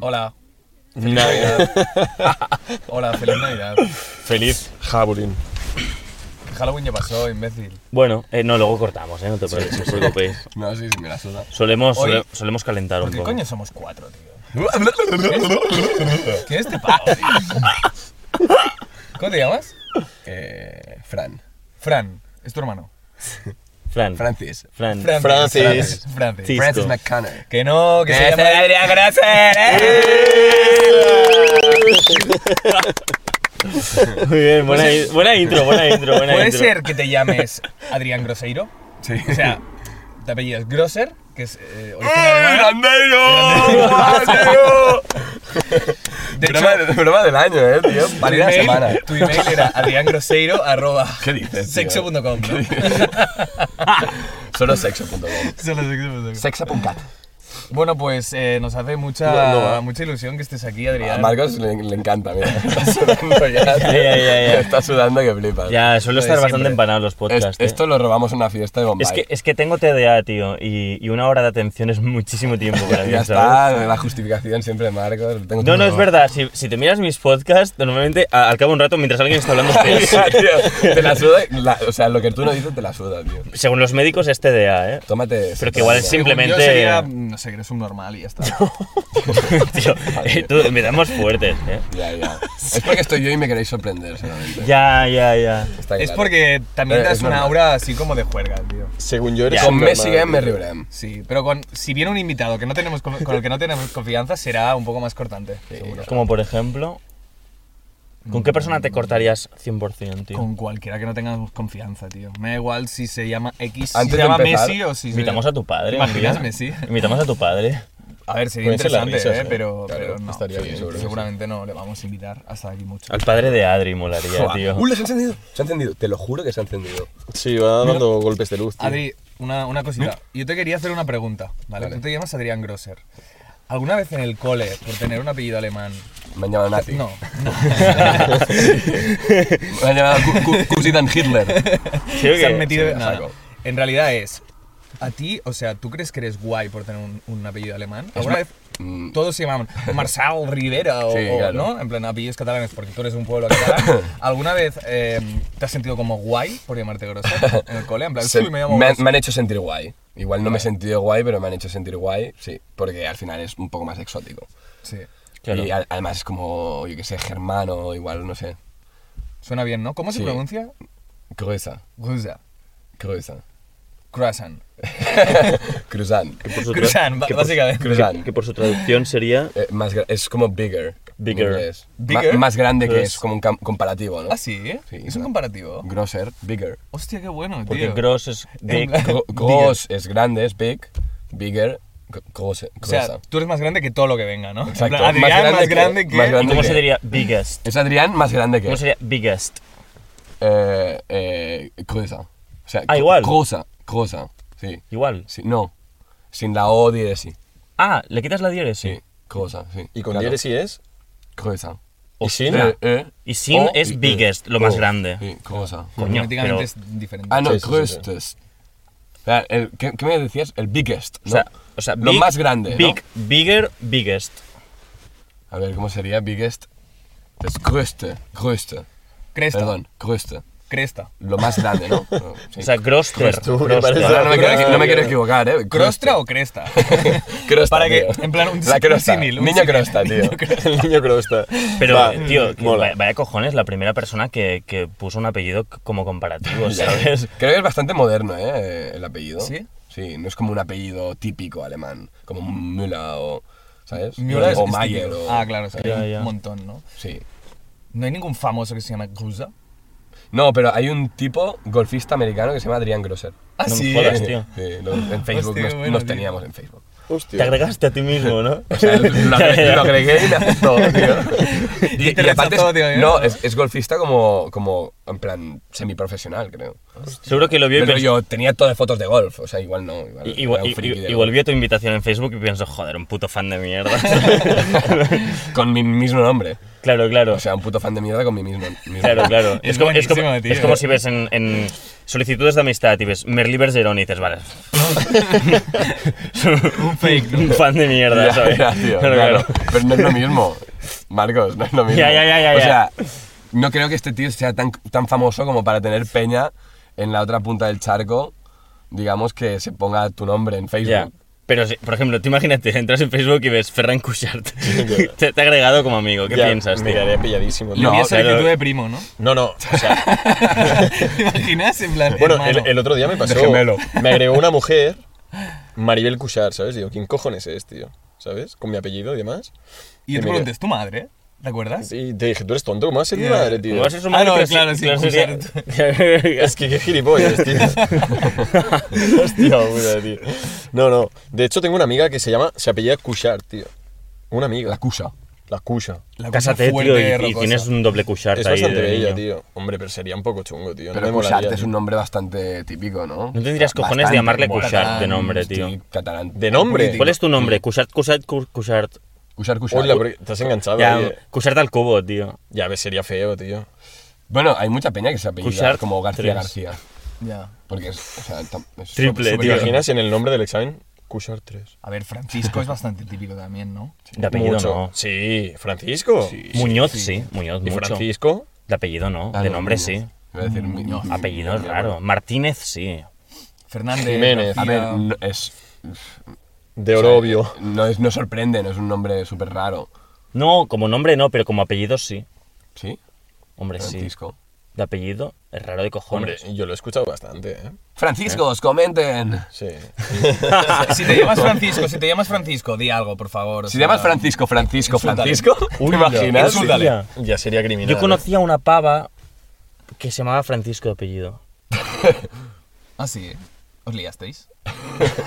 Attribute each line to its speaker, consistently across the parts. Speaker 1: Hola. Feliz
Speaker 2: Navidad.
Speaker 1: Navidad. Hola, feliz Navidad.
Speaker 2: Feliz Halloween.
Speaker 1: Halloween ya pasó, imbécil.
Speaker 3: Bueno, eh, no, luego cortamos, ¿eh? No te preocupes. no te preocupes.
Speaker 2: No, sí, sí, me la suda.
Speaker 3: Solemos,
Speaker 1: Oye,
Speaker 3: sole- solemos calentar un
Speaker 1: ¿Por qué
Speaker 3: poco.
Speaker 1: coño somos cuatro, tío? ¿Qué es este pavo, tío? ¿Cómo te llamas?
Speaker 2: Eh, Fran.
Speaker 1: Fran, es tu hermano.
Speaker 3: Fran.
Speaker 2: Francis.
Speaker 3: Fran.
Speaker 1: Francis.
Speaker 2: Francis.
Speaker 1: Francis. Francis.
Speaker 3: Sí.
Speaker 2: Francis
Speaker 3: Listo.
Speaker 2: McConaughey.
Speaker 1: Que no, que se
Speaker 2: ¡Que se
Speaker 1: llama... debería conocer,
Speaker 3: Muy bien, buena, i- buena intro, buena intro, buena
Speaker 1: Puede
Speaker 3: intro.
Speaker 1: ser que te llames Adrián Groseiro.
Speaker 2: Sí.
Speaker 1: O sea, te apellidas Grosser, que es eh, origen alemán.
Speaker 2: ¡Grandeiro! ¡Grandeiro!
Speaker 1: De hecho,
Speaker 2: Broma, broma del año, eh, tío.
Speaker 1: tu
Speaker 2: Valida
Speaker 1: email-
Speaker 2: semana.
Speaker 1: Tu email era adriangroseiro arroba
Speaker 2: ¿Qué dices, tío?
Speaker 1: sexo.com, ¿no?
Speaker 2: Solo sexo.com.
Speaker 1: Solo sexo.com.
Speaker 2: Sexo.cat.
Speaker 1: Bueno, pues eh, nos hace mucha,
Speaker 2: No, no va.
Speaker 1: mucha ilusión que estés aquí,
Speaker 2: A
Speaker 1: Adrián.
Speaker 2: Marcos le, le encanta, mira. Está sudando ya. tío.
Speaker 3: ya, ya, ya.
Speaker 2: Está sudando que flipas.
Speaker 3: Ya,
Speaker 1: Lo de
Speaker 3: suelo estar bastante
Speaker 1: siempre.
Speaker 3: empanado en los
Speaker 2: Es-
Speaker 3: podcasts. eh.
Speaker 2: esto lo robamos en una fiesta de Bombay.
Speaker 3: Es que, es que tengo TDA, tío, y, y una hora de atención es muchísimo tiempo para mí,
Speaker 2: ya
Speaker 3: ¿sabes?
Speaker 2: está, la justificación siempre de Marcos. lo tengo
Speaker 3: No,
Speaker 2: todo
Speaker 3: no, es
Speaker 2: robado.
Speaker 3: verdad. Si, si te miras mis podcasts, normalmente a- al cabo de un rato, mientras alguien está hablando, estoy así.
Speaker 2: Tío, te la suda, la- o sea, lo que tú no dices te la suda, tío.
Speaker 3: según los médicos, es TDA, ¿eh?
Speaker 2: Tómate.
Speaker 3: Pero que igual es
Speaker 2: sí.
Speaker 1: Según
Speaker 3: simplemente-
Speaker 1: Yo sería, no sé, que eres un normal y ya está.
Speaker 3: Tío, eh, tú, empezamos fuertes, ¿eh?
Speaker 2: Ya, ya. Es porque estoy yo y me queréis sorprender, solamente.
Speaker 3: Ya, ya, ya.
Speaker 2: Está
Speaker 1: es
Speaker 2: claro.
Speaker 1: porque también
Speaker 2: Eh,
Speaker 1: das
Speaker 2: es
Speaker 1: una
Speaker 2: normal.
Speaker 1: aura así como de juerga, tío.
Speaker 4: Según yo eres
Speaker 3: Ya.
Speaker 2: Con
Speaker 4: un
Speaker 2: Messi
Speaker 4: normal,
Speaker 2: Game me
Speaker 4: tío.
Speaker 2: ribrem.
Speaker 1: Sí, pero con, si viene un invitado que no tenemos, con con el que no tenemos confianza, será un poco más cortante, seguro.
Speaker 3: Como por ejemplo, ¿con qué persona te cortarías 100%, tío?
Speaker 1: Con cualquiera que no tengamos confianza, tío. Me da igual si se llama X, si
Speaker 2: Antes
Speaker 1: se
Speaker 2: de
Speaker 1: llama
Speaker 2: empezar,
Speaker 1: Messi o si se...
Speaker 3: Invitamos a tu padre.
Speaker 1: Imaginas
Speaker 3: mira.
Speaker 1: Messi.
Speaker 3: Invitamos a tu padre.
Speaker 1: A ver, sería
Speaker 4: Pueden ser las
Speaker 1: interesante,
Speaker 4: risas,
Speaker 1: ¿eh?
Speaker 4: ¿eh?
Speaker 1: Pero,
Speaker 2: Claro,
Speaker 1: pero no.
Speaker 2: estaría bien, seguro que sí.
Speaker 1: seguramente no le vamos a invitar hasta aquí mucho.
Speaker 3: Al padre de Adri molaría,
Speaker 2: Buah.
Speaker 3: tío.
Speaker 2: ¡Uh, lo has encendido! Se ha encendido, te lo juro que se ha encendido.
Speaker 4: Sí, va dando golpes de luz. tío.
Speaker 1: Adri, una, una cosita. Yo te quería hacer una pregunta, ¿vale?
Speaker 2: Vale.
Speaker 1: Tú te llamas Adrián Grosser. ¿Alguna vez en el cole, por tener un apellido alemán...
Speaker 2: Me han llamado Nati.
Speaker 1: No,
Speaker 2: Me han llamado Cu- Cu- Cousin Hitler.
Speaker 3: Sí,
Speaker 1: se han
Speaker 3: que-
Speaker 1: metido...
Speaker 2: sí,
Speaker 1: nada.
Speaker 2: saco.
Speaker 1: En realidad es... A ti, o sea, ¿tú crees que eres guay por tener un, un apellido alemán? ¿Alguna vez
Speaker 2: Mm,
Speaker 1: todos se llaman Marçal Rivera o,
Speaker 2: Sí,
Speaker 1: o-
Speaker 2: claro.
Speaker 1: ¿no? En plan apellidos catalanes porque tú eres de un pueblo catalán. ¿Alguna vez eh, te has sentido como guay por llamarte grosero en el cole? En plan,
Speaker 2: se-
Speaker 1: "Uy, me llamo
Speaker 2: me, han-
Speaker 1: Grosser".
Speaker 2: me han hecho sentir guay. Igual no me he sentido guay, pero me han hecho sentir guay, sí. Porque al final es un poco más exótico.
Speaker 1: Sí.
Speaker 3: Claro.
Speaker 2: Y a- además es como, yo qué sé, germano, igual, no sé.
Speaker 1: Suena bien, ¿no? ¿Cómo se
Speaker 2: Sí.
Speaker 1: pronuncia?
Speaker 2: Gruesa,
Speaker 1: Grusa.
Speaker 2: gruesa.
Speaker 1: Croissant.
Speaker 2: Cruzan.
Speaker 3: Por su tra-
Speaker 1: Croissant, ba-
Speaker 3: que por-
Speaker 1: básicamente.
Speaker 2: Cruzan.
Speaker 3: Que por su traducción sería.
Speaker 2: Eh, más gra- es como bigger. en
Speaker 3: Bigger.
Speaker 2: inglés.
Speaker 1: Bigger.
Speaker 2: Ma- más grande que
Speaker 3: Entonces-
Speaker 2: es, como un cam- comparativo, ¿no?
Speaker 1: Ah, sí.
Speaker 2: Sí,
Speaker 1: es un
Speaker 2: claro.
Speaker 1: comparativo.
Speaker 2: Grosser, bigger.
Speaker 1: Hostia, qué bueno, tío.
Speaker 3: Porque gross es big.
Speaker 1: plan-
Speaker 2: Gro- Gross es grande, es big. Bigger, gr- grosse-
Speaker 1: O sea,
Speaker 2: gruesa.
Speaker 1: tú eres más grande que todo lo que venga, ¿no?
Speaker 2: Exacto.
Speaker 1: Adrián,
Speaker 2: Más grande
Speaker 1: más
Speaker 2: que-
Speaker 1: grande que...
Speaker 2: más grande-
Speaker 3: ¿Y cómo
Speaker 2: que-
Speaker 3: se diría biggest?
Speaker 2: es Adrián más grande que.
Speaker 3: ¿Cómo sería biggest?
Speaker 2: Eh, eh, gruesa. O sea,
Speaker 3: Ah,
Speaker 2: gr-
Speaker 3: igual.
Speaker 2: Grosa, grosa. Sí.
Speaker 3: Igual.
Speaker 2: Sí, No. Sin la O diéresis.
Speaker 3: Ah, ¿le quitas la diéresis?
Speaker 2: Sí. Grosa, sí.
Speaker 4: Y con
Speaker 2: Claro.
Speaker 4: diéresis es.
Speaker 2: Gruesa.
Speaker 3: O sin.
Speaker 2: Eh, eh,
Speaker 3: Y sin
Speaker 2: o
Speaker 3: es
Speaker 2: y-
Speaker 3: biggest, lo
Speaker 2: o.
Speaker 3: más grande.
Speaker 2: Sí, grosa.
Speaker 3: Coño,
Speaker 1: Fonéticamente
Speaker 3: pero-
Speaker 1: es diferente.
Speaker 2: Ah, no,
Speaker 4: Sí, sí, sí, sí.
Speaker 2: größtes. O sea, el- ¿qué, qué me decías? El biggest,
Speaker 3: O
Speaker 2: ¿no?
Speaker 3: sea, o sea,
Speaker 2: Lo
Speaker 3: big,
Speaker 2: más grande, ¿no?
Speaker 3: Big, bigger, biggest.
Speaker 2: A ver, ¿cómo sería biggest? Es größte, größte.
Speaker 1: Cresta.
Speaker 2: Perdón, größte.
Speaker 1: Cresta.
Speaker 2: Lo más grande, ¿no? No, sí.
Speaker 3: O sea, groster.
Speaker 4: Tú, me
Speaker 3: groster.
Speaker 4: parece-
Speaker 2: Ahora no, me quiero,
Speaker 1: Crostra.
Speaker 2: no me quiero equivocar, ¿eh?
Speaker 1: ¿Crostra o cresta?
Speaker 2: Crosta,
Speaker 1: Para que,
Speaker 2: tío.
Speaker 1: en plan, un,
Speaker 2: La
Speaker 1: un
Speaker 2: crosta.
Speaker 1: símil, un
Speaker 2: Niño
Speaker 1: símil.
Speaker 2: crosta, tío.
Speaker 1: Niño crosta.
Speaker 4: El niño crosta.
Speaker 3: Pero, eh,
Speaker 4: Va,
Speaker 3: tío, que
Speaker 4: mola.
Speaker 3: vaya, vaya cojones, la primera persona que, que puso un apellido c- como comparativo, ¿sabes?
Speaker 2: Creo que es bastante moderno, ¿eh? El apellido.
Speaker 1: ¿Sí?
Speaker 2: Sí, no es como un apellido típico alemán, como Müller o. ¿Sabes?
Speaker 1: Miura es-
Speaker 2: o
Speaker 1: es
Speaker 2: Mayer
Speaker 1: típico.
Speaker 2: o.
Speaker 1: Ah, claro, es que
Speaker 3: Ya,
Speaker 1: hay
Speaker 3: ya.
Speaker 1: un montón, ¿no?
Speaker 2: Sí.
Speaker 1: No hay ningún famoso que se llame Grusa.
Speaker 2: No, pero hay un tipo golfista americano que se llama Adrián Grosser.
Speaker 1: Ah,
Speaker 3: No me
Speaker 1: sí.
Speaker 3: jodas, tío.
Speaker 2: Sí, lo- en Facebook
Speaker 1: Hostia,
Speaker 2: nos,
Speaker 1: bueno,
Speaker 2: nos
Speaker 1: tío.
Speaker 2: teníamos en Facebook.
Speaker 3: Te
Speaker 4: Hostia.
Speaker 3: agregaste a ti mismo, ¿no?
Speaker 2: O sea, lo, agregué, lo agregué y me aceptó, tío.
Speaker 1: Y te rechazó, tío, ¿eh?
Speaker 2: no, es, es golfista como, como en plan semiprofesional, creo.
Speaker 3: Seguro que lo vio y
Speaker 2: Pero
Speaker 3: pensó...
Speaker 2: yo tenía todas fotos de golf, o sea, igual no. Igual,
Speaker 3: i- Igual,
Speaker 2: era un
Speaker 3: i-
Speaker 2: friki de
Speaker 3: igual
Speaker 2: golf.
Speaker 3: vi tu invitación en Facebook y pienso, joder, un puto fan de mierda.
Speaker 2: Con mi mismo nombre.
Speaker 3: claro, claro.
Speaker 2: O sea, un puto fan de mierda con mi mismo, mismo
Speaker 3: Claro,
Speaker 2: nombre.
Speaker 3: claro.
Speaker 1: Es
Speaker 3: Es como, es como-
Speaker 1: buenísimo, tío.
Speaker 3: es como si ves en, en solicitudes de amistad y ves Merlí Bergeron y dices, vale. un
Speaker 1: fake, ¿no?
Speaker 3: Un fan de mierda,
Speaker 2: Ya,
Speaker 3: ¿sabes?
Speaker 2: ya, tío,
Speaker 3: Pero
Speaker 2: claro.
Speaker 3: claro.
Speaker 2: Pero no es lo mismo, Marcos, no es lo mismo.
Speaker 3: Ya, ya, ya, ya,
Speaker 2: o
Speaker 3: ya.
Speaker 2: sea, no creo que este tío sea tan, tan famoso como para tener peña en la otra punta del charco, digamos, que se ponga tu nombre en Facebook.
Speaker 3: Ya. Pero, si- por ejemplo, tú imagínate, entras en Facebook y ves Ferran Cushart. te, te ha agregado como amigo. ¿Qué
Speaker 4: Ya,
Speaker 3: piensas,
Speaker 4: Me
Speaker 3: tío?
Speaker 4: quedaría pilladísimo. tío.
Speaker 1: Yo vi
Speaker 2: No,
Speaker 1: esa
Speaker 3: pero-
Speaker 1: actitud de primo, ¿no?
Speaker 4: No, no. O sea,
Speaker 1: ¿Te imaginas? En plan,
Speaker 4: bueno,
Speaker 1: hermano.
Speaker 4: el, el otro día me pasó.
Speaker 2: De gemelo.
Speaker 4: Me agregó una mujer, Maribel Cuchar, ¿sabes? Digo, ¿quién cojones es, tío? ¿Sabes? Con mi apellido y demás.
Speaker 1: Y yo te
Speaker 4: que me-
Speaker 1: pregunté, ¿es tu madre? ¿Te acuerdas?
Speaker 4: Y te dije, tú eres tonto, ¿cómo vas a ser mi
Speaker 1: Ya.
Speaker 4: madre, tío?
Speaker 3: ¿Cómo vas a
Speaker 1: Ah,
Speaker 3: sumar
Speaker 1: no,
Speaker 3: clase-
Speaker 1: claro, sí,
Speaker 3: clase de-
Speaker 4: Es que qué gilipollas, tío. Hostia puta, tío. No, no. De hecho, tengo una amiga que se llama, se apellida Cuchar, tío. Una amiga.
Speaker 2: La cusa.
Speaker 4: La Cucha.
Speaker 1: La cosa
Speaker 3: Cásate, tío,
Speaker 1: fuerte,
Speaker 3: y- y,
Speaker 1: rocosa.
Speaker 3: tienes un doble Cushart
Speaker 4: Es
Speaker 3: ahí.
Speaker 4: bastante
Speaker 3: de
Speaker 4: bella,
Speaker 3: niño.
Speaker 4: tío. Hombre, pero sería un poco chungo, tío.
Speaker 2: Pero
Speaker 4: no me
Speaker 2: Cushart
Speaker 4: molaría,
Speaker 2: es
Speaker 4: tío.
Speaker 2: un nombre bastante típico, ¿no?
Speaker 3: No tendrías cojones de llamarle
Speaker 2: como
Speaker 3: Cushart de
Speaker 2: catalán,
Speaker 3: nombre,
Speaker 2: sí,
Speaker 3: tío.
Speaker 2: Catalán.
Speaker 4: ¿De nombre?
Speaker 3: ¿Cuál es tu nombre? Cushart, Cushart, Cu- Cushart.
Speaker 2: Cushart, Cushart.
Speaker 4: Hola, porque te has enganchado
Speaker 3: Ya,
Speaker 4: ahí, eh.
Speaker 3: Cushart al cubo, tío.
Speaker 4: Ya ves, sería feo, tío.
Speaker 2: Bueno, hay mucha peña que se apellida
Speaker 3: Cushart
Speaker 2: como García
Speaker 3: tres.
Speaker 2: García.
Speaker 1: Ya.
Speaker 2: Porque es, o sea, tam- es
Speaker 3: Triple,
Speaker 2: súper-
Speaker 4: ¿Te
Speaker 3: tío.
Speaker 2: súper-
Speaker 4: imaginas en el nombre del examen? Cuchar 3.
Speaker 1: A ver, Francisco es bastante típico también, ¿no?
Speaker 3: De apellido no.
Speaker 4: Sí, Francisco.
Speaker 3: Muñoz sí, Muñoz
Speaker 4: ¿Y
Speaker 3: mucho.
Speaker 4: Francisco?
Speaker 3: De apellido no,
Speaker 2: Ah,
Speaker 3: de
Speaker 2: no,
Speaker 3: nombre
Speaker 2: Muñoz.
Speaker 3: sí.
Speaker 2: Iba a decir Muñoz.
Speaker 3: Apellido es raro. Martínez sí.
Speaker 1: Fernández.
Speaker 4: Jiménez.
Speaker 2: A ver,
Speaker 1: García.
Speaker 2: no- es,
Speaker 4: De Orobio.
Speaker 2: no, es, no sorprende, no es un nombre súper raro.
Speaker 3: No, como nombre no, pero como apellido sí.
Speaker 2: ¿Sí?
Speaker 3: Hombre, sí.
Speaker 2: Francisco.
Speaker 3: De apellido es raro de cojones.
Speaker 4: Hombre, yo lo he escuchado bastante, ¿eh?
Speaker 2: Franciscos, comenten.
Speaker 4: Sí.
Speaker 1: Si te llamas Francisco, si te llamas Francisco, di algo, por favor. o
Speaker 2: Si te
Speaker 1: sea,
Speaker 2: llamas Francisco, Francisco,
Speaker 1: Insúltale.
Speaker 2: Francisco, ¿te imaginas?
Speaker 1: Insúltale.
Speaker 2: Sí.
Speaker 3: Ya.
Speaker 4: Ya sería criminal.
Speaker 3: Yo conocía una pava que se llamaba Francisco de apellido.
Speaker 1: Ah, sí. ¿eh? ¿Os liasteis?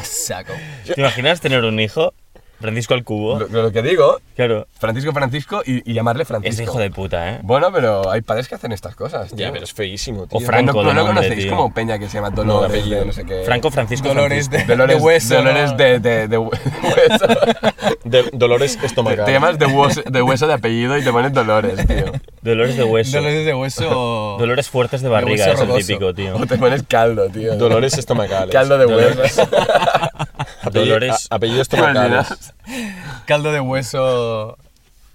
Speaker 1: Saco.
Speaker 3: ¿Te imaginas tener un hijo? Francisco al cubo.
Speaker 2: Lo, lo que digo,
Speaker 3: Claro.
Speaker 2: Francisco, Francisco y, y llamarle Francisco.
Speaker 3: Es hijo de puta, ¿eh?
Speaker 2: Bueno, pero hay padres que hacen estas cosas.
Speaker 4: ¿eh?
Speaker 2: Tío.
Speaker 4: Ya, pero es feísimo, tío.
Speaker 3: O Fran- Franco
Speaker 2: no, no
Speaker 3: de
Speaker 2: lo
Speaker 3: nombre,
Speaker 2: conocéis
Speaker 3: tío.
Speaker 2: como Peña que se llama Dolores,
Speaker 4: apellido.
Speaker 2: de no sé qué.
Speaker 3: Franco Francisco
Speaker 1: Dolores de,
Speaker 3: Francisco.
Speaker 2: Eh, Dolores
Speaker 1: de hueso.
Speaker 2: Dolores
Speaker 1: ¿no?
Speaker 2: de, de, de hue- hueso.
Speaker 4: De- dolores
Speaker 2: Te-
Speaker 4: estomacales.
Speaker 2: te llamas de hueso, de hueso de apellido y te pones Dolores, tío.
Speaker 3: Dolores de hueso.
Speaker 1: Dolores de hueso.
Speaker 3: Dolores fuertes de barriga,
Speaker 1: hueso
Speaker 3: es el
Speaker 1: rugoso.
Speaker 3: típico, tío.
Speaker 2: O te pones caldo, tío.
Speaker 4: Dolores estomacales.
Speaker 2: Caldo de hueso.
Speaker 4: Apelli-
Speaker 3: Dolores-
Speaker 4: a- apellido
Speaker 2: ¿Te imaginas?
Speaker 4: estomacales.
Speaker 1: Caldo de hueso.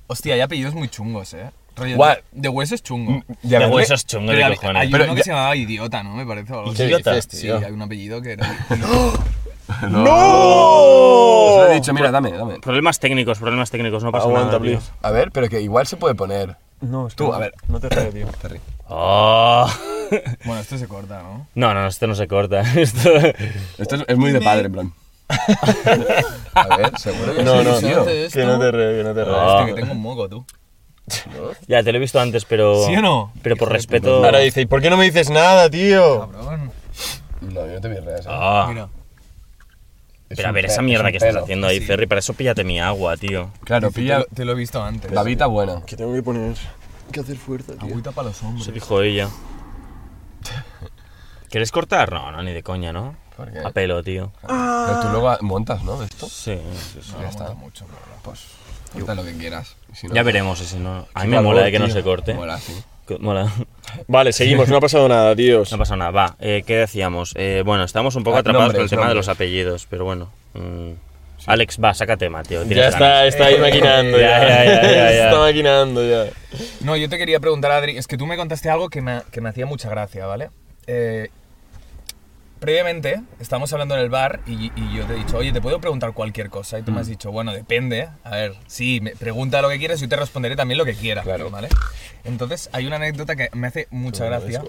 Speaker 1: Hostia, hay apellidos muy chungos, eh. Rollo
Speaker 2: Guau. Mm,
Speaker 1: de, de hueso es chungo.
Speaker 2: Ya
Speaker 3: De
Speaker 2: verle-
Speaker 3: hueso es chungo de
Speaker 1: Pero hab- hay
Speaker 3: cojones.
Speaker 2: Pero
Speaker 1: uno que
Speaker 2: ya-
Speaker 1: se llamaba Idiota, ¿no? Me parece. o algo así.
Speaker 3: Idiota.
Speaker 4: dices,
Speaker 1: Sí,
Speaker 4: tío?
Speaker 1: hay un apellido que era.
Speaker 2: Os lo he dicho, mira, dame, dame.
Speaker 3: Problemas técnicos, problemas técnicos, no pasa
Speaker 4: Aguanta,
Speaker 3: nada. tío.
Speaker 4: please.
Speaker 2: A ver, pero que igual se puede poner.
Speaker 4: No,
Speaker 2: Tú, a ver.
Speaker 4: No te rayes, tío.
Speaker 2: Terry.
Speaker 3: Oh.
Speaker 1: Bueno, esto se corta, ¿no?
Speaker 3: No, no, esto no se corta. Esto...
Speaker 2: Esto es, es muy de padre, en plan. A ver, seguro que
Speaker 4: No,
Speaker 2: sí,
Speaker 4: no,
Speaker 2: tío.
Speaker 1: tío.
Speaker 4: que no te rayes, que no te
Speaker 2: Ah.
Speaker 4: rayes.
Speaker 1: Hostia, Este que tengo un moco, tú.
Speaker 3: Ya, te lo he visto antes, pero.
Speaker 1: ¿Sí o no?
Speaker 3: Pero por respeto.
Speaker 4: Ahora dice, ¿y por qué no me dices nada, tío?
Speaker 1: Cabrón.
Speaker 2: No, yo no te voy a reír, ¿eh?
Speaker 3: Ah.
Speaker 1: Mira.
Speaker 2: Es
Speaker 3: Pero a
Speaker 2: un
Speaker 3: ver,
Speaker 2: pe-
Speaker 3: esa mierda
Speaker 2: es un
Speaker 3: que estás
Speaker 2: pelo.
Speaker 3: haciendo ahí,
Speaker 1: Sí.
Speaker 3: Ferry, para eso píllate mi agua, tío.
Speaker 2: Claro,
Speaker 1: Este Te
Speaker 2: pilla
Speaker 1: lo, te lo he visto antes.
Speaker 2: la vita buena.
Speaker 4: Que tengo que poner. Que hacer fuerza,
Speaker 1: Agüita para los
Speaker 3: Se
Speaker 1: hombres.
Speaker 3: dijo ella. ¿Quieres cortar? No, no, ni de coña, ¿no?
Speaker 2: ¿Por qué?
Speaker 3: A pelo, tío.
Speaker 2: Pero tú luego montas, ¿no? De esto.
Speaker 3: Sí.
Speaker 1: No,
Speaker 2: Ya
Speaker 1: no
Speaker 2: está.
Speaker 1: monta mucho, pero no.
Speaker 2: Pues corta lo que quieras. Y si no,
Speaker 3: Ya veremos si no. A mí me
Speaker 4: calor,
Speaker 3: mola eh, que no
Speaker 4: tío.
Speaker 3: se corte.
Speaker 2: Mola, sí.
Speaker 3: Que- Mola.
Speaker 4: Vale, seguimos, no ha pasado nada, tíos.
Speaker 3: No pasa nada, va. eh, ¿Qué decíamos? Eh, bueno, estamos un poco
Speaker 2: Ah,
Speaker 3: atrapados
Speaker 2: nombres,
Speaker 3: con el tema de
Speaker 2: nombres.
Speaker 3: los apellidos, pero bueno. mm. Alex, va, saca tema, tío.
Speaker 4: Ya
Speaker 3: tienes
Speaker 4: está, está ahí maquinando.
Speaker 3: Ya, ya, ya, ya, ya.
Speaker 4: Está maquinando ya.
Speaker 1: No, yo te quería preguntar, Adri, es que tú me contaste algo que me, que me hacía mucha gracia, ¿vale? Eh, previamente, estábamos hablando en el bar y, y yo te he dicho, oye, ¿te puedo preguntar cualquier cosa? Y tú me
Speaker 2: Mm.
Speaker 1: has dicho, bueno, depende. A ver, sí, me pregunta lo que quieras y yo te responderé también lo que quiera,
Speaker 2: Claro.
Speaker 1: ¿vale? Entonces, hay una anécdota que me hace mucha gracia,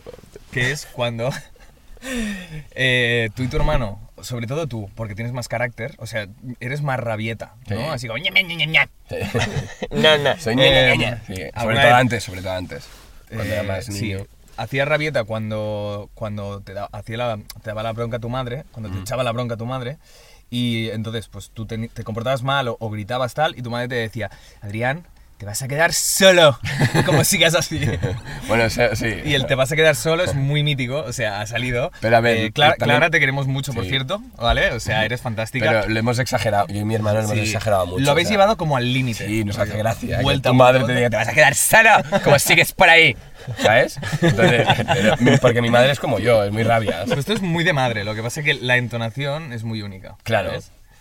Speaker 1: que es cuando eh, tú y tu hermano, sobre todo tú, porque tienes más carácter, o sea, eres más rabieta, ¿no?
Speaker 2: Sí.
Speaker 1: Así como, ña, ña, ña, ña, ña.
Speaker 4: No, no.
Speaker 2: Soy
Speaker 1: Eh,
Speaker 2: niño.
Speaker 1: eh,
Speaker 2: Sí,
Speaker 1: eh.
Speaker 2: sobre
Speaker 1: Alguna
Speaker 2: todo
Speaker 1: vez-
Speaker 2: antes, sobre todo antes. Cuando era
Speaker 1: Eh,
Speaker 2: más
Speaker 1: sí.
Speaker 2: niño.
Speaker 1: Hacía rabieta cuando, cuando te, da- hacía la- te daba la bronca a tu madre, cuando
Speaker 2: Mm.
Speaker 1: te echaba la bronca a tu madre. Y entonces, pues tú te, te comportabas mal o, o gritabas tal, y tu madre te decía, Adrián, te vas a quedar solo, como sigas así.
Speaker 2: Bueno, o sea, sí.
Speaker 1: Y el te vas a quedar solo es muy mítico, o sea, ha salido.
Speaker 2: Pero a ver,
Speaker 1: Eh, Cla-
Speaker 2: también-
Speaker 1: Clara, te queremos mucho, por
Speaker 2: Sí.
Speaker 1: cierto, ¿vale? O sea, eres fantástica.
Speaker 2: Pero lo hemos exagerado. Yo y mi hermano lo hemos
Speaker 1: Sí.
Speaker 2: exagerado mucho.
Speaker 1: Lo habéis
Speaker 2: o sea,
Speaker 1: llevado como al límite.
Speaker 2: Sí, nos hace gracia.
Speaker 1: Vuelta
Speaker 2: Vuelta tu
Speaker 1: por
Speaker 2: madre
Speaker 1: otra.
Speaker 2: te diga, te vas a quedar sana, como sigues por ahí. ¿Sabes? Entonces, pero- mm, porque mi madre es como yo, es muy rabia.
Speaker 1: Pero Pues esto es muy de madre, lo que pasa es que la entonación es muy única.
Speaker 2: Claro.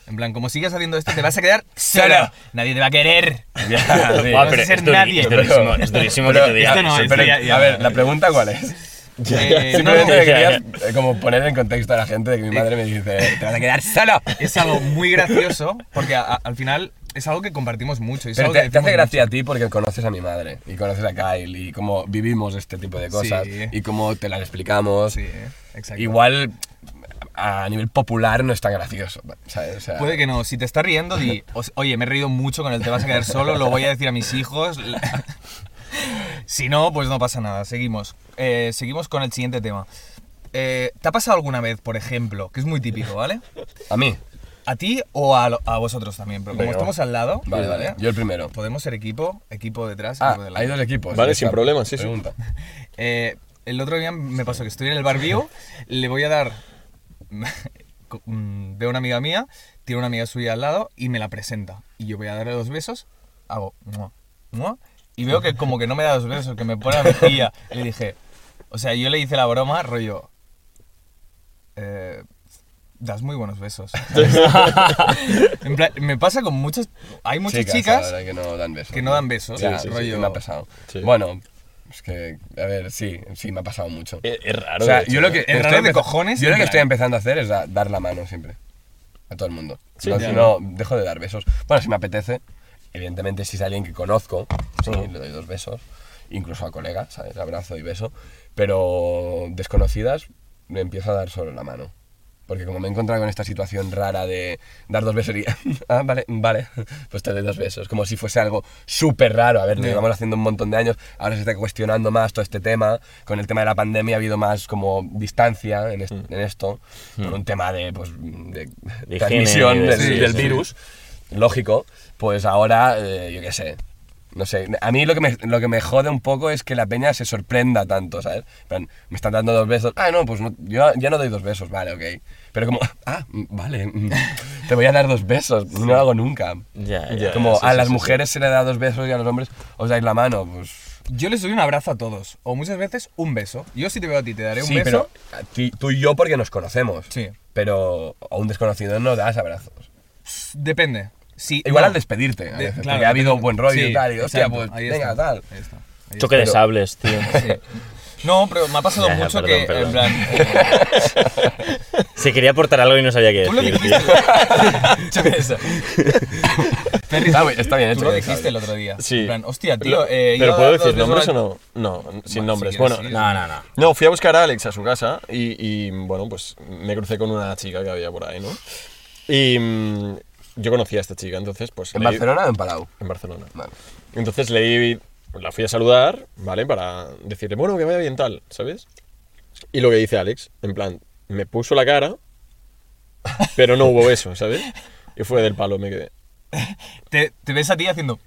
Speaker 1: En plan, como sigas haciendo esto, te vas a quedar
Speaker 2: Solo.
Speaker 1: sola. Nadie te va a querer.
Speaker 2: Ya, sí.
Speaker 3: Buah,
Speaker 1: no
Speaker 3: pero
Speaker 1: sé ser
Speaker 3: es duri-
Speaker 1: nadie.
Speaker 3: es durísimo, es durísimo que
Speaker 2: Pero-
Speaker 3: te diga.
Speaker 1: este no,
Speaker 3: sí,
Speaker 1: este
Speaker 3: pero-
Speaker 1: ya- ya-
Speaker 2: a ver, la pregunta cuál es.
Speaker 1: Eh, no,
Speaker 2: Simplemente
Speaker 1: no,
Speaker 2: que querías eh, como poner en contexto a la gente de que mi madre me dice, "Eh, te vas a quedar solo.
Speaker 1: es algo muy gracioso porque a- a- al final es algo que compartimos mucho. y es
Speaker 2: Pero
Speaker 1: algo
Speaker 2: te,
Speaker 1: que
Speaker 2: te hace
Speaker 1: decimos
Speaker 2: gracia a ti porque conoces a mi madre y conoces a Kyle y cómo vivimos este tipo de cosas
Speaker 1: Sí.
Speaker 2: y cómo te las explicamos.
Speaker 1: mucho. Sí, eh, exacto.
Speaker 2: Igual a nivel popular no es tan gracioso, ¿sabes? O sea,
Speaker 1: Puede que no. Si te estás riendo, di, "Os- oye, me he reído mucho con el te vas a quedar solo, lo voy a decir a mis hijos. si no, pues no pasa nada. Seguimos. Eh, seguimos con el siguiente tema. Eh, ¿Te ha pasado alguna vez, por ejemplo, que es muy típico, ¿vale?
Speaker 2: A mí.
Speaker 1: ¿A ti o a, lo- a vosotros también? Pero como
Speaker 4: Venga,
Speaker 1: estamos al lado,
Speaker 2: Vale, vale. Yo el primero.
Speaker 1: podemos ser equipo, equipo detrás,
Speaker 2: Ah,
Speaker 1: equipo
Speaker 2: hay
Speaker 1: delante.
Speaker 2: dos equipos.
Speaker 4: Vale,
Speaker 2: Esa
Speaker 4: sin problema, sí, sí.
Speaker 2: pregunta.
Speaker 1: Eh, el otro día me pasó que estoy en el bar vivo, le voy a dar... co- mm, Veo una amiga mía, tiene una amiga suya al lado y me la presenta. Y yo voy a darle dos besos, hago... "Mua, mua", y veo que como que no me da dos besos, que me pone la mejilla. Le dije... O sea, yo le hice la broma, rollo... eh, das muy bunos besos. En plan, me pasa con muchas... Hay muchas chicas
Speaker 2: ahora que no dan besos.
Speaker 1: que no dan besos.
Speaker 2: Ya,
Speaker 4: Sí, sí, sí,
Speaker 1: rollo-
Speaker 2: me ha pasado.
Speaker 4: Sí.
Speaker 2: Bueno, es que, a ver, sí, sí, me ha pasado mucho.
Speaker 4: Es, es raro.
Speaker 2: o sea,
Speaker 4: Eh, de hecho,
Speaker 2: yo lo
Speaker 4: ¿no?
Speaker 2: que
Speaker 1: Es raro de cojones,
Speaker 2: Yo
Speaker 1: en
Speaker 2: lo que
Speaker 1: plan.
Speaker 2: estoy empezando a hacer es da- dar la mano siempre. A todo el mundo.
Speaker 4: Sí,
Speaker 2: no,
Speaker 4: ya.
Speaker 2: no, dejo de dar besos. Bueno, si me apetece. Evidentemente, si es alguien que conozco, sí, le doy dos besos. Incluso a colegas, ¿sabes? Abrazo y beso. Pero desconocidas, me empiezo a dar solo la mano. Porque como me he encontrado con esta situación rara de dar dos besos y... ah, vale, vale. Pues te doy dos besos. Como si fuese algo súper raro. A ver, lo llevamos haciendo un montón de años. Ahora se está cuestionando más todo este tema. Con el tema de la pandemia ha habido más como distancia en, est- en esto. Por un tema de, pues, de
Speaker 3: De
Speaker 2: transmisión
Speaker 3: higiene y de-
Speaker 2: del,
Speaker 3: sí,
Speaker 2: del
Speaker 3: sí.
Speaker 2: virus. Lógico. Pues ahora, eh, yo qué sé. No sé, a mí lo que, me, lo que me jode un poco es que la peña se sorprenda tanto, ¿sabes? En plan, me están dando dos besos. Ah, no, pues no- yo ya no doy dos besos, vale, ok. Pero como, ah, mm, vale, mm, te voy a dar dos besos, no lo hago nunca.
Speaker 3: Ya, ya,
Speaker 2: como
Speaker 4: sí,
Speaker 2: a
Speaker 4: sí,
Speaker 2: las
Speaker 4: sí,
Speaker 2: mujeres se le da dos besos y a los hombres os dais la mano, pues...
Speaker 1: Yo les doy un abrazo a todos, o muchas veces un beso. Yo si te veo a ti te daré un
Speaker 2: Sí,
Speaker 1: beso.
Speaker 2: pero a ti- tú y yo porque nos conocemos.
Speaker 1: Sí.
Speaker 2: Pero a un desconocido no das abrazos.
Speaker 1: Depende. Si,
Speaker 2: Igual
Speaker 1: no.
Speaker 2: al despedirte, a
Speaker 1: De-
Speaker 2: veces,
Speaker 1: claro,
Speaker 2: porque ha habido
Speaker 1: depende.
Speaker 2: buen rollo y
Speaker 1: Sí,
Speaker 2: tal, y hostia,
Speaker 1: exacto,
Speaker 2: pues
Speaker 1: ahí
Speaker 2: venga,
Speaker 1: está,
Speaker 2: tal.
Speaker 1: ahí está, ahí
Speaker 3: Choque de sables, tío.
Speaker 1: está. No, pero me ha pasado
Speaker 3: Ya, ya,
Speaker 1: mucho
Speaker 3: perdón,
Speaker 1: que,
Speaker 3: perdón.
Speaker 1: en plan, eh,
Speaker 3: Se quería aportar algo y no sabía qué
Speaker 1: tú lo
Speaker 3: decir,
Speaker 1: dijiste.
Speaker 3: tío.
Speaker 1: Choque de sables. Ferris,
Speaker 2: Está bien- está bien hecho
Speaker 1: Tú lo
Speaker 2: que de
Speaker 1: dijiste
Speaker 2: sables.
Speaker 1: el otro día.
Speaker 4: Sí.
Speaker 1: En plan, hostia, tío,
Speaker 4: Lo-
Speaker 1: eh,
Speaker 4: ¿Pero
Speaker 1: iba a
Speaker 4: puedo
Speaker 1: dar dos
Speaker 4: decir
Speaker 1: besos
Speaker 4: nombres
Speaker 1: a-
Speaker 4: o no? No, n- sin
Speaker 1: Bueno,
Speaker 4: nombres.
Speaker 1: si
Speaker 4: bueno,
Speaker 1: quieres, sí.
Speaker 3: No, no, no.
Speaker 4: No, fui a buscar a Alex a su casa y, y, bueno, pues me crucé con una chica que había por ahí, ¿no? Y mm, yo conocía a esta chica, entonces pues...
Speaker 2: ¿En
Speaker 4: le-
Speaker 2: Barcelona o en Palau?
Speaker 4: En Barcelona.
Speaker 2: Vale.
Speaker 4: Entonces le di- pues, la fui a saludar, ¿vale? Para decirle, bueno, que vaya bien tal, ¿sabes? Y lo que dice Alex, en plan, me puso la cara, pero no hubo eso, ¿sabes? Y fue del palo, me quedé.
Speaker 1: Te, te ves a ti haciendo...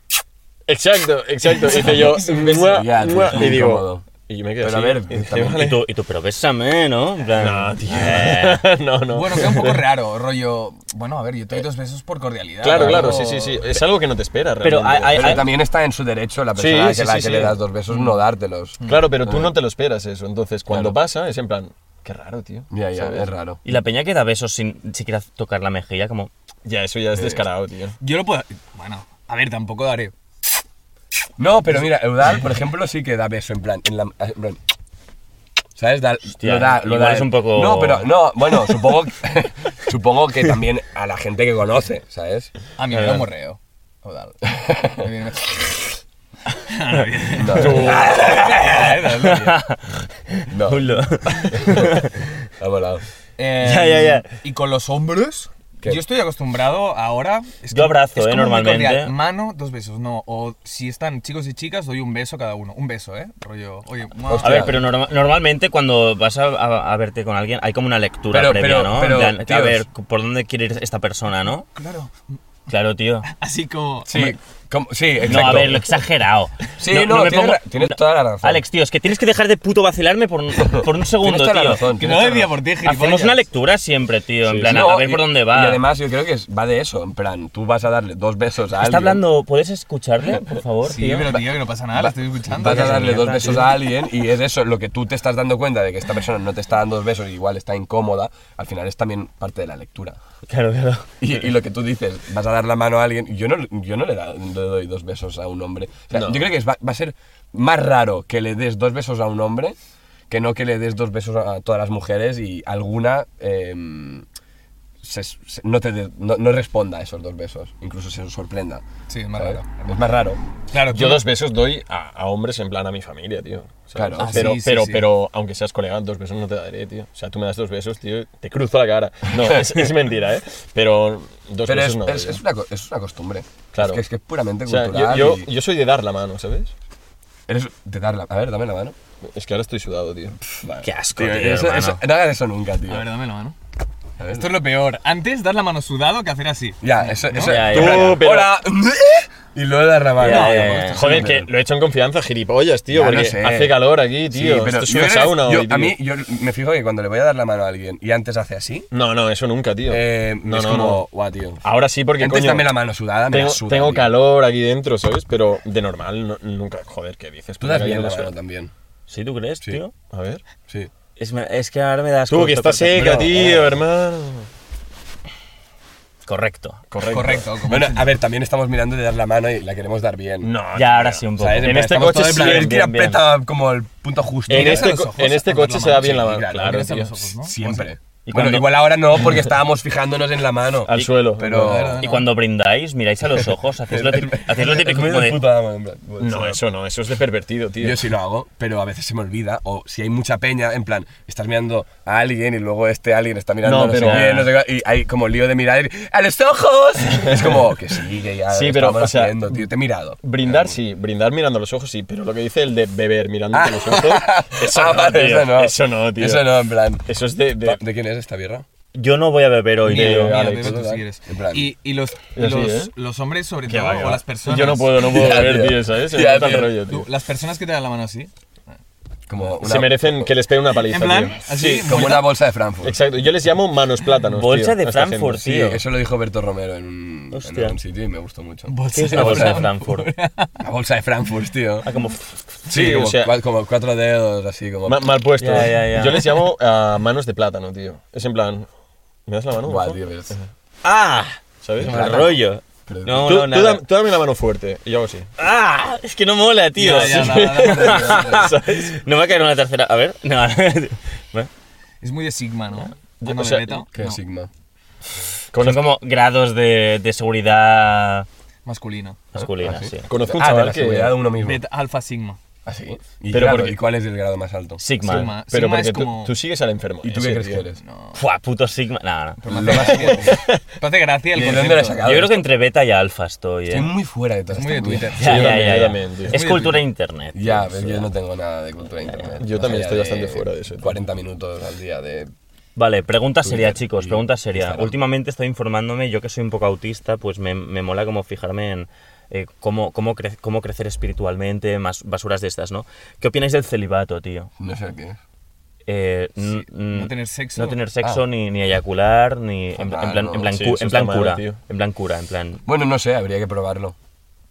Speaker 4: Exacto, exacto. Y dice yo, "Mua,
Speaker 2: Ya, tío,
Speaker 4: mua",
Speaker 2: es muy
Speaker 4: y digo,
Speaker 2: incómodo.
Speaker 4: y yo me quedé
Speaker 2: Pero a
Speaker 4: así,
Speaker 2: ver,
Speaker 4: y dice,
Speaker 2: también-
Speaker 4: "Vale".
Speaker 3: Y tú, y tú, pero bésame, ¿no? En plan,
Speaker 4: No, tío.
Speaker 3: eh,
Speaker 4: no, no.
Speaker 1: Bueno, queda un poco raro, rollo... Bueno, a ver, yo te doy dos besos por cordialidad.
Speaker 4: Claro,
Speaker 1: ¿no?
Speaker 4: claro, sí, sí, sí. Es algo que no te espera
Speaker 3: Pero
Speaker 4: realmente.
Speaker 3: hay-
Speaker 2: Pero también está en su derecho la
Speaker 4: Sí,
Speaker 2: persona
Speaker 4: sí,
Speaker 2: que, la
Speaker 4: sí,
Speaker 2: que
Speaker 4: sí.
Speaker 2: le das dos besos no dártelos.
Speaker 4: Claro, pero tú no te lo esperas eso. Entonces, cuando
Speaker 2: Claro.
Speaker 4: pasa, es en plan, qué raro, tío.
Speaker 2: Ya, ya,
Speaker 4: ¿sabes?
Speaker 2: es raro.
Speaker 3: Y la peña que da besos sin siquiera tocar la mejilla, como...
Speaker 4: Ya, eso
Speaker 2: Eh,
Speaker 4: ya es descarado, tío.
Speaker 1: Yo lo puedo... Bueno, a ver, tampoco daré...
Speaker 2: No, pero mira, Eudal, por ejemplo, sí que da beso en plan. En la, en plan, ¿Sabes? Da- lo da, lo
Speaker 3: igual
Speaker 2: da-
Speaker 3: es un poco-
Speaker 2: No, pero no, bueno, supongo, que- supongo que también a la gente que conoce, ¿sabes?
Speaker 1: A mí me
Speaker 3: Eh.
Speaker 1: da un morreo. Odal. Me viene-
Speaker 2: No,
Speaker 1: Eh,
Speaker 2: no,
Speaker 3: "Hola".
Speaker 2: ha volado.
Speaker 1: Eh,
Speaker 3: Ya, ya, ya.
Speaker 1: Y con los hombres,
Speaker 2: ¿Qué?
Speaker 1: yo estoy acostumbrado ahora. es
Speaker 3: Yo abrazo,
Speaker 1: es
Speaker 3: eh,
Speaker 1: como muy
Speaker 3: normalmente.
Speaker 1: cordial. Mano, dos besos, no. O si están chicos y chicas, doy un beso a cada uno. Un beso, ¿eh? Rollo, oye, mua.
Speaker 3: A
Speaker 2: Hostia.
Speaker 3: ver, pero norma- normalmente cuando vas a, a- a verte con alguien hay como una lectura
Speaker 2: Pero-
Speaker 3: previa,
Speaker 2: pero-
Speaker 3: ¿no? En
Speaker 2: pero,
Speaker 3: plan, a
Speaker 2: tíos.
Speaker 3: ver, ¿por dónde quiere ir esta persona, no?
Speaker 1: claro.
Speaker 3: Claro, tío.
Speaker 1: Así como.
Speaker 2: Sí, ¿Cómo? Sí, exacto.
Speaker 3: No, a ver, lo he exagerado.
Speaker 2: Sí, no,
Speaker 3: me
Speaker 2: tienes ra- tienes toda la razón.
Speaker 3: Alex, tío, es que tienes que dejar de puto vacilarme por, un- por un segundo,
Speaker 2: toda la
Speaker 3: tío.
Speaker 2: razón.
Speaker 1: Que no decía por ti,
Speaker 3: Hacemos
Speaker 1: gilipollas.
Speaker 3: una lectura siempre, tío. en plan, a-
Speaker 2: No,
Speaker 3: a ver por
Speaker 2: y-
Speaker 3: dónde va.
Speaker 2: Y además yo creo que es- va de eso, en plan, tú vas a darle dos besos a alguien.
Speaker 3: Está hablando, ¿puedes escucharle, por favor?
Speaker 1: Sí,
Speaker 3: tío?
Speaker 1: pero tío, que no pasa nada, la estoy escuchando.
Speaker 2: Vas a darle
Speaker 1: Mierda,
Speaker 2: dos besos
Speaker 1: tío.
Speaker 2: a alguien y es eso, lo que tú te estás dando cuenta de que esta persona no te está dando dos besos y igual está incómoda, al final es también parte de la lectura.
Speaker 3: Claro, claro.
Speaker 2: Y, y lo que tú dices, vas a dar la mano a alguien, yo no, yo no le, da- le doy dos besos a un hombre. O sea, Yo creo que es- va, va a ser más raro que le des dos besos a un hombre que no que le des dos besos a, a todas las mujeres y alguna em, se- se- no, te de- no, no responda a esos dos besos, incluso se sorprenda.
Speaker 1: Sí, es más
Speaker 2: ¿sabes?
Speaker 1: raro.
Speaker 2: Es más raro.
Speaker 1: Claro,
Speaker 4: Yo
Speaker 2: pues-
Speaker 1: tú-
Speaker 4: dos besos doy a, a hombres en plan a mi familia, tío. ¿sabes?
Speaker 2: Claro. Ah,
Speaker 4: pero,
Speaker 1: sí, sí,
Speaker 4: pero,
Speaker 1: sí.
Speaker 4: pero aunque seas colega, dos besos no te daré, tío. O sea, tú me das dos besos, tío, te cruzo la cara. No, es, es mentira, ¿eh? Pero dos
Speaker 2: Pero
Speaker 4: besos
Speaker 2: es,
Speaker 4: no.
Speaker 2: es-
Speaker 4: doy,
Speaker 2: es
Speaker 4: ¿eh?
Speaker 2: una, co- es una costumbre.
Speaker 4: Claro.
Speaker 2: Es que es, que es puramente
Speaker 4: O sea, yo-
Speaker 2: cultural.
Speaker 4: yo,
Speaker 2: y-
Speaker 4: yo soy de dar la mano, ¿sabes?
Speaker 2: eres de dar la- A ver, dame la mano.
Speaker 4: Es que ahora estoy sudado, tío.
Speaker 3: Qué asco,
Speaker 2: Tío,
Speaker 3: tío,
Speaker 2: eso-
Speaker 3: hermano.
Speaker 2: eso- no hagas eso nunca, tío.
Speaker 1: A ver, dame la mano.
Speaker 2: A ver.
Speaker 1: Esto es lo peor. Antes dar la mano sudado que hacer así.
Speaker 2: Ya, eso, eso.
Speaker 3: Ya, ya,
Speaker 2: tú,
Speaker 3: ya.
Speaker 4: pero-
Speaker 2: Hola. y luego dar la mano.
Speaker 3: Ya, ya,
Speaker 2: tío,
Speaker 3: ya.
Speaker 2: porque esto es
Speaker 4: Joder,
Speaker 2: una-
Speaker 4: que lo he hecho en confianza, gilipollas, tío,
Speaker 2: Ya lo
Speaker 4: porque
Speaker 2: sé.
Speaker 4: hace calor aquí,
Speaker 2: Sí,
Speaker 4: tío. Esto es
Speaker 2: yo
Speaker 4: una
Speaker 2: creo que-
Speaker 4: sauna
Speaker 2: yo-
Speaker 4: hoy,
Speaker 2: A
Speaker 4: tío.
Speaker 2: mí, yo me fijo que cuando le voy a dar la mano a alguien y antes hace así,
Speaker 4: No, no, eso nunca, tío.
Speaker 2: eh,
Speaker 4: no,
Speaker 2: es
Speaker 4: no,
Speaker 2: como,
Speaker 4: no.
Speaker 2: guau, tío.
Speaker 4: Ahora sí, porque
Speaker 2: antes
Speaker 4: coño,
Speaker 2: dame la mano sudada, me
Speaker 4: tengo,
Speaker 2: la suda,
Speaker 4: tengo
Speaker 2: tío.
Speaker 4: calor aquí dentro, ¿sabes? Pero de normal no- nunca, joder, ¿qué dices?
Speaker 2: Tú das
Speaker 4: Me
Speaker 2: bien
Speaker 4: cago en
Speaker 2: la
Speaker 4: la
Speaker 2: mano
Speaker 4: suerte.
Speaker 2: también.
Speaker 3: ¿Sí tú crees, tío?
Speaker 4: A ver.
Speaker 2: Sí.
Speaker 3: Es, es que ahora me das...
Speaker 4: Tú,
Speaker 3: corto,
Speaker 4: que está
Speaker 3: corto.
Speaker 4: seca,
Speaker 3: Bro,
Speaker 4: tío,
Speaker 3: eh,
Speaker 4: hermano.
Speaker 3: Correcto.
Speaker 4: Correcto.
Speaker 1: Correcto. como-
Speaker 2: Bueno, a ver, también estamos mirando de dar la mano y la queremos dar bien.
Speaker 4: No,
Speaker 3: Ya, ahora sí un poco.
Speaker 2: ¿Sabes?
Speaker 4: En
Speaker 2: plan,
Speaker 4: este
Speaker 2: estamos
Speaker 4: coche
Speaker 2: todos en plan,
Speaker 4: sí,
Speaker 2: el que
Speaker 3: bien, bien.
Speaker 2: aprieta como el punto justo.
Speaker 4: En
Speaker 1: Mira,
Speaker 4: este,
Speaker 1: los
Speaker 4: co-
Speaker 1: ojos,
Speaker 4: en este
Speaker 1: andar la
Speaker 4: coche se
Speaker 1: mano,
Speaker 4: da bien
Speaker 1: sí,
Speaker 4: la mano.
Speaker 2: claro,
Speaker 4: Claro,
Speaker 1: Mírate a
Speaker 4: tío.
Speaker 1: los ojos, ¿no?
Speaker 2: Siempre.
Speaker 3: Y
Speaker 2: bueno,
Speaker 3: cuando-
Speaker 2: igual ahora no, porque estábamos fijándonos en la mano.
Speaker 4: Al suelo.
Speaker 2: Pero.
Speaker 3: Y cuando brindáis, miráis a los ojos, hacéis lo típico, hacéis lo
Speaker 2: Es
Speaker 3: típico
Speaker 2: muy
Speaker 3: como
Speaker 2: de
Speaker 3: de...
Speaker 2: puta dama, en plan, bueno,
Speaker 4: No,
Speaker 2: sí.
Speaker 4: eso no, eso es de pervertido, tío.
Speaker 2: Yo sí lo hago, pero a veces se me olvida. O si hay mucha peña, en plan, estás mirando a alguien y luego este alguien está mirando
Speaker 4: No,
Speaker 2: no, sé
Speaker 4: pero-
Speaker 2: quién, no sé qué, y hay como lío de mirar y, ¡A los ojos! es como que sí, que ya
Speaker 4: Sí,
Speaker 2: lo
Speaker 4: pero,
Speaker 2: estamos
Speaker 4: o sea,
Speaker 2: haciendo, tío, te he mirado.
Speaker 4: Brindar sí, brindar mirando a los ojos sí, pero lo que dice el de beber mirando a los ojos, eso,
Speaker 2: Ah,
Speaker 4: no,
Speaker 2: vale,
Speaker 4: tío,
Speaker 2: eso no.
Speaker 4: eso no, tío.
Speaker 2: Eso no, en plan.
Speaker 4: Eso es de, de-
Speaker 2: ¿De, quién es esta birra?
Speaker 3: Yo no voy a beber hoy,
Speaker 1: Mira,
Speaker 4: Mira,
Speaker 3: tío.
Speaker 1: mira,
Speaker 4: Alex,
Speaker 1: bebe tú
Speaker 2: ¿verdad?
Speaker 1: si quieres.
Speaker 2: En plan-
Speaker 1: Y, y los, y
Speaker 4: Yo sí,
Speaker 1: los,
Speaker 4: ¿eh?
Speaker 1: los hombres, sobre
Speaker 4: que
Speaker 1: todo,
Speaker 4: va, que
Speaker 1: o
Speaker 4: va.
Speaker 1: las personas.
Speaker 4: Yo no puedo, no puedo
Speaker 2: Ya,
Speaker 4: beber,
Speaker 2: tío.
Speaker 4: tío, ¿sabes?
Speaker 2: Ya,
Speaker 4: Es
Speaker 2: tío.
Speaker 4: mal rollo, tío.
Speaker 1: Tú, las personas que te dan la mano así.
Speaker 2: Como una,
Speaker 4: Se merecen que les pegue una paliza,
Speaker 1: En plan,
Speaker 4: tío.
Speaker 1: así.
Speaker 2: como
Speaker 1: muy-
Speaker 2: una bolsa de Frankfurt.
Speaker 4: Exacto, yo les llamo manos plátanos, tío,
Speaker 3: Bolsa de
Speaker 4: a esta gente.
Speaker 3: Frankfurt,
Speaker 2: Sí,
Speaker 3: tío.
Speaker 2: eso lo dijo Berto Romero en un, en
Speaker 3: Hostia.
Speaker 2: un sitio y me gustó mucho.
Speaker 3: ¿Qué es una bolsa de Frankfurt?
Speaker 2: La bolsa de Frankfurt, tío.
Speaker 3: Ah, como...
Speaker 2: Sí,
Speaker 4: Sí,
Speaker 2: como,
Speaker 4: o sea-
Speaker 2: cua- como cuatro dedos, así como.
Speaker 4: Ma- mal puesto.
Speaker 3: Ya, ya, ya.
Speaker 4: Yo les llamo a manos de plátano, tío. Es en plan, ¿me das la mano?
Speaker 2: Guau,
Speaker 4: por
Speaker 2: tío,
Speaker 4: favor?
Speaker 2: pero-
Speaker 3: ¡Ah!
Speaker 4: ¿Sabes?
Speaker 2: Es
Speaker 3: Mal
Speaker 2: Plátano.
Speaker 3: rollo.
Speaker 2: Pero-
Speaker 3: No,
Speaker 4: tú,
Speaker 3: no,
Speaker 4: tú
Speaker 3: nada.
Speaker 4: dam- tú dame la mano fuerte. Y yo hago así.
Speaker 3: ¡Ah! Es que no mola, tío.
Speaker 1: Ya, ya, la- la- la- la- la-
Speaker 3: No me va a caer una tercera. A ver. No. Bueno,
Speaker 1: Es muy de Sigma, ¿no?
Speaker 4: Yo-
Speaker 1: Uno
Speaker 4: o sea,
Speaker 1: de beta,
Speaker 2: ¿Qué
Speaker 1: no,
Speaker 2: Sigma?
Speaker 3: Son como grados de, de seguridad
Speaker 1: masculino.
Speaker 3: masculina,
Speaker 2: Ah, sí.
Speaker 3: sí.
Speaker 4: Conozco un
Speaker 2: ah, de
Speaker 4: chaval
Speaker 2: la
Speaker 4: que...
Speaker 2: seguridad de uno mismo.
Speaker 1: Beta, alfa, sigma.
Speaker 2: Así. ¿Y,
Speaker 4: Pero
Speaker 2: pero
Speaker 4: porque-
Speaker 2: ¿Y cuál es el grado más alto?
Speaker 3: Sigma.
Speaker 1: Sigma.
Speaker 4: Pero porque
Speaker 1: es
Speaker 4: tú-
Speaker 1: como...
Speaker 4: tú, sigues al enfermo.
Speaker 2: ¿Y tú qué
Speaker 4: ese,
Speaker 2: crees
Speaker 4: tío.
Speaker 2: que eres?
Speaker 1: No,
Speaker 3: Fua, puto Sigma. No, no.
Speaker 1: pero me hace gracia. Me hace gracia el
Speaker 2: ¿Y de dónde
Speaker 1: concepto.
Speaker 2: lo has sacado?
Speaker 3: Yo creo que entre beta y alfa estoy,
Speaker 2: Estoy
Speaker 3: eh.
Speaker 2: muy fuera de todo
Speaker 1: Es muy de Twitter.
Speaker 3: Ya,
Speaker 4: Sí, yo
Speaker 3: ya,
Speaker 4: también,
Speaker 3: ya,
Speaker 4: yo
Speaker 3: ya.
Speaker 4: también, tío.
Speaker 3: Es
Speaker 1: Muy
Speaker 3: cultura de internet. tío.
Speaker 2: Ya, pero yo no tengo nada de cultura de internet.
Speaker 4: Yo
Speaker 2: Más
Speaker 4: también
Speaker 2: allá
Speaker 4: estoy bastante fuera de eso, tío.
Speaker 2: 40 minutos al día de...
Speaker 3: Vale, pregunta seria,
Speaker 2: Twitter
Speaker 3: chicos,
Speaker 2: y
Speaker 3: pregunta seria.
Speaker 2: Instagram.
Speaker 3: Últimamente estoy informándome, yo que soy un poco autista, pues me, me mola como fijarme en eh, cómo, cómo, cre- cómo crecer espiritualmente, más basuras de estas, ¿no? ¿Qué opináis del celibato, tío?
Speaker 2: No sé qué es.
Speaker 3: Eh, n- n-
Speaker 1: no tener sexo.
Speaker 3: No tener sexo, ni, ni eyacular, ni... En, en
Speaker 2: Fatal,
Speaker 3: plan,
Speaker 2: ¿no?
Speaker 3: en plan,
Speaker 4: Ah. Sí,
Speaker 3: cu-
Speaker 4: eso
Speaker 3: en
Speaker 4: está
Speaker 3: plan
Speaker 4: mal,
Speaker 3: cura,
Speaker 4: tío.
Speaker 3: en plan cura, en plan...
Speaker 2: Bueno, no sé, habría que probarlo.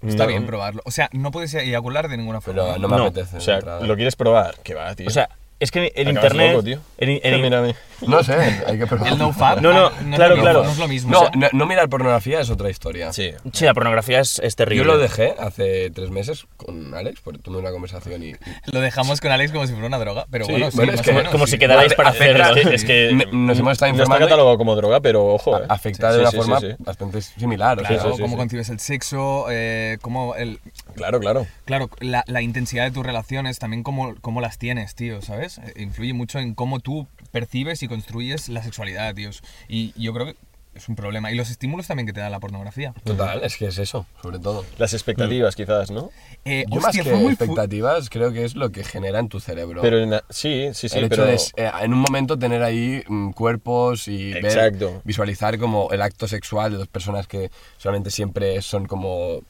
Speaker 1: Está
Speaker 4: No.
Speaker 1: bien probarlo. O sea, no puedes eyacular de ninguna forma.
Speaker 2: Pero no me
Speaker 3: No,
Speaker 2: apetece.
Speaker 4: O
Speaker 2: de
Speaker 4: sea,
Speaker 2: entrada.
Speaker 4: ¿lo quieres probar? Que va, tío.
Speaker 3: O sea, es que
Speaker 4: Acabas
Speaker 3: el internet...
Speaker 4: loco, tío.
Speaker 3: el- el-
Speaker 4: Mira, mira.
Speaker 2: No sé, hay que probarlo.
Speaker 1: El nofap
Speaker 3: No, no,
Speaker 1: ah, es lo
Speaker 3: claro,
Speaker 1: mismo,
Speaker 3: claro.
Speaker 1: No es lo mismo.
Speaker 2: No,
Speaker 1: o sea,
Speaker 2: no, no mirar pornografía es otra historia.
Speaker 4: Sí.
Speaker 3: Sí, la pornografía es, es
Speaker 2: Yo
Speaker 3: terrible.
Speaker 2: lo dejé hace tres meses con Alex, porque tuve una conversación y...
Speaker 1: Lo dejamos con Alex como si fuera una droga, pero
Speaker 2: Sí,
Speaker 1: bueno, sí,
Speaker 2: bueno, es
Speaker 1: más
Speaker 2: que-
Speaker 1: o menos,
Speaker 3: como
Speaker 1: sí.
Speaker 3: si quedarais para
Speaker 2: Afecta-
Speaker 3: hacerlo.
Speaker 4: Es que
Speaker 2: Me- nos hemos estado
Speaker 4: no está
Speaker 2: informando y-
Speaker 4: catalogado como droga, pero ojo, eh.
Speaker 2: afecta
Speaker 4: Sí,
Speaker 2: de una
Speaker 4: sí, sí,
Speaker 2: forma
Speaker 4: sí.
Speaker 2: bastante similar.
Speaker 1: Claro,
Speaker 2: o sea,
Speaker 4: sí, sí,
Speaker 1: cómo
Speaker 4: sí.
Speaker 1: concibes el sexo, eh, cómo el,
Speaker 4: Claro, claro.
Speaker 1: claro, la, la intensidad de tus relaciones, también cómo, cómo las tienes, tío, ¿sabes? Eh, Influye mucho en cómo tú percibes y construyes la sexualidad, tíos. Y yo creo que es un problema. Y los estímulos también que te da la pornografía.
Speaker 2: Total, es que es eso, sobre todo.
Speaker 4: Las expectativas,
Speaker 2: Mm.
Speaker 4: quizás, ¿no?
Speaker 1: Eh,
Speaker 2: Yo
Speaker 1: hostia,
Speaker 2: más
Speaker 1: fue
Speaker 2: que
Speaker 1: muy fu-
Speaker 2: expectativas, creo que es lo que genera en tu cerebro.
Speaker 4: Pero en la- sí, sí, sí,
Speaker 2: el hecho
Speaker 4: pero...
Speaker 2: de s- eh, en un momento tener ahí mm, cuerpos y ver-
Speaker 4: Exacto.
Speaker 2: visualizar como el acto sexual de dos personas que solamente siempre son como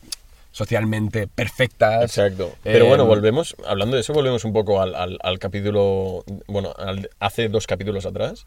Speaker 2: socialmente perfectas.
Speaker 4: Exacto.
Speaker 2: Eh,
Speaker 4: Pero bueno, volvemos, hablando de eso, volvemos un poco al, al- al capítulo, bueno, al- hace dos capítulos atrás,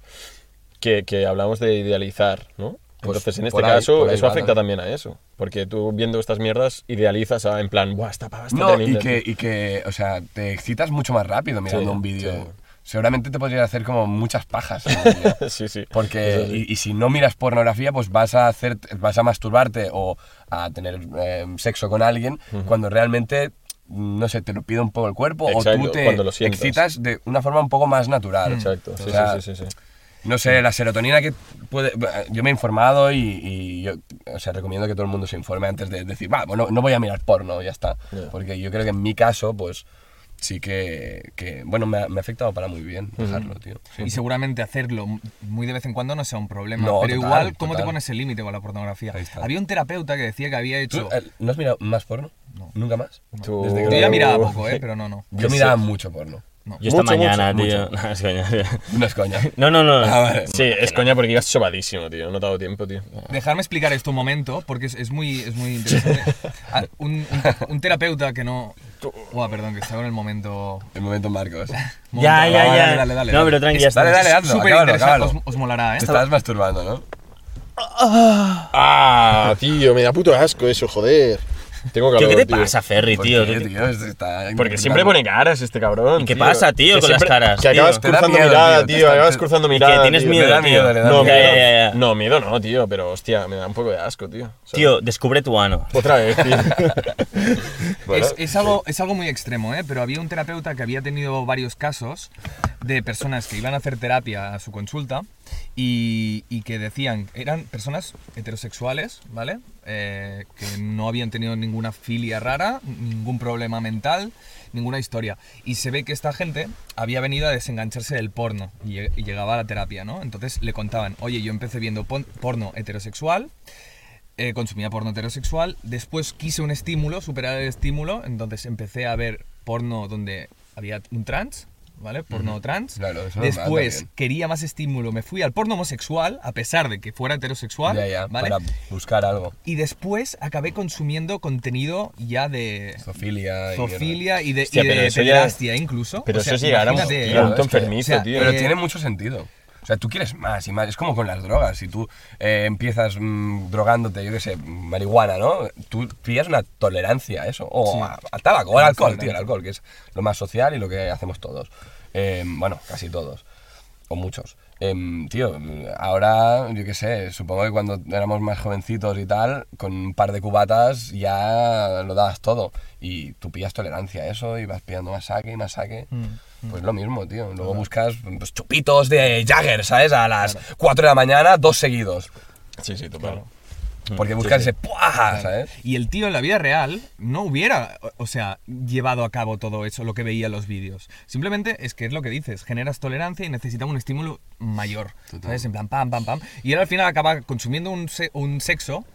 Speaker 4: que, que hablamos de idealizar, ¿no?
Speaker 2: Pues
Speaker 4: Entonces, en este
Speaker 2: por ahí-
Speaker 4: caso,
Speaker 2: por ahí
Speaker 4: eso
Speaker 2: va,
Speaker 4: afecta
Speaker 2: ¿no?
Speaker 4: también a eso. Porque tú viendo estas mierdas idealizas a, en plan, ¡buah, esta pava está
Speaker 2: No, y
Speaker 4: tremenda,
Speaker 2: que,
Speaker 4: tío".
Speaker 2: y que, o sea, te excitas mucho más rápido mirando
Speaker 4: Sí,
Speaker 2: un vídeo.
Speaker 4: sí.
Speaker 2: Seguramente te podrías hacer como muchas pajas. en un día.
Speaker 4: sí, sí.
Speaker 2: Porque,
Speaker 4: Eso sí.
Speaker 2: y, y si no miras pornografía, pues vas a hacer, vas a masturbarte o a tener eh, sexo con alguien cuando realmente, no sé, te lo pide un poco el cuerpo o tú
Speaker 4: Exacto,
Speaker 2: te
Speaker 4: cuando lo sientas.
Speaker 2: excitas de una forma un poco más natural.
Speaker 4: Exacto, sí,
Speaker 2: O sea,
Speaker 4: sí, sí, sí, sí.
Speaker 2: No sé, la serotonina que puede... eh, Yo me he informado y, y yo, o sea, recomiendo que todo el mundo se informe antes de decir, va, bueno, no voy a mirar porno, ya está.
Speaker 4: Ya.
Speaker 2: Porque yo creo que en mi caso, pues, sí que... que, bueno, me ha, me ha afectado para muy bien dejarlo, tío. Sí.
Speaker 1: Y seguramente hacerlo muy de vez en cuando no sea un problema.
Speaker 2: No,
Speaker 1: pero
Speaker 2: total,
Speaker 1: igual, ¿cómo
Speaker 2: total.
Speaker 1: te pones el límite con la pornografía?
Speaker 2: Ahí está.
Speaker 1: Había un terapeuta que decía que había
Speaker 2: ¿Tú
Speaker 1: hecho...
Speaker 2: eh, no has mirado más porno?
Speaker 1: No.
Speaker 2: ¿Nunca más?
Speaker 4: Tú-
Speaker 2: Desde que-
Speaker 1: Yo ya miraba poco, ¿eh? Pero no, no.
Speaker 2: Yo miraba mucho porno.
Speaker 3: Yo esta
Speaker 4: Mucho,
Speaker 3: mañana,
Speaker 4: mucho,
Speaker 3: tío. No, es coña.
Speaker 2: No es coña.
Speaker 3: No, no, no.
Speaker 2: Ah, vale.
Speaker 4: Sí, es coña porque ibas sobadísimo, tío. No te ha dado tiempo, tío.
Speaker 1: Dejarme explicar esto un momento, porque es, es muy, es muy interesante. Ah, un, un- un terapeuta que no... Buah, perdón, que estaba en el momento... Ah,
Speaker 2: El momento Marcos.
Speaker 3: Ya,
Speaker 1: montado.
Speaker 3: ya,
Speaker 2: Dale,
Speaker 3: ya.
Speaker 2: dale, dale, dale,
Speaker 3: no,
Speaker 2: dale.
Speaker 3: pero tranqui, ya está.
Speaker 2: Dale, dale,
Speaker 1: Es
Speaker 2: hazlo,
Speaker 1: superinteresante,
Speaker 2: acábalo, acábalo.
Speaker 1: Os, os molará, ¿eh?
Speaker 2: Te estabas masturbando, ¿no?
Speaker 4: ¡Ah! Tío, me da puto asco eso, joder. Tengo
Speaker 3: Tío,
Speaker 4: calor,
Speaker 3: ¿qué te
Speaker 4: tío.
Speaker 3: pasa, Ferry,
Speaker 2: ¿Por
Speaker 3: tío?
Speaker 2: qué,
Speaker 3: ¿Qué-
Speaker 2: tío? Esto está
Speaker 4: Porque siempre
Speaker 2: inquietante.
Speaker 4: pone caras este cabrón.
Speaker 3: ¿Y qué
Speaker 4: tío.
Speaker 3: pasa, tío,
Speaker 4: Que
Speaker 3: con las caras,
Speaker 4: Que acabas
Speaker 2: tío? Te da
Speaker 4: cruzando
Speaker 2: miedo,
Speaker 4: mirada,
Speaker 2: tío, te
Speaker 4: tío.
Speaker 2: está-
Speaker 4: acabas
Speaker 2: te-
Speaker 4: cruzando
Speaker 3: y
Speaker 4: mirada.
Speaker 3: que tienes
Speaker 4: tío.
Speaker 3: miedo,
Speaker 2: da miedo,
Speaker 3: tío.
Speaker 2: le da
Speaker 4: No,
Speaker 2: miedo.
Speaker 3: Ya,
Speaker 4: miedo,
Speaker 3: ya, ya, ya.
Speaker 4: no, miedo no, tío, pero hostia, me da un poco de asco, tío. O sea,
Speaker 3: Tío, descubre tu ano.
Speaker 4: Otra vez, tío.
Speaker 2: Bueno,
Speaker 1: es, es algo, es algo muy extremo, ¿eh? pero había un terapeuta que había tenido varios casos de personas que iban a hacer terapia a su consulta y, y que decían, eran personas heterosexuales, ¿vale? Eh, que no habían tenido ninguna filia rara, ningún problema mental, ninguna historia. Y se ve que esta gente había venido a desengancharse del porno y, lleg- y llegaba a la terapia, ¿no? Entonces le contaban, oye, yo empecé viendo pon- porno heterosexual, eh, consumía porno heterosexual. Después quise un estímulo, superar el estímulo. Entonces empecé a ver porno donde había un trans, ¿vale? Porno trans.
Speaker 2: Claro, eso es normal
Speaker 1: Después
Speaker 2: también.
Speaker 1: quería más estímulo. Me fui al porno homosexual, a pesar de que fuera heterosexual.
Speaker 2: Ya, ya,
Speaker 1: ¿vale?
Speaker 2: para buscar algo.
Speaker 1: Y después acabé consumiendo contenido ya de
Speaker 2: Zoofilia. y mierda.
Speaker 1: zoofilia y de, y
Speaker 4: Hostia,
Speaker 1: de
Speaker 4: pero eso ya-
Speaker 1: pederastia incluso.
Speaker 4: Pero
Speaker 1: O sea,
Speaker 4: eso es llegar a un
Speaker 1: imagínate,
Speaker 4: tío,
Speaker 1: ¿eh?
Speaker 4: un
Speaker 2: Claro,
Speaker 4: punto
Speaker 2: es que-
Speaker 4: enfermizo,
Speaker 1: o sea,
Speaker 4: tío.
Speaker 2: Pero
Speaker 1: Eh,
Speaker 2: tiene mucho sentido. O sea, tú quieres más y más. Es como con las drogas. Si tú eh, empiezas mm, drogándote, yo qué sé, marihuana, ¿no? Tú pillas una tolerancia a eso. O
Speaker 1: Sí.
Speaker 2: a- al tabaco, o al
Speaker 1: Una
Speaker 2: alcohol, tío.
Speaker 1: tolerancia.
Speaker 2: El alcohol, que es lo más social y lo que hacemos todos. Eh, bueno, casi todos. O muchos. Em, tío, ahora, yo qué sé, supongo que cuando éramos más jovencitos y tal, con un par de cubatas ya lo dabas todo. Y tú pillas tolerancia a eso y vas pillando más saque y más saque.
Speaker 1: Mm,
Speaker 2: Pues lo mismo, tío. Luego buscas pues, chupitos de Jagger, ¿sabes? A las 4 de la mañana, dos seguidos.
Speaker 4: Sí, sí, total.
Speaker 1: Mm,
Speaker 2: Porque buscas ese ¡puaja! ¿sabes?
Speaker 1: Y el tío en la vida real no hubiera, o- o sea, llevado a cabo todo eso, lo que veía en los vídeos. Simplemente es que es lo que dices, generas tolerancia y necesitas un estímulo mayor. ¿Sabes? En plan, pam, pam, pam. Y él al final acaba consumiendo un, se- un sexo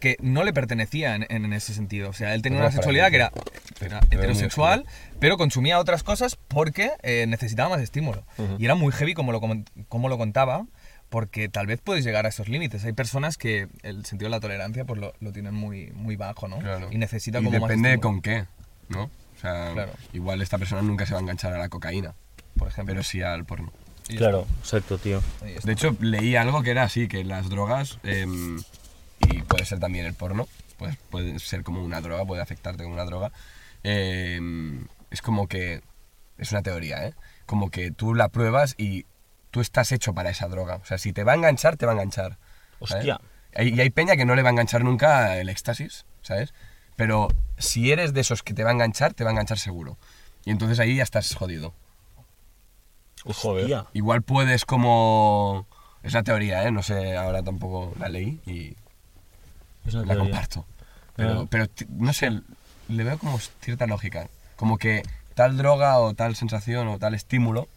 Speaker 1: que no le pertenecía en, en ese sentido. O sea, él tenía
Speaker 2: Pero
Speaker 1: una
Speaker 2: para
Speaker 1: sexualidad
Speaker 2: mí,
Speaker 1: que era,
Speaker 2: te-
Speaker 1: era
Speaker 2: te veo muy
Speaker 1: heterosexual, pero consumía otras cosas porque eh, necesitaba más estímulo. Y era muy heavy como lo, com- como lo contaba, porque tal vez puedes llegar a esos límites. Hay personas que el sentido de la tolerancia pues lo, lo tienen muy, muy bajo, ¿no? Y necesita
Speaker 2: Y
Speaker 1: como más
Speaker 2: depende de
Speaker 1: estímulo,
Speaker 2: con qué, ¿no? O sea,
Speaker 1: Claro.
Speaker 2: igual esta persona nunca se va a enganchar a la cocaína,
Speaker 1: por ejemplo.
Speaker 2: pero sí al porno.
Speaker 3: Claro, exacto, tío.
Speaker 1: Ahí está.
Speaker 2: De hecho, leí algo que era así, que las drogas, em, y puede ser también el porno, pues puede ser como una droga, puede afectarte como una droga, em, es como que, es una teoría, ¿eh? Como que tú la pruebas y tú estás hecho para esa droga. O sea, si te va a enganchar, te va a enganchar. ¿sabes?
Speaker 3: Hostia.
Speaker 2: Hay- Y hay peña que no le va a enganchar nunca el éxtasis, ¿sabes? Pero si eres de esos que te va a enganchar, te va a enganchar seguro. Y entonces ahí ya estás jodido.
Speaker 4: Joder.
Speaker 3: Tía.
Speaker 2: Igual puedes como... Es la teoría, ¿eh? No sé, ahora tampoco la leí y la comparto. Pero,
Speaker 3: Ah.
Speaker 2: pero ti- no sé, le veo como cierta lógica. ¿eh? Como que tal droga o tal sensación o tal estímulo,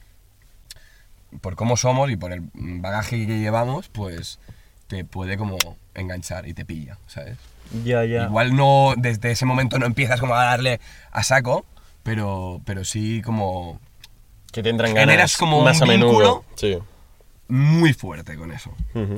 Speaker 2: por cómo somos y por el bagaje que llevamos, pues te puede como enganchar y te pilla, ¿sabes?
Speaker 3: Ya, ya.
Speaker 2: Igual no, desde ese momento no empiezas como a darle a saco, pero, pero sí como...
Speaker 4: Que te entran ganas
Speaker 2: Generas como un
Speaker 4: más a menudo.
Speaker 2: vínculo.
Speaker 4: Sí.
Speaker 2: muy fuerte con eso.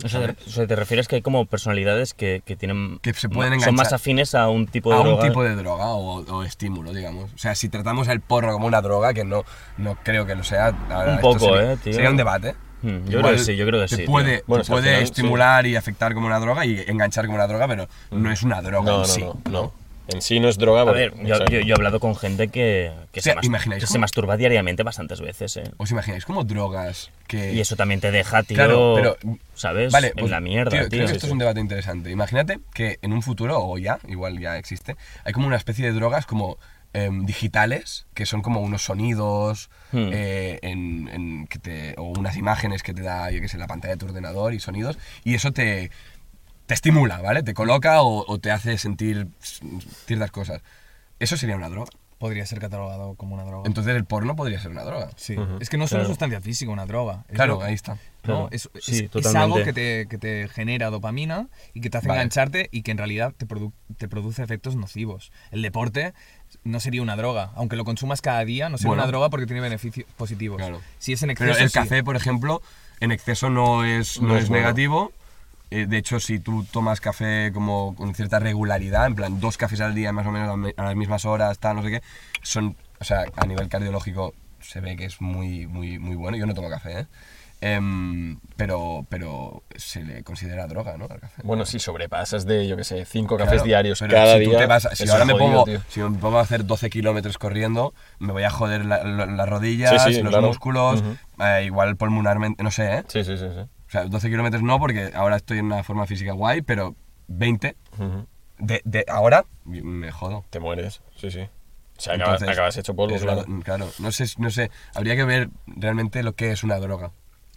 Speaker 3: O sea, te- o sea, te refieres que hay como personalidades que, que tienen.
Speaker 2: Que se pueden
Speaker 3: Son
Speaker 2: enganchar
Speaker 3: más afines a un tipo de
Speaker 2: a un
Speaker 3: droga.
Speaker 2: tipo de droga o, o estímulo, digamos. O sea, si tratamos el porro como una droga, que no, no creo que lo sea. ahora,
Speaker 3: Un
Speaker 2: esto
Speaker 3: poco,
Speaker 2: sería,
Speaker 3: eh, tío.
Speaker 2: Sería un debate.
Speaker 3: Hmm, yo
Speaker 2: Igual
Speaker 3: creo que sí, yo creo que
Speaker 2: te
Speaker 3: sí,
Speaker 2: Puede,
Speaker 3: tío.
Speaker 2: te
Speaker 4: Bueno, es que al
Speaker 2: puede
Speaker 4: final, sí.
Speaker 2: estimular y afectar como una droga y enganchar como una droga, pero
Speaker 3: Hmm.
Speaker 2: no es una droga
Speaker 4: No,
Speaker 2: en
Speaker 4: no,
Speaker 2: sí.
Speaker 4: no, no. En sí no es droga.
Speaker 3: A
Speaker 4: porque-
Speaker 3: ver, yo,
Speaker 4: exacto.
Speaker 3: yo- yo he hablado con gente que, que
Speaker 2: O sea,
Speaker 3: se, mas-
Speaker 2: ¿imagináis
Speaker 3: que se
Speaker 2: cómo?
Speaker 3: masturba diariamente bastantes veces, ¿eh?
Speaker 2: ¿Os imagináis como drogas que.
Speaker 3: Y eso también te deja, tío,
Speaker 2: Claro, pero-
Speaker 3: ¿sabes?
Speaker 2: Vale,
Speaker 3: en
Speaker 2: pues,
Speaker 3: la mierda,
Speaker 2: tío,
Speaker 3: tío.
Speaker 2: Creo que esto es un debate interesante. Imagínate que en un futuro, o ya, igual ya existe, hay como una especie de drogas como em, digitales, que son como unos sonidos
Speaker 3: Hmm.
Speaker 2: eh, en- en que te- o unas imágenes que te da, yo qué sé, la pantalla de tu ordenador y sonidos, y eso te, te estimula, ¿vale? Te coloca o, o te hace sentir s- ciertas cosas. Eso sería una droga.
Speaker 1: Podría ser catalogado como una droga.
Speaker 2: Entonces el porno podría ser una droga.
Speaker 1: Sí. Es que no es una
Speaker 3: Claro.
Speaker 1: sustancia física, una droga. Es
Speaker 2: Claro,
Speaker 1: lo que-
Speaker 2: ahí está.
Speaker 1: ¿no?
Speaker 3: Claro.
Speaker 1: Es, es-
Speaker 3: Sí,
Speaker 1: es
Speaker 3: totalmente.
Speaker 1: algo que te, que te genera dopamina y que te hace
Speaker 2: Vale.
Speaker 1: engancharte y que en realidad te, produ- te produce efectos nocivos. El deporte no sería una droga, aunque lo consumas cada día, no sería
Speaker 2: Bueno.
Speaker 1: una droga porque tiene beneficios positivos.
Speaker 2: Claro.
Speaker 1: Si es en exceso,
Speaker 2: Pero el
Speaker 1: sí.
Speaker 2: café, por ejemplo, en exceso no es, no
Speaker 4: No
Speaker 2: es,
Speaker 4: es bueno.
Speaker 2: negativo. Eh, de hecho, si tú tomas café como con cierta regularidad, en plan dos cafés al día más o menos a me- a las mismas horas, tal, no sé qué, son, o sea, a nivel cardiológico se ve que es muy, muy, muy bueno. Yo no tomo café, ¿eh? Em, pero, pero se le considera droga, ¿no? Al café.
Speaker 4: Bueno, si sobrepasas de, yo qué sé, cinco cafés
Speaker 2: Claro,
Speaker 4: diarios
Speaker 2: pero
Speaker 4: cada
Speaker 2: si tú
Speaker 4: día.
Speaker 2: te vas- si
Speaker 4: eso
Speaker 2: ahora
Speaker 4: es
Speaker 2: me,
Speaker 4: jodido,
Speaker 2: pongo,
Speaker 4: tío.
Speaker 2: si me pongo a hacer 12 kilómetros corriendo, me voy a joder la- la- las rodillas,
Speaker 4: Sí, sí,
Speaker 2: los
Speaker 4: claro.
Speaker 2: músculos,
Speaker 4: Ujú.
Speaker 2: eh, igual pulmonarmente, no sé, ¿eh?
Speaker 4: Sí, sí, sí. sí.
Speaker 2: O sea, 12 kilómetros no, porque ahora estoy en una forma física guay, pero 20,
Speaker 4: Ujú.
Speaker 2: de, de ahora, me jodo.
Speaker 4: Te mueres, sí, sí. O sea, acabas,
Speaker 2: Entonces,
Speaker 4: acabas hecho polvo,
Speaker 2: es una-
Speaker 4: claro.
Speaker 2: claro, no sé, no sé, habría que ver realmente lo que es una droga.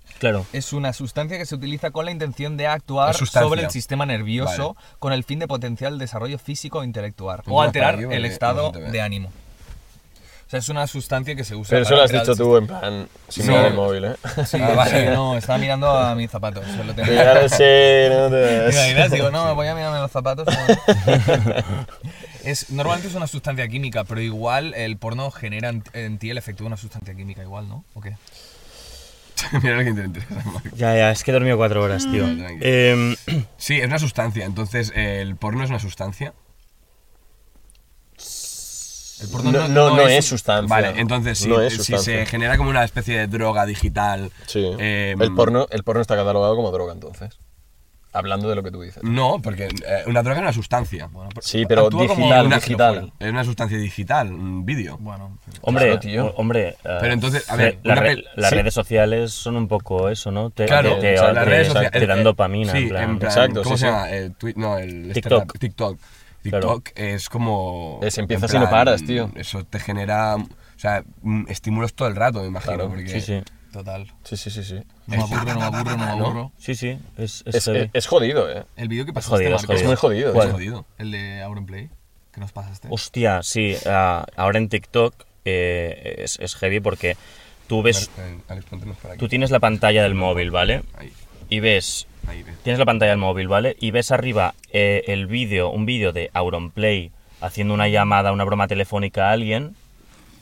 Speaker 3: Claro.
Speaker 1: Es una sustancia que se utiliza con la intención de actuar
Speaker 2: Es sustancia.
Speaker 1: sobre el sistema nervioso con el fin de potenciar el desarrollo físico e intelectual o
Speaker 2: Vamos
Speaker 1: alterar
Speaker 2: para arriba,
Speaker 1: el
Speaker 2: que
Speaker 1: estado
Speaker 2: eh, no se te ve.
Speaker 1: de ánimo. O sea, es una sustancia que se usa.
Speaker 4: Pero eso
Speaker 1: para
Speaker 4: lo has
Speaker 1: alterar
Speaker 4: dicho
Speaker 1: el
Speaker 4: tú en plan, sin
Speaker 1: Sí.
Speaker 4: mirar el móvil, ¿eh?
Speaker 1: Sí,
Speaker 2: Ah, vale.
Speaker 1: sí, no, estaba mirando a mis zapatos. se lo tenía.
Speaker 4: Mirar el sí, no te
Speaker 1: ¿Te imaginas?
Speaker 4: das.
Speaker 1: Digo, no, me voy a mirarme los zapatos. no. es, normalmente es una sustancia química, pero igual el porno genera en, en ti el efecto de una sustancia química, igual, ¿no? ¿O qué?
Speaker 2: Mira lo que te interesa, Marc.
Speaker 3: Ya, ya, es que he dormido cuatro horas, tío.
Speaker 2: Vale, tranqui.
Speaker 3: Em,
Speaker 2: Sí, es una sustancia, entonces, eh, ¿el porno es una sustancia?
Speaker 1: El
Speaker 4: No, no, no, es sustancia.
Speaker 2: Vale, entonces, si,
Speaker 4: No es
Speaker 2: si se
Speaker 4: sustancia.
Speaker 2: genera como una especie de droga digital...
Speaker 4: Sí.
Speaker 2: em,
Speaker 4: el, porno, el porno está catalogado como droga, entonces. Hablando de lo que tú dices.
Speaker 2: No, porque eh, una droga es una sustancia.
Speaker 1: Bueno, pero-
Speaker 4: Sí, pero
Speaker 1: actúa como
Speaker 4: digital,
Speaker 2: una
Speaker 4: digital.
Speaker 2: Es una sustancia digital, un vídeo.
Speaker 1: Bueno, pero-
Speaker 3: hombre,
Speaker 4: Claro, tío.
Speaker 3: o- hombre. eh,
Speaker 2: Pero entonces, a ver,
Speaker 3: la
Speaker 2: una
Speaker 3: re-
Speaker 2: pel-
Speaker 3: las
Speaker 2: sí.
Speaker 3: redes sociales son un poco eso, ¿no? Te,
Speaker 2: Claro,
Speaker 3: te, te-
Speaker 4: o sea,
Speaker 2: las
Speaker 3: te-
Speaker 2: redes sociales.
Speaker 3: te dan
Speaker 2: eh,
Speaker 3: dopamina.
Speaker 2: sí,
Speaker 3: en plan.
Speaker 4: Exacto,
Speaker 2: ¿Cómo
Speaker 4: sí,
Speaker 2: se
Speaker 4: sí.
Speaker 2: llama? El tweet, no, el este
Speaker 3: TikTok.
Speaker 2: rap- TikTok.
Speaker 3: Claro.
Speaker 2: TikTok es como.
Speaker 4: Es,
Speaker 2: en
Speaker 4: empiezas y no paras, tío.
Speaker 2: Eso te genera. O sea, mm, estímulos todo el rato, me imagino.
Speaker 4: Claro,
Speaker 2: porque
Speaker 3: Sí, sí.
Speaker 1: total.
Speaker 4: Sí, sí, sí, sí.
Speaker 1: No me aburro, no me aburro, no me aburro.
Speaker 3: Sí, sí. Es, es
Speaker 4: Es,
Speaker 3: heavy.
Speaker 4: es- es jodido, ¿eh?
Speaker 1: El vídeo que
Speaker 3: Es
Speaker 1: pasaste,
Speaker 3: jodido, es
Speaker 1: Marcos,
Speaker 3: jodido.
Speaker 4: Es muy jodido.
Speaker 2: Es
Speaker 4: eso.
Speaker 2: Pues jodido.
Speaker 1: el de Auronplay, que nos pasaste.
Speaker 3: Hostia, sí. ah, ahora en TikTok eh, es, es heavy porque tú ves.
Speaker 2: Ver, eh, Alex, pontenos por aquí.
Speaker 3: Tú tienes la pantalla del móvil, ¿vale?
Speaker 2: Ahí,
Speaker 3: Y ves
Speaker 2: ahí, ve.
Speaker 3: Tienes la pantalla del móvil, ¿vale? Y ves arriba eh, el vídeo, un vídeo de Auronplay haciendo una llamada, una broma telefónica a alguien.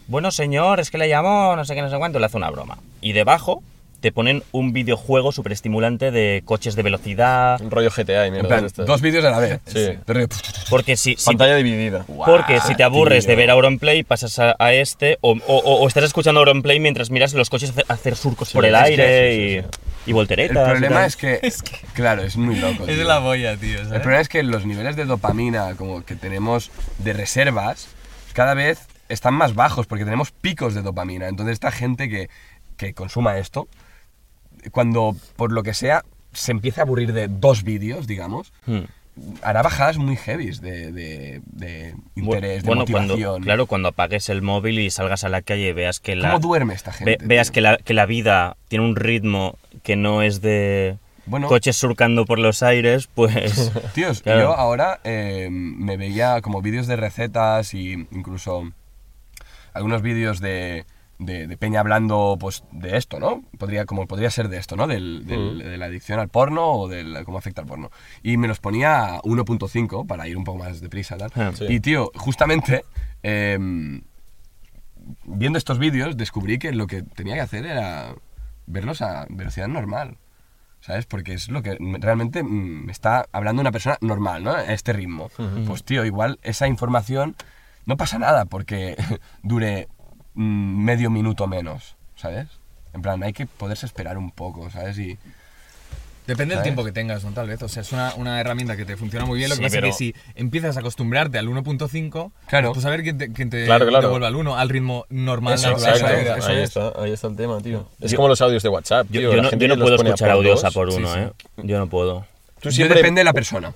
Speaker 3: Bueno, señor, es que le llamó, no sé qué, no sé cuánto, le hace una broma. Y debajo te ponen un videojuego súper estimulante de coches de velocidad.
Speaker 4: Un rollo GTA y
Speaker 2: En
Speaker 4: mierda.
Speaker 2: plan,
Speaker 4: estas.
Speaker 2: dos vídeos a la vez.
Speaker 4: Sí.
Speaker 2: Te ríes.
Speaker 3: Porque si, si-
Speaker 4: Pantalla dividida.
Speaker 3: porque si te aburres de
Speaker 2: tío.
Speaker 3: ver Auronplay, pasas a, a este, o, o- o- o estás escuchando Auronplay mientras miras los coches hacer, hacer surcos por el
Speaker 4: es que
Speaker 3: aire
Speaker 4: sí, sí,
Speaker 3: y,
Speaker 4: sí.
Speaker 3: y
Speaker 2: El
Speaker 3: volteretas. y
Speaker 2: problema
Speaker 3: tal.
Speaker 2: es que, Claro, es muy loco.
Speaker 1: es
Speaker 2: tío.
Speaker 1: la boya, tío. ¿sabes?
Speaker 2: El problema es que los niveles de dopamina como que tenemos de reservas cada vez están más bajos porque tenemos picos de dopamina. Entonces esta gente que, que consuma esto, cuando por lo que sea se empieza a aburrir de dos vídeos, digamos,
Speaker 3: Hmm.
Speaker 2: hará bajadas muy heavies de, de- de
Speaker 3: Bu-
Speaker 2: interés,
Speaker 3: bueno,
Speaker 2: de
Speaker 3: cuando-
Speaker 2: motivación.
Speaker 3: claro, cuando apagues el móvil y salgas a la calle y veas que la.
Speaker 2: ¿Cómo duerme esta gente?
Speaker 3: ve- veas
Speaker 2: tío?
Speaker 3: que la, que la vida tiene un ritmo que no es de
Speaker 2: Bueno.
Speaker 3: coches surcando por los aires, pues.
Speaker 2: Tíos,
Speaker 3: Claro.
Speaker 2: yo ahora eh, me veía como vídeos de recetas y incluso algunos vídeos de, de, de Peña hablando pues, de esto, ¿no? Podría, como podría ser de esto, ¿no? Del-
Speaker 3: Mm.
Speaker 2: del- De la adicción al porno o de cómo afecta al porno. Y me los ponía a 1.5 para ir un poco más deprisa, tal.
Speaker 3: Ah, sí.
Speaker 2: Y, tío, justamente... em, viendo estos vídeos descubrí que lo que tenía que hacer era verlos a velocidad normal. ¿Sabes? Porque es lo que m- realmente mm, me está hablando una persona normal, ¿no? A este ritmo. Pues tío, igual esa información no pasa nada porque dure mm, medio minuto menos, ¿sabes? En plan, hay que poderse esperar un poco, ¿sabes? Y
Speaker 1: Depende del
Speaker 2: ¿Sabes?
Speaker 1: tiempo que tengas, ¿no? Tal vez. O sea, es una, una herramienta que te funciona muy bien. Lo que
Speaker 3: Sí,
Speaker 1: pasa
Speaker 3: pero-
Speaker 1: es que si empiezas a acostumbrarte al 1.5,
Speaker 2: Claro.
Speaker 1: pues a ver quién te, quién te,
Speaker 4: Claro,
Speaker 1: quién te
Speaker 4: claro.
Speaker 1: vuelve al 1, al ritmo normal,
Speaker 2: Eso,
Speaker 1: natural.
Speaker 2: exacto,
Speaker 1: de la vida.
Speaker 2: eso
Speaker 4: ahí,
Speaker 2: es.
Speaker 4: Está, ahí está el tema, tío. Es
Speaker 3: Yo-
Speaker 4: como los audios de WhatsApp, tío.
Speaker 3: Yo, yo
Speaker 4: la
Speaker 3: no,
Speaker 4: gente
Speaker 3: yo no
Speaker 4: que los
Speaker 3: puedo
Speaker 4: pone
Speaker 3: escuchar
Speaker 4: por
Speaker 3: audios
Speaker 4: dos.
Speaker 3: a por uno, ¿eh? Yo no puedo.
Speaker 4: Tú
Speaker 2: yo
Speaker 4: siempre-
Speaker 2: depende de la persona.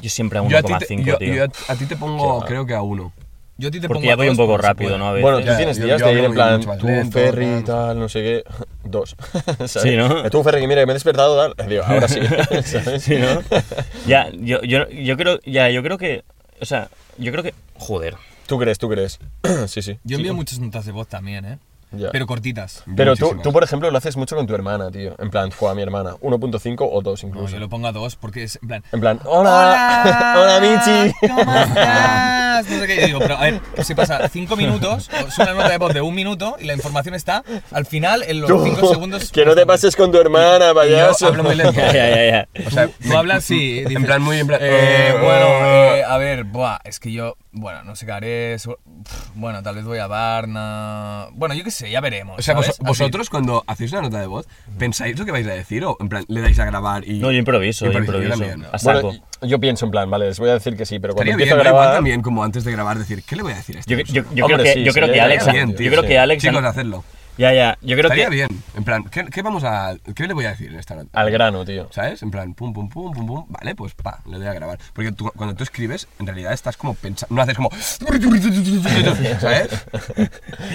Speaker 3: Yo siempre a
Speaker 2: Yo a ti te,
Speaker 3: 1,5,
Speaker 2: yo-
Speaker 3: tío.
Speaker 2: yo a- a ti te pongo, creo que a uno.
Speaker 1: Yo a ti te
Speaker 3: porque
Speaker 1: pongo
Speaker 3: ya
Speaker 1: a
Speaker 3: voy un
Speaker 1: todos
Speaker 3: poco
Speaker 1: cuando se
Speaker 3: rápido,
Speaker 1: puede.
Speaker 3: ¿no? A veces.
Speaker 4: Bueno, tú
Speaker 2: eh, Ya,
Speaker 4: tienes
Speaker 2: yo-
Speaker 4: días
Speaker 2: yo
Speaker 4: de ir
Speaker 2: hablo
Speaker 4: en plan,
Speaker 2: mucho más
Speaker 4: tú
Speaker 2: lento,
Speaker 4: ferry
Speaker 2: tal.
Speaker 4: y tal, no sé qué, dos. ¿sabes? Eh,
Speaker 3: Sí, ¿no?
Speaker 4: Tú un ferry que mira, que me he despertado, tal. Eh, Digo, ahora sí. ¿sabes?
Speaker 3: Sí, ¿no? ya, yo, yo, yo creo, ya, yo creo que, o sea, yo creo que, joder.
Speaker 4: Tú crees, tú crees. sí, sí.
Speaker 1: Yo envío muchas notas de voz también, ¿eh?
Speaker 4: Ya.
Speaker 1: Pero cortitas.
Speaker 4: Pero tú,
Speaker 2: Muchísimas.
Speaker 4: tú, por ejemplo, lo haces mucho con tu hermana, tío. En plan, juega mi hermana. 1.5 o 2
Speaker 1: No,
Speaker 4: incluso.
Speaker 1: Pues yo lo pongo a dos porque es en plan.
Speaker 4: En plan, hola, Michi.
Speaker 1: ¿Cómo estás? No sé qué. Yo digo, pero a ver, si pasa cinco minutos, es una nota de voz de un minuto y la información está al final en los
Speaker 4: Tú,
Speaker 1: cinco segundos.
Speaker 4: que no te pases con tu hermana,
Speaker 2: Y yo
Speaker 4: payaso.
Speaker 2: hablo muy lento.
Speaker 3: Ya, ya, ya.
Speaker 2: O sea,
Speaker 1: Tú hablas y dices,
Speaker 2: en plan muy en plan...
Speaker 1: Eh,
Speaker 2: eh,
Speaker 1: bueno, eh, a ver, buah, es que yo, bueno, no sé qué haré. su- pf, Bueno, tal vez voy a Barna. Bueno, yo qué sé, ya veremos.
Speaker 2: O sea, vos-
Speaker 1: ¿sabes? Así.
Speaker 2: vosotros cuando hacéis una nota de voz, ¿pensáis lo que vais a decir o en plan le dais a grabar y...
Speaker 3: No, yo improviso, yo improviso.
Speaker 2: también.
Speaker 3: A saco.
Speaker 4: Bueno, yo pienso en plan, vale, les voy a decir que sí, pero cuando
Speaker 2: Estaría
Speaker 4: empiezo
Speaker 2: bien,
Speaker 4: a
Speaker 2: ¿no? igual
Speaker 4: grabar...
Speaker 2: también como antes de grabar decir, ¿qué le voy a decir a esta
Speaker 3: yo, yo-
Speaker 2: persona?
Speaker 3: yo
Speaker 4: Hombre,
Speaker 3: creo que,
Speaker 4: sí,
Speaker 3: yo creo
Speaker 4: sí,
Speaker 3: que
Speaker 4: ya, ya,
Speaker 3: Alex,
Speaker 2: eh, bien,
Speaker 3: yo
Speaker 2: tío,
Speaker 3: creo
Speaker 2: sí.
Speaker 3: que Alex,
Speaker 2: Chicos, hacedlo.
Speaker 3: ya, ya, yo creo
Speaker 2: Estaría
Speaker 3: que,
Speaker 2: bien. En plan, ¿qué, qué vamos a... ¿Qué le voy a decir en esta nota?
Speaker 4: Al grano, tío.
Speaker 2: ¿Sabes? En plan, pum, pum, pum, pum, pum. Vale, pues pa, le doy a grabar. Porque tú- cuando tú escribes, en realidad estás como pensando. No haces como. ¿Sabes?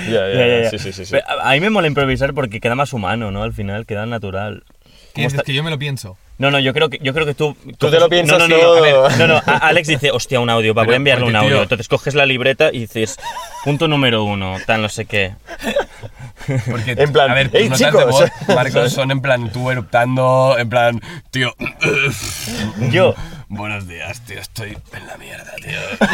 Speaker 4: Ya,
Speaker 3: ya, ya, ya.
Speaker 4: Sí, sí, sí. sí.
Speaker 3: Pero a, a mí me mola improvisar porque queda más humano, ¿no? Al final queda natural.
Speaker 1: ¿Qué
Speaker 3: Como
Speaker 1: dices?
Speaker 3: está-
Speaker 1: que yo me lo pienso.
Speaker 3: No, no, yo creo que, yo creo que tú...
Speaker 4: Tú te lo piensas
Speaker 3: No, no, no,
Speaker 4: todo.
Speaker 3: a ver, no, no, a- Alex dice, hostia, un audio, va, voy
Speaker 2: Pero,
Speaker 3: a enviarle un
Speaker 2: porque,
Speaker 3: audio.
Speaker 2: tío-
Speaker 3: Entonces coges la libreta y dices, punto número uno, tal, no sé qué.
Speaker 2: Porque,
Speaker 4: En plan,
Speaker 2: a ver, tus
Speaker 4: "Ey,
Speaker 2: notas de
Speaker 4: chicos".
Speaker 2: voz, Marcos, son en plan tú eruptando, en plan, tío.
Speaker 3: Yo.
Speaker 2: Buenos días, tío, estoy en la mierda, tío.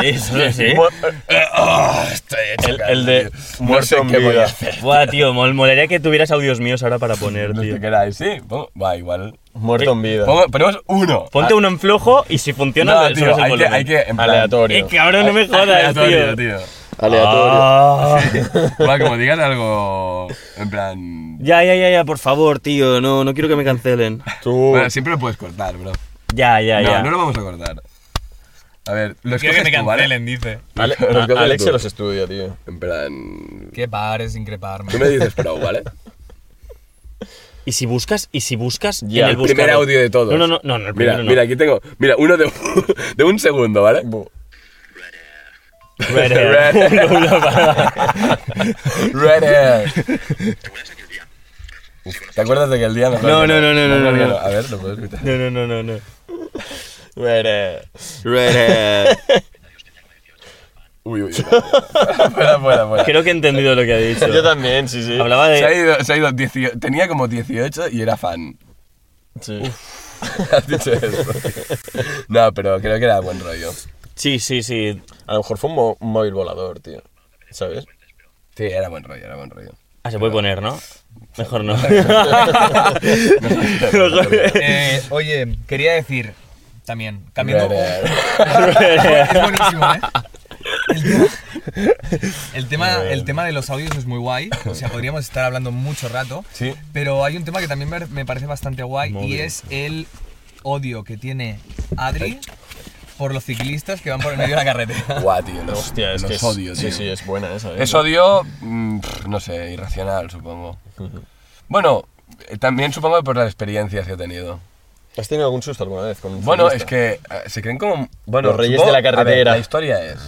Speaker 3: Sí, solo sí.
Speaker 4: Mu-
Speaker 2: Eh, oh, estoy hecho
Speaker 4: El-
Speaker 2: caca,
Speaker 4: el de
Speaker 2: tío. no
Speaker 4: muerto
Speaker 2: sé
Speaker 4: en
Speaker 2: qué voy
Speaker 4: vida.
Speaker 2: a hacer.
Speaker 3: Buah, tío, mol- molaría que tuvieras audios míos ahora para poner,
Speaker 2: No
Speaker 3: tío.
Speaker 2: te queráis, sí. pongo- Va, igual.
Speaker 4: Muerto en vida.
Speaker 2: Pongo- ponemos uno.
Speaker 3: Ponte uno en flojo y si funciona,
Speaker 2: Ah. No,
Speaker 3: le
Speaker 2: tío,
Speaker 3: subes el
Speaker 2: hay que,
Speaker 3: volumen.
Speaker 2: hay que. En plan,
Speaker 4: Aleatorio. Ah,
Speaker 3: Eh, cabrón, no me jodas,
Speaker 2: aleatorio,
Speaker 3: tío.
Speaker 2: tío.
Speaker 4: Aleatorio.
Speaker 3: Ah.
Speaker 2: Va, como digas algo. En plan.
Speaker 3: Ya, ya, ya, ya, por favor, tío, no, no quiero que me cancelen.
Speaker 4: Tú...
Speaker 2: Bueno, siempre lo puedes cortar, bro.
Speaker 3: Uh. Ya, ya, ya.
Speaker 2: No, no lo vamos a cortar. A ver, lo
Speaker 1: Quiero que
Speaker 2: escoges
Speaker 1: me
Speaker 2: tú, ¿vale?
Speaker 1: cancelen, dice.
Speaker 4: Ale-
Speaker 2: Los
Speaker 4: a-
Speaker 2: coges
Speaker 4: Alex
Speaker 2: tú.
Speaker 4: se los estudia, tío.
Speaker 2: En plan...
Speaker 1: Que pares de increparme.
Speaker 2: Tú me dices pro, ¿vale?
Speaker 3: Y si buscas, y si buscas
Speaker 4: Ya,
Speaker 3: en
Speaker 2: el
Speaker 3: el
Speaker 2: primer
Speaker 3: buscador-
Speaker 2: audio de todos.
Speaker 3: No, no, no, no, no, el
Speaker 2: Mira,
Speaker 3: primero no.
Speaker 2: mira, aquí tengo... Mira, uno de, de un segundo, ¿vale?
Speaker 4: Bu-
Speaker 3: Red Hair.
Speaker 2: Red hair. Uf, ¿Te acuerdas de aquel día? Mejor
Speaker 3: No,
Speaker 2: que
Speaker 3: no, no, no, no,
Speaker 2: Mejor que
Speaker 3: no.
Speaker 2: A ver, lo puedo escuchar.
Speaker 3: No, no, no, no, no.
Speaker 4: Red.
Speaker 2: Uy, uy, uy. fuera, fuera, fuera.
Speaker 3: Creo que he entendido lo que ha dicho.
Speaker 4: Yo también, sí, sí.
Speaker 3: Hablaba
Speaker 2: Se ha
Speaker 3: de...
Speaker 2: ido, se ha ido 18 tenía como 18 y era fan.
Speaker 4: Sí.
Speaker 2: Has dicho eso. No, pero creo que era buen rollo.
Speaker 3: Sí, sí, sí.
Speaker 4: A lo mejor fue un, mo- un móvil volador, tío. ¿Sabes?
Speaker 2: Sí, era buen rollo, era buen rollo.
Speaker 3: Ah, se puede poner, ¿no? Mejor no. Mejor-
Speaker 1: Eh, oye, quería decir también, cambiando.
Speaker 2: Red hair.
Speaker 1: es buenísimo, ¿eh? El tema, el, tema, el tema de los audios es muy guay. O sea, podríamos estar hablando mucho rato.
Speaker 2: Sí.
Speaker 1: Pero hay un tema que también me- me parece bastante guay y es el odio que tiene Adri por los ciclistas que van por el medio de la carretera.
Speaker 2: Guau, tío, los,
Speaker 4: Hostia, es
Speaker 2: los
Speaker 4: que es-
Speaker 2: odio,
Speaker 4: Sí,
Speaker 2: tío.
Speaker 4: sí, es buena esa. ¿eh?
Speaker 2: Es odio, mm, pff, no sé, irracional, supongo. Bueno, eh, también supongo que por las experiencias que he tenido.
Speaker 4: ¿Has tenido algún susto alguna vez con un
Speaker 2: Bueno, es
Speaker 4: ciclista?
Speaker 2: que eh, se creen como... Bueno,
Speaker 4: Los reyes
Speaker 2: supongo-
Speaker 4: de la
Speaker 2: a ver,
Speaker 4: carretera.
Speaker 2: la historia es...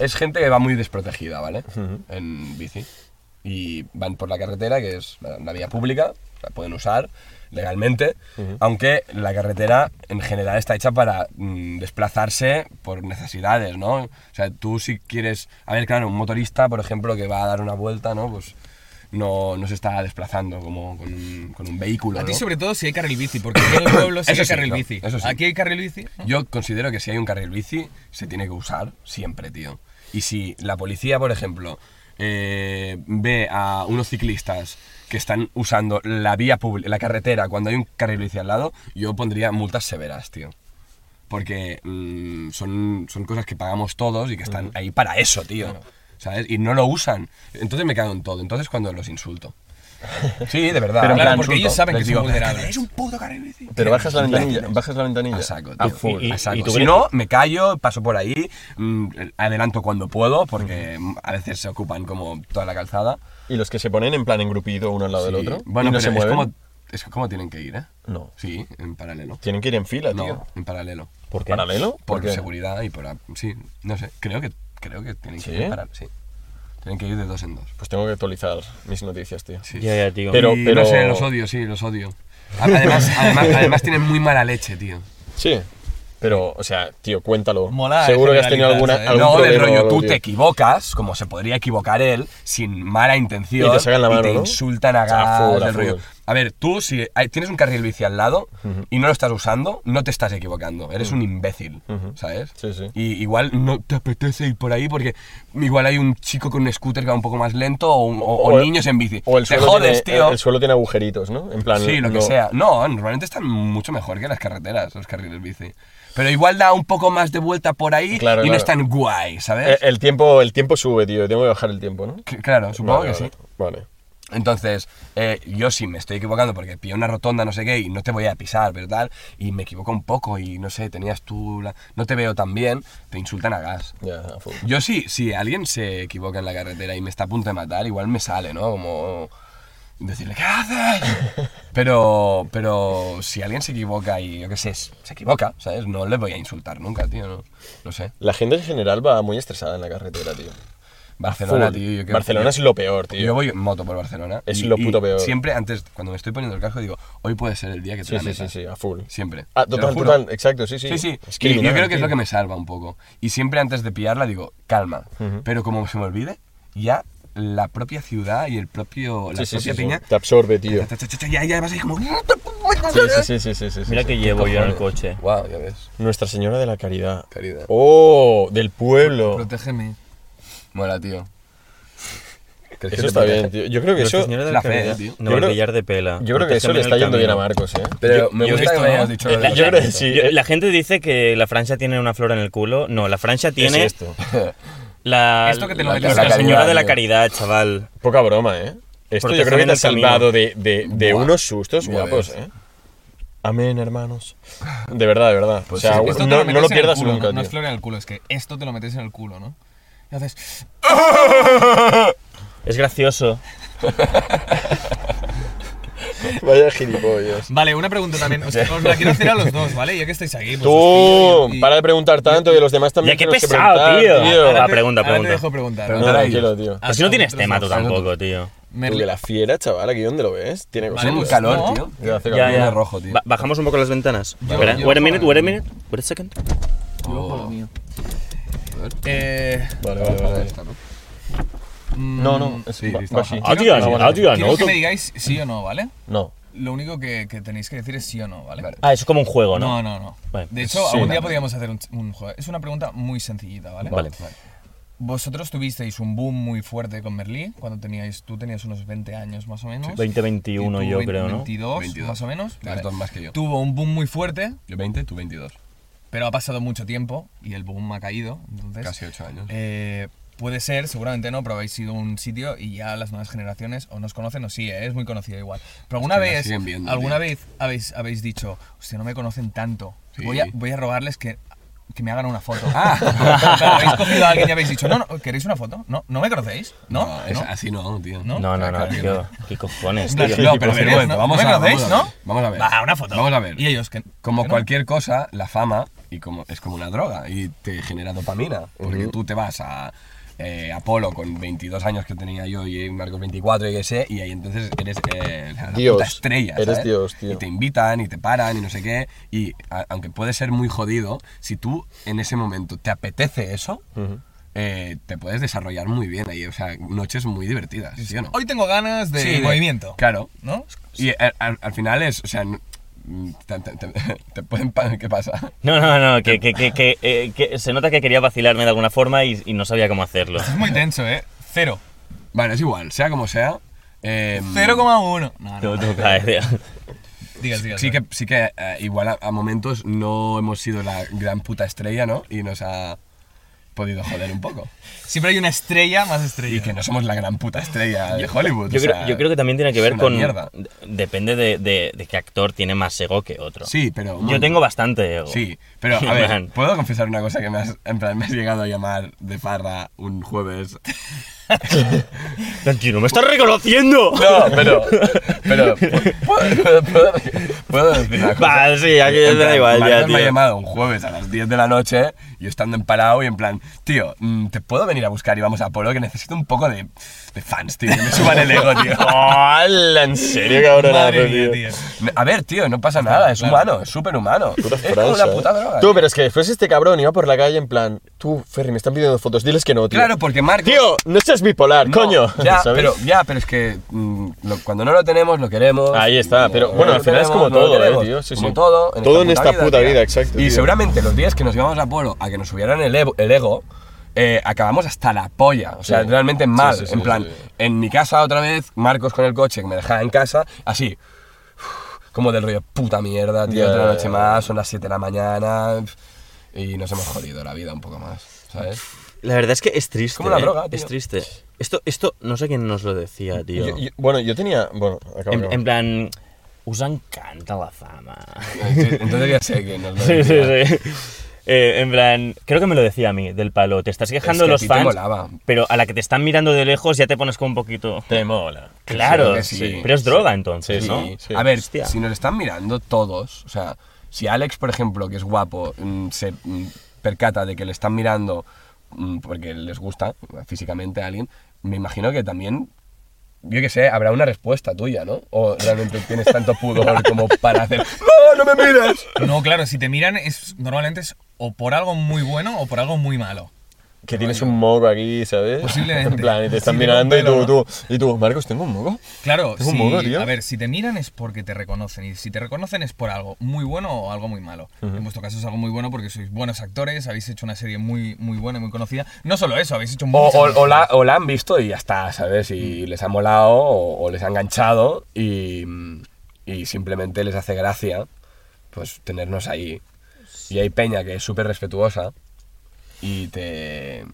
Speaker 2: Es gente que va muy desprotegida, ¿vale? En bici. Y van por la carretera, que es la, la vía pública, la pueden usar legalmente, aunque la carretera en general está hecha para mm, desplazarse por necesidades, ¿no? O sea, tú si quieres... A ver, claro, un motorista, por ejemplo, que va a dar una vuelta, ¿no? Pues no, no se está desplazando como con un, con un vehículo,
Speaker 1: A ti
Speaker 2: ¿no?
Speaker 1: sobre todo si hay carril bici, porque aquí en el pueblo sí
Speaker 2: Eso
Speaker 1: hay
Speaker 2: sí,
Speaker 1: carril
Speaker 2: no,
Speaker 1: bici.
Speaker 2: eso sí.
Speaker 1: Aquí hay carril bici.
Speaker 2: Yo considero que si hay un carril bici, se tiene que usar siempre, tío. Y si la policía, por ejemplo, eh, ve a unos ciclistas que están usando la vía pública, la carretera, cuando hay un carril bici al lado, yo pondría multas severas, tío. Porque mm, son, son cosas que pagamos todos y que están ahí para eso, tío. ¿Sabes? Y no lo usan. Entonces me cago en todo. Entonces cuando los insulto. Sí, de verdad.
Speaker 1: Pero en
Speaker 2: Claro,
Speaker 1: plan
Speaker 2: porque
Speaker 1: insulto.
Speaker 2: ellos saben que
Speaker 1: Les
Speaker 2: son
Speaker 1: digo,
Speaker 2: vulnerables.
Speaker 1: "Es
Speaker 2: un puto carril bici.
Speaker 4: Pero bajas la
Speaker 2: Claro,
Speaker 4: ventanilla.
Speaker 2: tienes.
Speaker 4: Bajas la ventanilla. Ah,
Speaker 2: A saco,
Speaker 3: A
Speaker 2: tío,
Speaker 3: full.
Speaker 2: a saco.
Speaker 3: ¿Y tú
Speaker 2: Ah, si
Speaker 3: crees-
Speaker 2: no, me callo, paso por ahí, mm, adelanto cuando puedo, porque mm, a veces se ocupan como toda la calzada.
Speaker 4: Y los que se ponen en plan engrupido uno al lado
Speaker 2: Sí.
Speaker 4: del otro.
Speaker 2: Bueno,
Speaker 4: y no
Speaker 2: pero
Speaker 4: se
Speaker 2: es
Speaker 4: mueven.
Speaker 2: como, es como tienen que ir, ¿eh?
Speaker 4: No.
Speaker 2: Sí, en paralelo.
Speaker 4: Tienen que ir en fila, tío.
Speaker 2: No, en paralelo.
Speaker 3: ¿Por qué?
Speaker 4: ¿Paralelo?
Speaker 2: Por
Speaker 4: Porque-
Speaker 2: seguridad y por... a- Sí, no sé, creo que, creo que tienen
Speaker 4: ¿Sí?
Speaker 2: que ir en paralelo, sí. Tienen que ir de dos en dos.
Speaker 4: Pues tengo que actualizar mis noticias, tío.
Speaker 2: Sí.
Speaker 3: Ya, ya, tío.
Speaker 4: Pero-
Speaker 2: Y no sé, los odio, sí, los odio. A- Además, además, además tienen muy mala leche, tío.
Speaker 4: Sí. Pero, o sea, tío, cuéntalo.
Speaker 1: Mola
Speaker 4: Seguro que has tenido alguna,
Speaker 1: generalizar, ¿eh? ¿sabes?
Speaker 4: algún
Speaker 2: no, del
Speaker 4: problema o
Speaker 2: rollo,
Speaker 4: algo,
Speaker 2: tú
Speaker 4: tío.
Speaker 2: te equivocas, como se podría equivocar él, sin mala intención.
Speaker 4: Y te sacan la mano,
Speaker 2: te
Speaker 4: ¿no?
Speaker 2: insultan a
Speaker 4: O sea,
Speaker 2: gas,
Speaker 4: full, a
Speaker 2: del rollo.
Speaker 4: full.
Speaker 2: A ver, tú si hay- tienes un carril bici al lado y no lo estás usando, no te estás equivocando. Eres un imbécil, ¿sabes?
Speaker 4: Sí, sí.
Speaker 2: Y igual no te apetece ir por ahí porque igual hay un chico con un scooter que va un poco más lento o, un- o- o
Speaker 4: O el-
Speaker 2: niños en bici.
Speaker 4: O el
Speaker 2: te
Speaker 4: suelo
Speaker 2: jodes,
Speaker 4: tiene,
Speaker 2: tío.
Speaker 4: El, suelo tiene agujeritos, ¿no? En plan.
Speaker 2: Sí, lo que
Speaker 4: no-
Speaker 2: sea. No, normalmente están mucho mejor que las carreteras, los carriles bici. Pero igual da un poco más de vuelta por ahí
Speaker 4: Claro,
Speaker 2: y no
Speaker 4: claro.
Speaker 2: es tan guay,
Speaker 4: Eh,
Speaker 2: ¿sabes?
Speaker 4: El tiempo, el tiempo sube, tío. Tengo que bajar el tiempo, ¿no?
Speaker 2: Que- Claro, supongo
Speaker 4: Vale,
Speaker 2: que
Speaker 4: vale,
Speaker 2: sí.
Speaker 4: Vale.
Speaker 2: Entonces, eh, yo sí me estoy equivocando porque pillé una rotonda, no sé qué, y no te voy a pisar, pero tal, y me equivoco un poco y no sé, tenías tú, la- no te veo tan bien, te insultan a gas.
Speaker 4: Ya, a full.
Speaker 2: Yo sí, si alguien se equivoca en la carretera y me está a punto de matar, igual me sale, ¿no? Como decirle, ¿qué haces? Pero, pero si alguien se equivoca y, yo qué sé, se equivoca, ¿sabes? No le voy a insultar nunca, tío, no, no sé.
Speaker 4: La gente en general va muy estresada en la carretera, tío.
Speaker 2: Barcelona,
Speaker 4: Full.
Speaker 2: tío. yo que-
Speaker 4: Barcelona
Speaker 2: yo-
Speaker 4: es lo peor, tío.
Speaker 2: Yo voy en moto por Barcelona.
Speaker 4: Es lo puto peor.
Speaker 2: Siempre antes, cuando me estoy poniendo el casco, digo, hoy puede ser el día que te
Speaker 4: sí,
Speaker 2: la
Speaker 4: sí, sí,
Speaker 2: metas.
Speaker 4: sí, a full.
Speaker 2: Siempre.
Speaker 4: Ah,
Speaker 2: Te lo
Speaker 4: total,
Speaker 2: juro.
Speaker 4: total, exacto, sí, sí.
Speaker 2: Sí, sí.
Speaker 4: Es
Speaker 2: Y yo
Speaker 4: criminal,
Speaker 2: creo que es
Speaker 4: tío.
Speaker 2: lo que me salva un poco. Y siempre antes de pillarla digo, calma. Pero como se me olvide, ya la propia ciudad y el propio, la
Speaker 4: Sí, sí, sí,
Speaker 2: propia
Speaker 4: sí.
Speaker 2: piña,
Speaker 4: Te absorbe, tío.
Speaker 2: ta, ta, ta, ta, ya, ya vas ahí como... "Ah,
Speaker 4: Sí, sí, sí, sí, sí, sí, sí,
Speaker 3: Mira
Speaker 4: sí.
Speaker 3: que llevo yo en el coche.
Speaker 2: Wow, ya ves.
Speaker 4: Nuestra Señora de la Caridad.
Speaker 2: Caridad.
Speaker 4: ¡Oh! Del pueblo.
Speaker 1: Protégeme.
Speaker 2: Mola, tío. ¿Crees que
Speaker 4: Eso
Speaker 2: te
Speaker 4: está
Speaker 2: protege?
Speaker 4: bien, tío. Yo creo que
Speaker 3: este
Speaker 4: eso.
Speaker 2: de la fe, tío.
Speaker 4: Yo
Speaker 3: No va a
Speaker 4: creo-
Speaker 3: pillar de pela.
Speaker 4: Yo creo que eso
Speaker 3: Protégeme
Speaker 4: le
Speaker 3: en
Speaker 4: está
Speaker 3: el
Speaker 4: yendo bien a
Speaker 3: camino.
Speaker 4: Marcos, ¿eh?
Speaker 2: Pero
Speaker 3: Yo-
Speaker 2: me
Speaker 3: yo he
Speaker 2: gusta que
Speaker 3: visto-
Speaker 2: me hayas dicho... lo de
Speaker 4: Eh,
Speaker 2: los
Speaker 4: yo creo que
Speaker 2: ángeles.
Speaker 4: sí.
Speaker 3: Yo- la gente dice que la Francia tiene una flor en el culo. No, la Francia tiene
Speaker 4: Es esto.
Speaker 3: la,
Speaker 1: Esto que te lo
Speaker 3: la-
Speaker 1: metes en
Speaker 3: Nuestra
Speaker 1: la
Speaker 3: Señora
Speaker 2: caridad,
Speaker 3: de la
Speaker 2: tío.
Speaker 3: Caridad, chaval.
Speaker 4: Poca broma, ¿eh? Esto yo
Speaker 3: Protégeme
Speaker 4: creo que
Speaker 3: en
Speaker 4: te ha
Speaker 3: el camino.
Speaker 4: salvado de, de- de
Speaker 2: Buah,
Speaker 4: unos sustos
Speaker 2: ya
Speaker 4: guapos,
Speaker 2: ves.
Speaker 4: ¿eh? Amén, hermanos. De verdad, de verdad.
Speaker 2: Pues
Speaker 4: o sea,
Speaker 2: sí,
Speaker 1: Esto te
Speaker 4: no, no
Speaker 1: metes
Speaker 4: lo
Speaker 1: en el
Speaker 4: pierdas
Speaker 1: culo,
Speaker 4: nunca,
Speaker 1: No, no es
Speaker 4: tío.
Speaker 1: flor en el culo, es que esto te lo metes en el culo, ¿no? Y haces...
Speaker 3: Es gracioso.
Speaker 4: Vaya gilipollas.
Speaker 1: Vale, una pregunta también. Os, os la quiero hacer a los dos, ¿vale? Ya que estáis aquí. Pues, os
Speaker 4: Tú,
Speaker 1: pillo y-
Speaker 4: para de preguntar tanto y los demás también.
Speaker 3: Ya, qué
Speaker 4: tenemos que
Speaker 3: pesado,
Speaker 4: preguntar,
Speaker 3: tío.
Speaker 1: Ahora
Speaker 3: Va,
Speaker 1: te-
Speaker 3: pregunta,
Speaker 1: ahora
Speaker 3: pregunta.
Speaker 1: te dejo preguntar.
Speaker 4: No,
Speaker 1: ahora.
Speaker 2: Pregunta.
Speaker 4: tranquilo, tío.
Speaker 1: Ah,
Speaker 3: Pues si no
Speaker 1: hasta
Speaker 3: tienes
Speaker 1: otros
Speaker 3: tema tú
Speaker 1: dos.
Speaker 3: tampoco, tío.
Speaker 4: Tú,
Speaker 1: Merlin-
Speaker 4: que la fiera, chaval, aquí donde lo ves, tiene
Speaker 1: Vale,
Speaker 2: Hace un
Speaker 1: pues,
Speaker 2: calor,
Speaker 1: no.
Speaker 2: tío.
Speaker 4: Ya hace
Speaker 3: Ya,
Speaker 4: calor.
Speaker 3: ya.
Speaker 2: de rojo, tío.
Speaker 3: Ba- bajamos un poco las ventanas.
Speaker 1: Yo-
Speaker 3: Espera,
Speaker 1: yo-
Speaker 3: wait a minute, wait a minute. Wait a second.
Speaker 1: Eh,
Speaker 4: Vale, vale, vale.
Speaker 2: Esta, ¿no?
Speaker 1: mm,
Speaker 4: No, no, es
Speaker 2: Sí,
Speaker 4: va-
Speaker 2: sí,
Speaker 4: va
Speaker 2: está
Speaker 4: así.
Speaker 1: Ah, tío, no,
Speaker 4: ah, tío,
Speaker 1: Quiero que me digáis sí o no, ¿vale?
Speaker 4: No.
Speaker 1: Lo único que, que tenéis que decir es sí o no, ¿vale?
Speaker 2: Vale.
Speaker 3: Ah, eso es como un juego,
Speaker 1: No,
Speaker 3: ¿no?
Speaker 1: no, no.
Speaker 3: Vale.
Speaker 1: De hecho,
Speaker 4: Sí,
Speaker 1: algún
Speaker 4: vale.
Speaker 1: día podríamos hacer un, un juego. Es una pregunta muy sencillita, ¿vale?
Speaker 3: Vale.
Speaker 1: Vosotros tuvisteis un boom muy fuerte con Merlí cuando teníais, tú tenías unos 20 años más o menos.
Speaker 3: 2021
Speaker 1: Y tú
Speaker 3: yo
Speaker 1: vein-
Speaker 3: creo, ¿no?
Speaker 1: 22,
Speaker 2: 22.
Speaker 1: más o menos.
Speaker 2: Tienes dos más que yo.
Speaker 1: Tuvo un boom muy fuerte,
Speaker 2: Yo 20, tú 22.
Speaker 1: pero ha pasado mucho tiempo y el boom ha caído. Entonces,
Speaker 2: Casi 8 años.
Speaker 1: eh, puede ser, seguramente no, pero habéis sido un sitio y ya las nuevas generaciones o nos conocen o sí, eh, es muy conocido igual. Pero alguna
Speaker 2: que la
Speaker 1: vez,
Speaker 2: siguen viendo,
Speaker 1: alguna
Speaker 2: tío.
Speaker 1: vez habéis, habéis dicho, hostia, no me conocen tanto,
Speaker 2: Sí. Ah.
Speaker 1: voy, a, voy a rogarles que, que me hagan una foto. Claro, habéis cogido a alguien y habéis dicho, no, no, ¿queréis una foto? No, ¿no me conocéis? No,
Speaker 2: Ah, es
Speaker 1: no.
Speaker 2: así no, tío.
Speaker 1: ¿No?
Speaker 3: No, no, no,
Speaker 2: Claro, claro que
Speaker 3: tío. ¿Qué cojones,
Speaker 1: No,
Speaker 3: tío?
Speaker 1: no, pero
Speaker 2: pero
Speaker 1: veréis,
Speaker 2: bueno,
Speaker 1: ¿no?
Speaker 2: vamos
Speaker 1: ¿No me
Speaker 2: a-
Speaker 1: conocéis,
Speaker 2: vamos a
Speaker 1: no?
Speaker 2: ver, vamos a ver.
Speaker 1: Va, una foto.
Speaker 2: Vamos a ver.
Speaker 1: Y ellos que
Speaker 2: Como
Speaker 1: que no.
Speaker 2: cualquier cosa, la fama y como, es como una droga y te genera dopamina. Porque tú te vas a eh, Apolo con 22 años que tenía yo y Marcos 24 y qué sé, y ahí entonces eres eh, la
Speaker 4: Dios.
Speaker 2: puta estrella.
Speaker 4: Eres
Speaker 2: ¿sabes?
Speaker 4: Dios, tío.
Speaker 2: Y te invitan y te paran y no sé qué. Y a- aunque puede ser muy jodido, si tú en ese momento te apetece eso, eh, te puedes desarrollar muy bien ahí. O sea, noches muy divertidas, ¿sí o no?
Speaker 1: Hoy tengo ganas de
Speaker 2: Sí, de-
Speaker 1: movimiento.
Speaker 2: Claro.
Speaker 1: ¿No?
Speaker 2: Y al, al- al final es, o sea, n- mm, te, te- te- te pueden pa- ¿qué pasa?
Speaker 3: No, no, no, que, que, que, que, eh, que se nota que quería vacilarme de alguna forma y, y no sabía cómo hacerlo.
Speaker 1: Es muy tenso, ¿eh? Cero.
Speaker 2: Bueno, es igual, sea como sea. eh,
Speaker 1: 0,1. No, no,
Speaker 3: Tú,
Speaker 1: no.
Speaker 3: tú, caes, tío.
Speaker 1: Digas, digas.
Speaker 2: Sí que, sí que eh, igual a, a momentos no hemos sido la gran puta estrella, ¿no? Y nos ha podido joder un poco.
Speaker 1: Siempre hay una estrella más estrella.
Speaker 2: Y que no somos la gran puta estrella de Hollywood.
Speaker 3: Yo
Speaker 2: o
Speaker 3: creo,
Speaker 2: sea,
Speaker 3: yo creo que también tiene que
Speaker 2: es
Speaker 3: ver
Speaker 2: una
Speaker 3: con.
Speaker 2: mierda.
Speaker 3: d- Depende de, de- de qué actor tiene más ego que otro.
Speaker 2: Sí, pero...
Speaker 3: Yo tengo bastante ego.
Speaker 2: Sí, pero a
Speaker 3: Man.
Speaker 2: ver, ¿puedo confesar una cosa que me has, en plan, me has llegado a llamar de farra un jueves?
Speaker 3: Tranquilo, me estás reconociendo.
Speaker 2: No, pero... pero ¿puedo, puedo- puedo decir una cosa?
Speaker 3: Va, sí, aquí
Speaker 2: En
Speaker 3: me da
Speaker 2: plan,
Speaker 3: igual
Speaker 2: Marcos
Speaker 3: ya,
Speaker 2: me ha
Speaker 3: tío.
Speaker 2: llamado un jueves a las 10 de la noche, yo estando en Palau y en plan, tío, mm, ¿te puedo venir a buscar y vamos a Polo? Que necesito un poco de, de fans, tío, que me suban el ego, tío.
Speaker 3: ¡Hala! ¿En serio, cabrón?
Speaker 2: pues,
Speaker 1: Madre mía, tío.
Speaker 2: A ver, tío, no pasa nada, es humano, es súper humano.
Speaker 4: Puta
Speaker 2: Es como
Speaker 4: França,
Speaker 2: una puta
Speaker 4: ¿eh?
Speaker 2: droga.
Speaker 4: Tú, pero es que después este cabrón iba por la calle en plan, tú, Ferry, me están pidiendo fotos, diles que no, tío.
Speaker 2: Claro, porque Marcos...
Speaker 4: Tío, no seas bipolar,
Speaker 2: No,
Speaker 4: coño.
Speaker 2: Ya,
Speaker 4: ¿sabes?
Speaker 2: pero, ya, pero es que mm, lo- cuando no lo tenemos, lo queremos.
Speaker 4: Ahí está, pero,
Speaker 2: No
Speaker 4: bueno,
Speaker 2: lo
Speaker 4: al final es como
Speaker 2: no lo
Speaker 4: todo, eh,
Speaker 2: queremos.
Speaker 4: tío, sí,
Speaker 2: como
Speaker 4: sí.
Speaker 2: todo.
Speaker 4: Todo en esta puta vida,
Speaker 2: tío.
Speaker 4: exacto,
Speaker 2: Y
Speaker 4: tío.
Speaker 2: seguramente los días que nos íbamos a Polo a que nos subieran el, evo- el ego, eh, acabamos hasta la polla. O sea,
Speaker 4: Sí.
Speaker 2: realmente mal.
Speaker 4: Sí, sí, sí,
Speaker 2: en plan,
Speaker 4: sí.
Speaker 2: en mi casa otra vez, Marcos con el coche que me dejaba en casa, así. Como del rollo, puta mierda, tío,
Speaker 4: Ya,
Speaker 2: otra
Speaker 4: ya,
Speaker 2: noche
Speaker 4: ya.
Speaker 2: más, son las 7 de la mañana. Y nos hemos jodido la vida un poco más, ¿sabes?
Speaker 3: La verdad es que es triste.
Speaker 2: como una
Speaker 3: ¿eh?
Speaker 2: droga, tío.
Speaker 3: Es triste. Esto, esto, no sé quién nos lo decía, tío.
Speaker 4: Yo- yo- bueno, yo tenía. Bueno, acabo,
Speaker 3: en,
Speaker 4: acabo.
Speaker 3: en plan, us encanta la fama.
Speaker 2: Entonces ya sé que nos lo
Speaker 3: Sí, sí,
Speaker 2: decía.
Speaker 3: sí. Eh, en plan, creo que me lo decía a mí, del palo. Te estás quejando
Speaker 2: Es que
Speaker 3: de
Speaker 2: a
Speaker 3: los
Speaker 2: ti te
Speaker 3: fans,
Speaker 2: molaba.
Speaker 3: pero a la que te están mirando de lejos ya te pones como un poquito.
Speaker 4: Te mola.
Speaker 3: Claro,
Speaker 2: que sí.
Speaker 3: pero es droga entonces,
Speaker 4: Sí,
Speaker 3: ¿no?
Speaker 2: Sí.
Speaker 4: Sí.
Speaker 2: A ver,
Speaker 3: Hostia.
Speaker 2: si nos están mirando todos, o sea, si Alex, por ejemplo, que es guapo, mm, se mm, percata de que le están mirando mm, porque les gusta físicamente a alguien, me imagino que también, yo qué sé, habrá una respuesta tuya, ¿no? O realmente tienes tanto pudor como para hacer, ¡No, no me mires!
Speaker 1: No, claro, si te miran, es, normalmente es o por algo muy bueno o por algo muy malo.
Speaker 4: Que tienes un moco aquí, ¿sabes?
Speaker 1: Posiblemente.
Speaker 4: En plan, y te están
Speaker 1: Sí,
Speaker 4: mirando y
Speaker 1: tengo
Speaker 4: tú,
Speaker 1: un
Speaker 4: tú, y tú, Marcos, ¿tengo un moco?
Speaker 1: Claro,
Speaker 4: Tengo un
Speaker 1: si-
Speaker 4: moco, tío.
Speaker 1: a ver, si te miran es porque te reconocen y si te reconocen es por algo muy bueno o algo muy malo. En vuestro caso es algo muy bueno porque sois buenos actores, habéis hecho una serie muy, muy buena y muy conocida. No solo eso, habéis hecho
Speaker 2: O,
Speaker 1: muchas
Speaker 2: o-
Speaker 1: más
Speaker 2: o la,
Speaker 1: cosas.
Speaker 2: o la han visto y ya está, ¿sabes? Y
Speaker 4: Mm.
Speaker 2: les ha molado o, o les ha enganchado y, y simplemente les hace gracia pues tenernos ahí. Y hay peña que es súper respetuosa y te...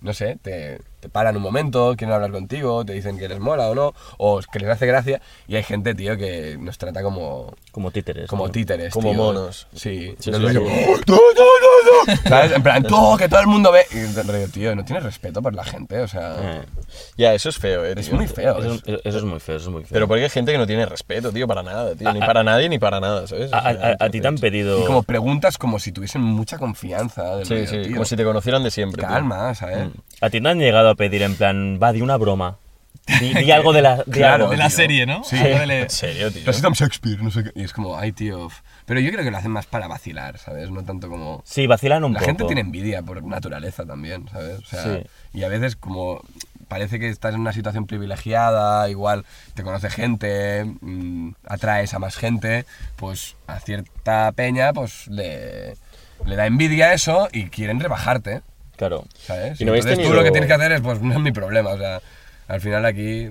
Speaker 2: No sé, te, te paran un momento, quieren hablar contigo, te dicen que les mola o no, o que les hace gracia. Y hay gente, tío, que nos trata como,
Speaker 3: Como títeres.
Speaker 2: como
Speaker 3: ¿no?
Speaker 2: títeres.
Speaker 4: Como
Speaker 2: tío.
Speaker 4: monos.
Speaker 2: Sí.
Speaker 4: Sí,
Speaker 2: Nos
Speaker 4: sí,
Speaker 2: ven
Speaker 4: sí.
Speaker 2: como, "Oh, ¡No, no, no, no! ¿Sabes? En plan, todo, que todo el mundo ve. Y en rollo, tío, no tienes respeto por la gente, o sea.
Speaker 3: Eh,
Speaker 4: Ya, eso es feo, eh.
Speaker 2: Es
Speaker 4: tío.
Speaker 2: muy feo.
Speaker 3: eso,
Speaker 2: es-
Speaker 3: eso es muy feo, eso es muy feo.
Speaker 4: Pero porque hay gente que no tiene respeto, tío, para nada, tío. Ni
Speaker 3: a-
Speaker 4: para nadie ni para nada, ¿sabes?
Speaker 3: a, a- a- a ti te han pedido.
Speaker 2: Y como preguntas como si tuviesen mucha confianza. Del
Speaker 4: Sí,
Speaker 2: rollo,
Speaker 4: sí,
Speaker 2: tío,
Speaker 4: como si te conocieran de siempre. tío.
Speaker 2: Calma, ¿sabes?
Speaker 3: A ti te han llegado a pedir en plan, va, di una broma. Di, di algo de la. di
Speaker 2: Claro,
Speaker 3: algo.
Speaker 1: de la
Speaker 2: tío.
Speaker 1: serie, ¿no?
Speaker 2: Sí.
Speaker 1: Algo de le-
Speaker 4: En serio, tío.
Speaker 2: Recitam Shakespeare, no sé qué. Y es como, ay, tío. f- Pero yo creo que lo hacen más para vacilar, ¿sabes? No tanto como.
Speaker 3: Sí, vacilan un
Speaker 2: la
Speaker 3: poco.
Speaker 2: gente tiene envidia por naturaleza también, ¿sabes? O sea,
Speaker 3: Sí.
Speaker 2: Y a veces como parece que estás en una situación privilegiada, igual te conoce gente, mm, atraes a más gente, pues a cierta peña pues le, le da envidia eso y quieren rebajarte,
Speaker 3: Claro.
Speaker 2: ¿sabes?
Speaker 4: ¿Y no habéis
Speaker 2: Entonces tú
Speaker 4: tenido-
Speaker 2: lo que tienes que hacer es, pues no es mi problema, o sea, al final aquí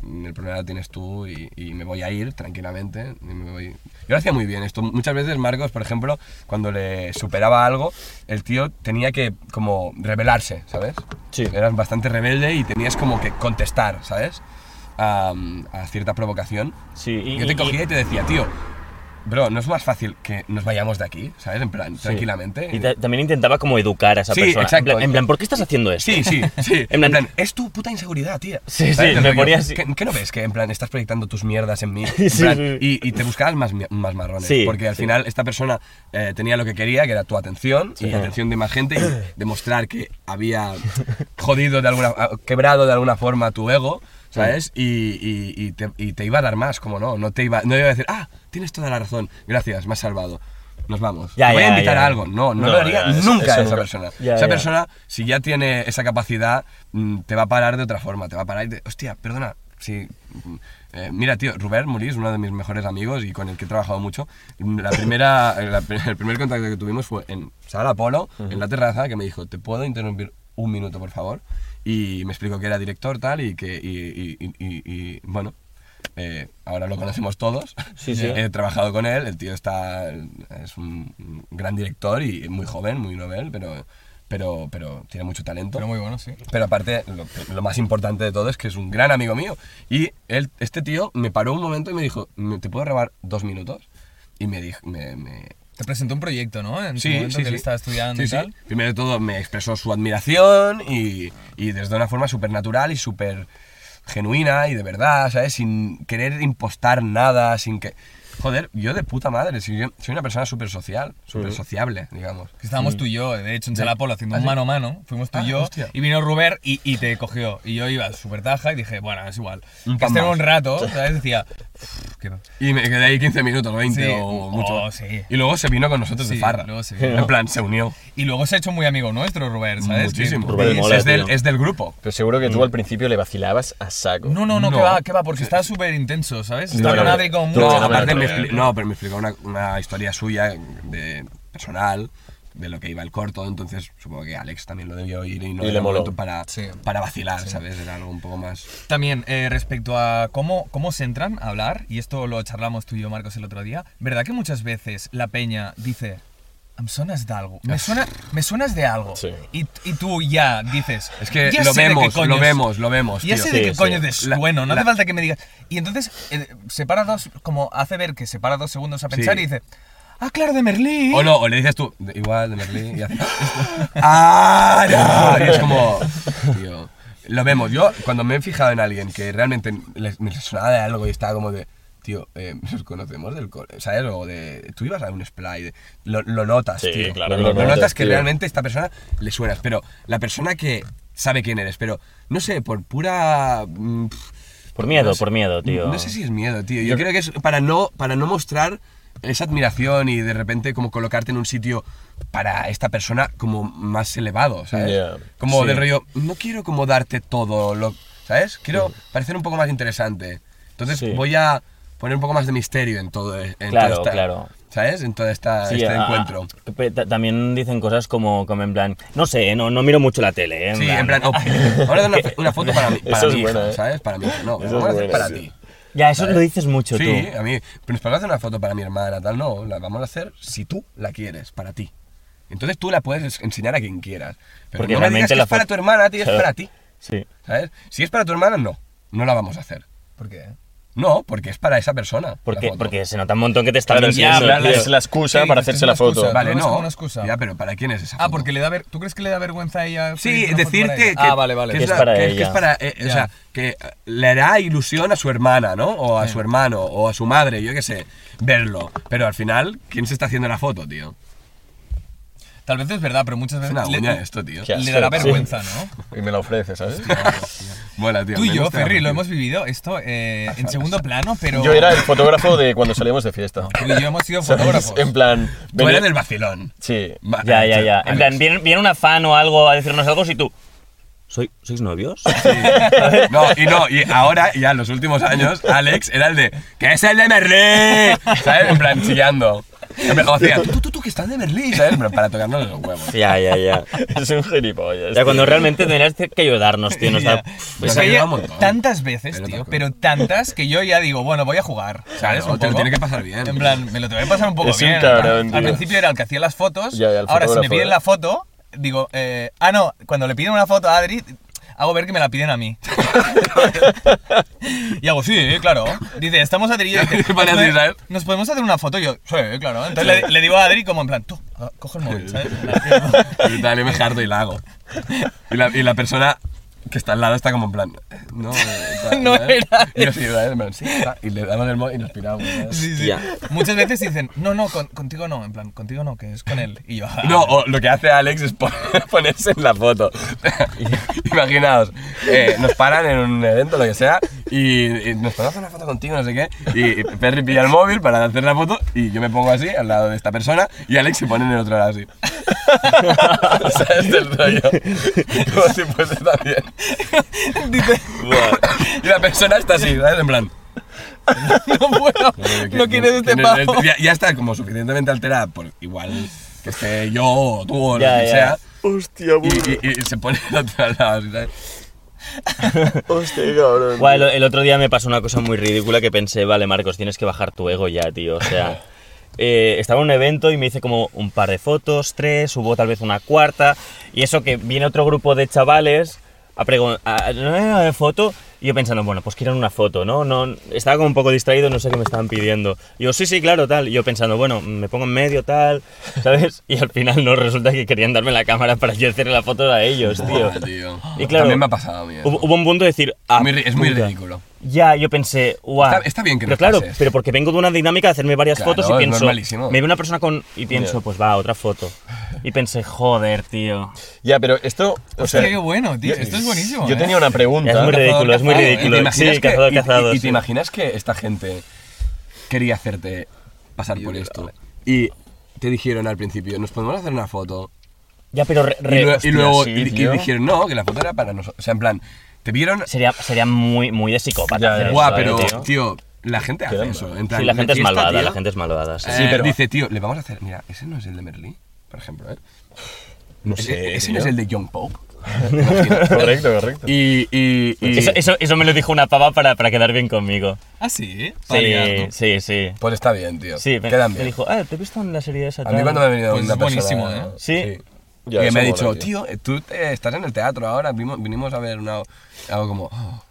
Speaker 2: mm, el problema lo tienes tú y, y me voy a ir tranquilamente. y me voy- Yo lo hacía muy bien esto. Muchas veces Marcos, por ejemplo, cuando le superaba algo, el tío tenía que como rebelarse, ¿sabes?
Speaker 3: Sí.
Speaker 2: Eras bastante rebelde y tenías como que contestar, ¿sabes? A, a cierta provocación.
Speaker 3: Sí, y-
Speaker 2: Yo te
Speaker 3: y-
Speaker 2: cogía y te decía, tío, bro, ¿no es más fácil que nos vayamos de aquí, ¿sabes? En plan, tranquilamente.
Speaker 3: Y ta- también intentaba como educar a esa
Speaker 2: Sí,
Speaker 3: persona. En
Speaker 2: exacto.
Speaker 3: plan- En plan, ¿por qué estás haciendo esto?
Speaker 2: Sí, sí, sí.
Speaker 3: este. En plan-
Speaker 2: en plan, es tu puta inseguridad, tía.
Speaker 3: Sí,
Speaker 2: ¿Sabes?
Speaker 3: sí,
Speaker 2: Del
Speaker 3: me
Speaker 2: rollo,
Speaker 3: ponía así.
Speaker 2: ¿Qué, qué no ves? Que en plan estás proyectando tus mierdas en mí. En
Speaker 3: Sí,
Speaker 2: plan,
Speaker 3: sí, sí.
Speaker 2: Y, y te buscabas más, mi- más marrones.
Speaker 3: Sí,
Speaker 2: porque al
Speaker 3: sí.
Speaker 2: final esta persona eh, tenía lo que quería, que era tu atención y la atención de más gente y demostrar que había jodido de alguna ah, quebrado de alguna forma tu ego. ¿Sabes? Y, y- y te, y te iba a dar más, como no. No te iba, no iba a decir, ah, tienes toda la razón, gracias, me has salvado. Nos vamos.
Speaker 3: Ya,
Speaker 2: Te voy
Speaker 3: ya,
Speaker 2: a invitar
Speaker 3: ya.
Speaker 2: a algo. No, no,
Speaker 4: No,
Speaker 2: lo haría
Speaker 4: ya, eso-
Speaker 2: nunca
Speaker 4: eso
Speaker 2: a esa
Speaker 4: nunca.
Speaker 2: persona.
Speaker 3: Ya,
Speaker 2: esa
Speaker 3: ya.
Speaker 2: persona persona, si ya tiene esa capacidad, mm, te va a parar de otra forma, te va a parar y te, hostia, perdona, si... mm, eh, mira, tío, Robert Muris, uno de mis mejores amigos y con el que he trabajado mucho, mm, la primera, la pri- el primer contacto que tuvimos fue en Sala Polo, en la terraza, que me dijo, ¿te puedo interrumpir un minuto, por favor. Y me explicó que era director, tal, y que, y, y- y- y- y, bueno, eh, ahora lo conocemos todos.
Speaker 4: Sí, sí.
Speaker 2: He trabajado con él, el tío está, es un gran director y muy joven, muy novel, pero, pero, pero tiene mucho talento.
Speaker 1: Pero muy bueno, sí.
Speaker 2: Pero aparte, lo, lo más importante de todo es que es un gran amigo mío. Y él, este tío me paró un momento y me dijo, "¿Me- ¿te puedo robar dos minutos? Y me dijo, me, me-
Speaker 1: Te presentó un proyecto, ¿no? En su momento que él estaba estudiando
Speaker 2: Sí,
Speaker 1: y
Speaker 2: sí.
Speaker 1: tal.
Speaker 2: Primero de todo me expresó su admiración y, y desde una forma súper natural y súper genuina y de verdad, ¿sabes? Sin querer impostar nada, sin que... Joder, yo de puta madre, si yo- soy una persona súper social, súper sociable, digamos.
Speaker 1: Que Estábamos tú y yo, de hecho, en Chalapolo haciendo
Speaker 2: ¿Ah,
Speaker 1: un
Speaker 2: sí?
Speaker 1: mano a mano. Fuimos tú
Speaker 2: Ah,
Speaker 1: y yo.
Speaker 2: hostia.
Speaker 1: Y vino Ruber y, y te cogió. Y yo iba súper taja y dije, bueno, es igual.
Speaker 2: Un
Speaker 1: que
Speaker 2: pan
Speaker 1: estén
Speaker 2: más.
Speaker 1: un rato, ¿sabes? Decía, "Uf, que no".
Speaker 2: Y me quedé ahí 15 minutos, 20
Speaker 1: Sí,
Speaker 2: o
Speaker 1: o-
Speaker 2: mucho.
Speaker 1: sí.
Speaker 2: Y luego se vino con nosotros de
Speaker 1: Sí,
Speaker 2: farra.
Speaker 1: luego se vino.
Speaker 2: en plan, se unió.
Speaker 1: Y luego se ha hecho muy amigo nuestro, Ruber, ¿sabes? Que-
Speaker 2: Muchísimo.
Speaker 4: Rubén
Speaker 2: es,
Speaker 4: mola,
Speaker 2: del,
Speaker 4: tío.
Speaker 2: es del grupo.
Speaker 4: Pero seguro que tú al principio le vacilabas a saco.
Speaker 1: No, no, no,
Speaker 2: No.
Speaker 1: que va, que va, porque está súper intenso, ¿sabes?
Speaker 4: No,
Speaker 1: Está
Speaker 4: no,
Speaker 1: con
Speaker 4: no.
Speaker 1: Adri como
Speaker 4: No,
Speaker 1: mucho.
Speaker 2: No,
Speaker 4: no,
Speaker 2: aparte
Speaker 4: no, no,
Speaker 2: me expli-
Speaker 4: no.
Speaker 2: no, pero me explicó una, una historia suya de personal de lo que iba el corto, entonces supongo que Alex también lo debió oír y no
Speaker 4: Y le
Speaker 2: era
Speaker 4: moló.
Speaker 2: momento para,
Speaker 1: Sí.
Speaker 2: para vacilar, ¿sabes? Era algo un poco más...
Speaker 1: También, eh, respecto a cómo, cómo se entran a hablar, y esto lo charlamos tú y yo, Marcos, el otro día, ¿verdad que muchas veces la peña dice, me sonas de algo, me, suena, me suenas de algo?
Speaker 4: Sí.
Speaker 1: Y, y tú ya dices,
Speaker 2: Es que
Speaker 1: "Ya
Speaker 2: lo
Speaker 1: sé de qué
Speaker 2: vemos,
Speaker 1: coño
Speaker 2: lo
Speaker 1: es".
Speaker 2: vemos, lo vemos,
Speaker 1: Ya
Speaker 2: tío.
Speaker 1: sé de
Speaker 4: Sí,
Speaker 1: qué
Speaker 4: sí.
Speaker 1: coño te
Speaker 2: La-
Speaker 1: sueno, no
Speaker 2: la-
Speaker 1: hace falta que me digas. Y entonces eh, se para dos, como hace ver que se para dos segundos a pensar
Speaker 2: Sí.
Speaker 1: y dice, ah, claro, de Merlí.
Speaker 2: O no, o le dices tú, de- igual de Merlín, y hace, ¡Ah, no! Y es como, tío, lo vemos. Yo, cuando me he fijado en alguien que realmente les- me sonaba de algo y estaba como de, tío, eh, nos conocemos del cole, ¿sabes? O de, tú ibas a un splay, de- lo, lo notas,
Speaker 4: Sí,
Speaker 2: tío.
Speaker 4: claro que
Speaker 2: lo,
Speaker 4: lo
Speaker 2: notas,
Speaker 4: notas,
Speaker 2: que
Speaker 4: tío.
Speaker 2: realmente esta persona le suenas, pero la persona que sabe quién eres, pero, no sé, por pura... mm, pf,
Speaker 3: Por miedo,
Speaker 2: no sé.
Speaker 3: por miedo, tío.
Speaker 2: No sé si es miedo, tío. Yo creo que es para no, para no mostrar esa admiración y de repente como colocarte en un sitio para esta persona como más elevado, ¿sabes?
Speaker 4: Yeah.
Speaker 2: Como
Speaker 4: Sí.
Speaker 2: del rollo, no quiero como darte todo, lo, ¿sabes? Quiero parecer un poco más interesante. Entonces
Speaker 4: Sí.
Speaker 2: voy a poner un poco más de misterio en todo en toda
Speaker 3: Claro,
Speaker 2: esta-
Speaker 3: claro.
Speaker 2: ¿Sabes? En todo esta,
Speaker 3: Sí, ah,
Speaker 2: este
Speaker 3: a-
Speaker 2: encuentro.
Speaker 3: pe- ta- También dicen cosas como, como en plan, no sé, no, no miro mucho la tele. eh, En
Speaker 2: Sí,
Speaker 3: plan,
Speaker 2: en plan, oh, ahora una, una foto para mí, para
Speaker 4: Eso es
Speaker 2: mi
Speaker 4: buena,
Speaker 2: hija,
Speaker 4: ¿eh?
Speaker 2: ¿sabes? Para mí, no,
Speaker 4: Eso es
Speaker 2: vamos a hacer
Speaker 4: buena,
Speaker 2: para
Speaker 4: tío.
Speaker 2: ti.
Speaker 3: Ya, eso lo dices mucho
Speaker 2: Sí,
Speaker 3: tú.
Speaker 2: a mí. Pero nos podemos hacer una foto para mi hermana, tal, no. La vamos a hacer si tú la quieres, para ti. Entonces tú la puedes ens- enseñar a quien quieras. Pero
Speaker 3: Porque
Speaker 2: no me digas
Speaker 3: realmente
Speaker 2: que
Speaker 3: la
Speaker 2: es para
Speaker 3: foto-
Speaker 2: tu hermana, tío, es
Speaker 3: Claro.
Speaker 2: para ti.
Speaker 3: Sí.
Speaker 2: ¿Sabes? Si es para tu hermana, no. No la vamos a hacer.
Speaker 1: ¿Por qué?
Speaker 2: No, porque es para esa persona. la
Speaker 3: Porque,
Speaker 2: foto.
Speaker 3: porque se nota un montón que te están
Speaker 4: Claro, sí, es,
Speaker 3: mintiendo,
Speaker 4: la,
Speaker 3: tío.
Speaker 4: es la excusa
Speaker 1: Sí,
Speaker 4: para
Speaker 1: es que es
Speaker 4: hacerse
Speaker 1: una
Speaker 4: la foto.
Speaker 1: excusa.
Speaker 2: Vale,
Speaker 1: no, es
Speaker 2: no.
Speaker 1: como una excusa.
Speaker 2: Ya, pero ¿para quién es esa foto?
Speaker 1: Ah, porque le da ver... ¿Tú crees que le da vergüenza a ella?
Speaker 2: Sí,
Speaker 1: pedirte una foto para
Speaker 2: decirte que,
Speaker 1: ella? Ah, vale, vale.
Speaker 2: que
Speaker 3: Que
Speaker 2: es,
Speaker 3: es
Speaker 2: la-
Speaker 3: para
Speaker 2: que es- que es
Speaker 3: ella.
Speaker 2: para, eh, o
Speaker 1: Ya.
Speaker 2: sea, que eh, le hará ilusión a su hermana, ¿no? O a su hermano, o a su madre, yo qué sé, verlo. Pero al final, ¿quién se está haciendo la foto, tío?
Speaker 1: Tal vez es verdad, pero muchas
Speaker 2: Es
Speaker 1: veces
Speaker 2: una
Speaker 1: le,
Speaker 2: uña esto, tío.
Speaker 4: Qué
Speaker 1: le
Speaker 4: asco,
Speaker 1: dará
Speaker 4: sí.
Speaker 1: vergüenza, ¿no?
Speaker 4: Y me la ofrece, ¿sabes?
Speaker 2: Mola, tío.
Speaker 1: Tú y
Speaker 2: me
Speaker 1: yo,
Speaker 2: gusta la
Speaker 1: Ferry, lo
Speaker 2: actitud.
Speaker 1: hemos vivido esto eh, en segundo plano, pero...
Speaker 4: Yo era el fotógrafo de cuando salíamos de fiesta.
Speaker 1: Tú y yo hemos sido
Speaker 4: ¿Sabes?
Speaker 1: fotógrafos.
Speaker 4: En plan...
Speaker 2: Tú
Speaker 4: venía-
Speaker 2: eres del vacilón.
Speaker 4: Sí.
Speaker 2: Va-
Speaker 3: Ya, ya, ya.
Speaker 2: Alex.
Speaker 3: En plan, viene, viene una fan o algo a decirnos algo si tú. "¿Soy- ¿Sois novios?
Speaker 2: No, y no, y ahora, ya en los últimos años, Alex era el de ¡Que es el de Merlí! ¿Sabes? En plan, chillando. En plan, como hacía, tú, tú, tú, tú, que estás de Merlí, ¿sabes? En plan, para tocarnos los huevos.
Speaker 3: ya, ya, ya.
Speaker 4: Es un gilipollas.
Speaker 3: Ya, cuando realmente tendrías que ayudarnos, tío. No
Speaker 1: Ya.
Speaker 3: está...
Speaker 1: Pues
Speaker 2: Nos ha
Speaker 1: ella-
Speaker 2: ayudado un montón.
Speaker 1: tantas veces,
Speaker 2: Pero
Speaker 1: tío,
Speaker 2: tampoco.
Speaker 1: pero tantas que yo ya digo, bueno, voy a jugar, ¿sabes?
Speaker 2: Claro,
Speaker 1: Un
Speaker 2: te lo
Speaker 1: poco.
Speaker 2: tiene que pasar bien.
Speaker 1: En plan, me lo tengo que pasar un poco
Speaker 4: Es un
Speaker 1: bien. en
Speaker 4: cabrón,
Speaker 1: plan,
Speaker 4: tío.
Speaker 1: Al principio era el que hacía las fotos,
Speaker 4: Ya, ya, el
Speaker 1: ahora si me
Speaker 4: fotógrafo,
Speaker 1: piden
Speaker 4: ¿eh?
Speaker 1: la foto, digo, eh, ah, no, cuando le piden una foto a Adri, hago ver que me la piden a mí. y hago, sí, eh, claro. Dice, estamos Adri y yo, dice,
Speaker 2: Vale, así, ¿sabes?
Speaker 1: ¿nos podemos hacer una foto? Y yo, sí, claro. Entonces le, le digo a Adri como en plan, tú, ah, coge el móvil, ¿sabes?
Speaker 2: Y tal, y me jarto y la hago. Y la, y la persona que está al lado está como en plan, no, eh, tal,
Speaker 1: No
Speaker 2: ¿sabes?
Speaker 1: era
Speaker 2: Y yo sí, ¿sabes? En plan, sí, está. Y le damos el móvil y nos piramos. ¿sabes?
Speaker 1: Sí, sí.
Speaker 4: Hostia.
Speaker 1: Muchas veces dicen, no, no, con- contigo no, en plan, contigo no, que es con él. Y yo, "Ah".
Speaker 2: No, o lo que hace Alex es pon- ponerse en la foto. Imaginaos, eh, nos paran en un evento, lo que sea, y, y nos podemos hacer una foto contigo, no sé qué, y, y Perry pilla el móvil para hacer la foto, y yo me pongo así, al lado de esta persona, y Alex se pone en el otro lado así. ¿Sabes el rollo? Como si fuese también.
Speaker 1: Dice,
Speaker 2: Y la persona está así, ¿sabes? En plan...
Speaker 1: no puedo, no quieres este
Speaker 2: ¿quién
Speaker 1: pavo.
Speaker 2: eres? Ya, ya está como suficientemente alterada por igual que esté yo o tú o lo
Speaker 3: Ya,
Speaker 2: que
Speaker 3: ya.
Speaker 2: sea.
Speaker 4: Hostia,
Speaker 2: Y,
Speaker 4: burro.
Speaker 2: y- y se pone el otro al lado, ¿sabes?
Speaker 4: Hostia, cabrón.
Speaker 3: Guau, el, el otro día me pasó una cosa muy ridícula que pensé, vale, Marcos, tienes que bajar tu ego ya, tío. O sea, eh, estaba en un evento y me hice como un par de fotos, tres, hubo tal vez una cuarta, y eso que viene otro grupo de chavales a preguntar, ¿no foto? Y yo pensando, bueno, pues quieren una foto, ¿no? no Estaba como un poco distraído, no sé qué me estaban pidiendo. Y yo, sí, sí, claro, tal. Y yo pensando, bueno, me pongo en medio, tal, ¿sabes? Y al final no, resulta que querían darme la cámara para yo hacerle la foto a ellos, tío.
Speaker 2: Ah, tío.
Speaker 3: Y claro,
Speaker 2: También me ha pasado a mí eso.
Speaker 3: Hubo, hubo un punto de decir, ah,
Speaker 2: Muy ri- es muy
Speaker 3: puta.
Speaker 2: ridículo.
Speaker 3: Ya, yo pensé, guau.
Speaker 2: Está- está bien que
Speaker 3: Pero
Speaker 2: nos
Speaker 3: claro,
Speaker 2: pase esto.
Speaker 3: pero porque vengo de una dinámica de hacerme varias
Speaker 2: Claro,
Speaker 3: fotos y
Speaker 2: es
Speaker 3: pienso.
Speaker 2: normalísimo.
Speaker 3: Me ve una persona con. Y pienso, pues va, otra foto. Y pensé, joder, tío.
Speaker 4: Ya, pero esto. O
Speaker 1: Hostia,
Speaker 4: sea,
Speaker 1: qué bueno, tío.
Speaker 4: yo-
Speaker 1: Esto es buenísimo.
Speaker 4: Yo
Speaker 1: ¿eh?
Speaker 4: tenía una pregunta.
Speaker 3: Es muy ridículo, es muy
Speaker 2: Cazador,
Speaker 3: ridículo.
Speaker 2: ¿Y te imaginas
Speaker 3: Sí,
Speaker 2: que,
Speaker 3: cazador,
Speaker 2: y- y-
Speaker 3: cazador,
Speaker 2: y
Speaker 3: sí.
Speaker 2: te imaginas que esta gente quería hacerte pasar por esto? Y te dijeron al principio, ¿nos podemos hacer una foto?
Speaker 3: Ya, pero re-
Speaker 2: Y,
Speaker 3: re-
Speaker 2: lue- y
Speaker 3: hostia,
Speaker 2: luego
Speaker 3: sí,
Speaker 2: y- y
Speaker 3: tío.
Speaker 2: dijeron, no, que la foto era para nosotros. O sea, en plan, te vieron...
Speaker 3: Sería, sería muy, muy de psicópata.
Speaker 2: Ya,
Speaker 3: hacer
Speaker 2: Guau,
Speaker 3: eso, eh, tío.
Speaker 2: pero, tío? la gente hace eso. En plan,
Speaker 3: Sí, la gente es
Speaker 2: fiesta,
Speaker 3: malvada,
Speaker 2: tío,
Speaker 3: la gente es malvada. Sí.
Speaker 2: eh,
Speaker 3: Sí, pero-
Speaker 2: Dice, tío, le vamos a hacer... Mira, ese no es el de Merlí, por ejemplo, ¿eh?
Speaker 4: No
Speaker 2: Ese-
Speaker 4: sé.
Speaker 2: ese
Speaker 4: tío.
Speaker 2: no es el de John Pope. Imagínate.
Speaker 4: Correcto, correcto.
Speaker 2: Y, y, y-
Speaker 3: Eso, eso, eso me lo dijo una pava para, para quedar bien conmigo.
Speaker 1: Ah, sí.
Speaker 3: Sí,
Speaker 1: Paliar, ¿no?
Speaker 3: sí, sí.
Speaker 2: Pues está bien, tío.
Speaker 3: Sí, me,
Speaker 2: Quedan
Speaker 3: me
Speaker 2: bien.
Speaker 3: dijo, ah, te he visto en la serie esa.
Speaker 2: A mí
Speaker 3: tal".
Speaker 2: cuando me ha venido
Speaker 1: Pues
Speaker 2: una
Speaker 1: es buenísimo,
Speaker 2: persona-
Speaker 1: ¿eh?
Speaker 3: Sí.
Speaker 4: Ya,
Speaker 2: que
Speaker 4: eso
Speaker 2: me ha
Speaker 4: mola,
Speaker 2: dicho,
Speaker 4: tío.
Speaker 2: tío, tú te- estás en el teatro ahora, vimo- vinimos a ver una... Algo como, "Oh,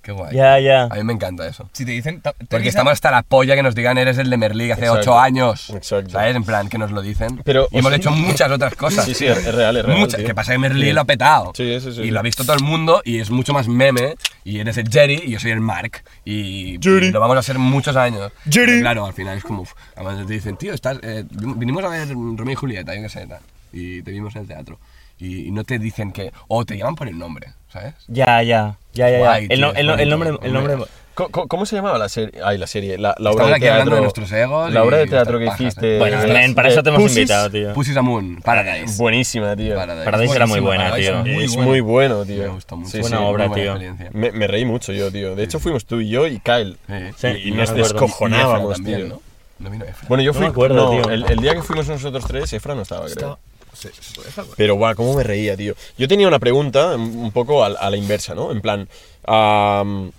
Speaker 2: qué guay.
Speaker 3: Ya, ya.
Speaker 2: A mí me encanta eso.
Speaker 1: Si te dicen. ta- te
Speaker 2: Porque
Speaker 1: dicen-
Speaker 2: estamos hasta la polla que nos digan eres el de Merlí hace
Speaker 4: Exacto.
Speaker 2: ocho años.
Speaker 4: Exacto.
Speaker 2: ¿Sabes? En plan, que nos lo dicen.
Speaker 4: Pero,
Speaker 2: y hemos
Speaker 4: hostia.
Speaker 2: hecho muchas otras cosas.
Speaker 4: Sí, sí, es real, es real.
Speaker 2: Muchas.
Speaker 4: tío.
Speaker 2: Que pasa que Merlí lo ha petado.
Speaker 4: Sí, sí, sí,
Speaker 2: Y
Speaker 4: sí.
Speaker 2: lo ha visto todo el mundo y es mucho más meme. Y eres el Jerry y yo soy el Mark. Y, y lo vamos a hacer muchos años.
Speaker 3: Jerry.
Speaker 2: Pero claro, al final es como. uf, además te dicen, tío, estás, eh, vin- vinimos a ver Romeo y Julieta, yo qué sé, tal, y te vimos en el teatro. Y, y no te dicen que. O te llaman por el nombre, ¿sabes?
Speaker 3: Ya, ya. Ya, ya, ya.
Speaker 2: Guay,
Speaker 3: el, no-
Speaker 2: tío,
Speaker 3: el no- el
Speaker 2: bonito,
Speaker 3: nombre. El
Speaker 2: hombre.
Speaker 3: nombre
Speaker 4: Co- co- ¿Cómo, se llamaba la serie? Ay, la serie, la, la obra
Speaker 2: Estamos
Speaker 4: de
Speaker 2: aquí hablando
Speaker 4: teatro.
Speaker 2: de nuestros egos
Speaker 4: La
Speaker 2: y
Speaker 4: obra de teatro que
Speaker 2: nuestras pajas,
Speaker 4: hiciste.
Speaker 2: ¿eh?
Speaker 3: Bueno,
Speaker 4: de-
Speaker 3: men, para
Speaker 4: de
Speaker 3: eso te hemos
Speaker 4: Pussies.
Speaker 3: invitado, tío.
Speaker 2: Pussies a Moon, Paradise.
Speaker 4: Buenísima, tío.
Speaker 2: Paradise.
Speaker 3: Paradise era muy buena,
Speaker 1: Buenísima,
Speaker 3: tío.
Speaker 1: Paradise,
Speaker 4: es
Speaker 1: buena.
Speaker 4: muy bueno, tío.
Speaker 2: Me gustó mucho.
Speaker 4: Sí,
Speaker 3: Buena
Speaker 4: sí,
Speaker 3: obra,
Speaker 2: muy buena
Speaker 3: tío.
Speaker 2: experiencia.
Speaker 4: Me, me reí mucho yo, tío. De hecho, fuimos tú y yo y Kyle.
Speaker 2: Sí.
Speaker 4: Y, y
Speaker 3: me
Speaker 4: nos
Speaker 3: acuerdo.
Speaker 2: Y Efra
Speaker 4: descojonábamos,
Speaker 2: también,
Speaker 4: tío.
Speaker 2: ¿no? No vino Efra.
Speaker 4: Bueno, yo
Speaker 3: No
Speaker 4: fui.
Speaker 3: me acuerdo,
Speaker 4: no,
Speaker 3: tío.
Speaker 4: El, el día que fuimos nosotros tres, Efra no estaba, creo.
Speaker 2: Sí, sí, Efra, bueno.
Speaker 4: Pero guau, cómo me reía, tío. Yo tenía una pregunta em, un un poco al- a, la inversa, ¿no? En plan, am,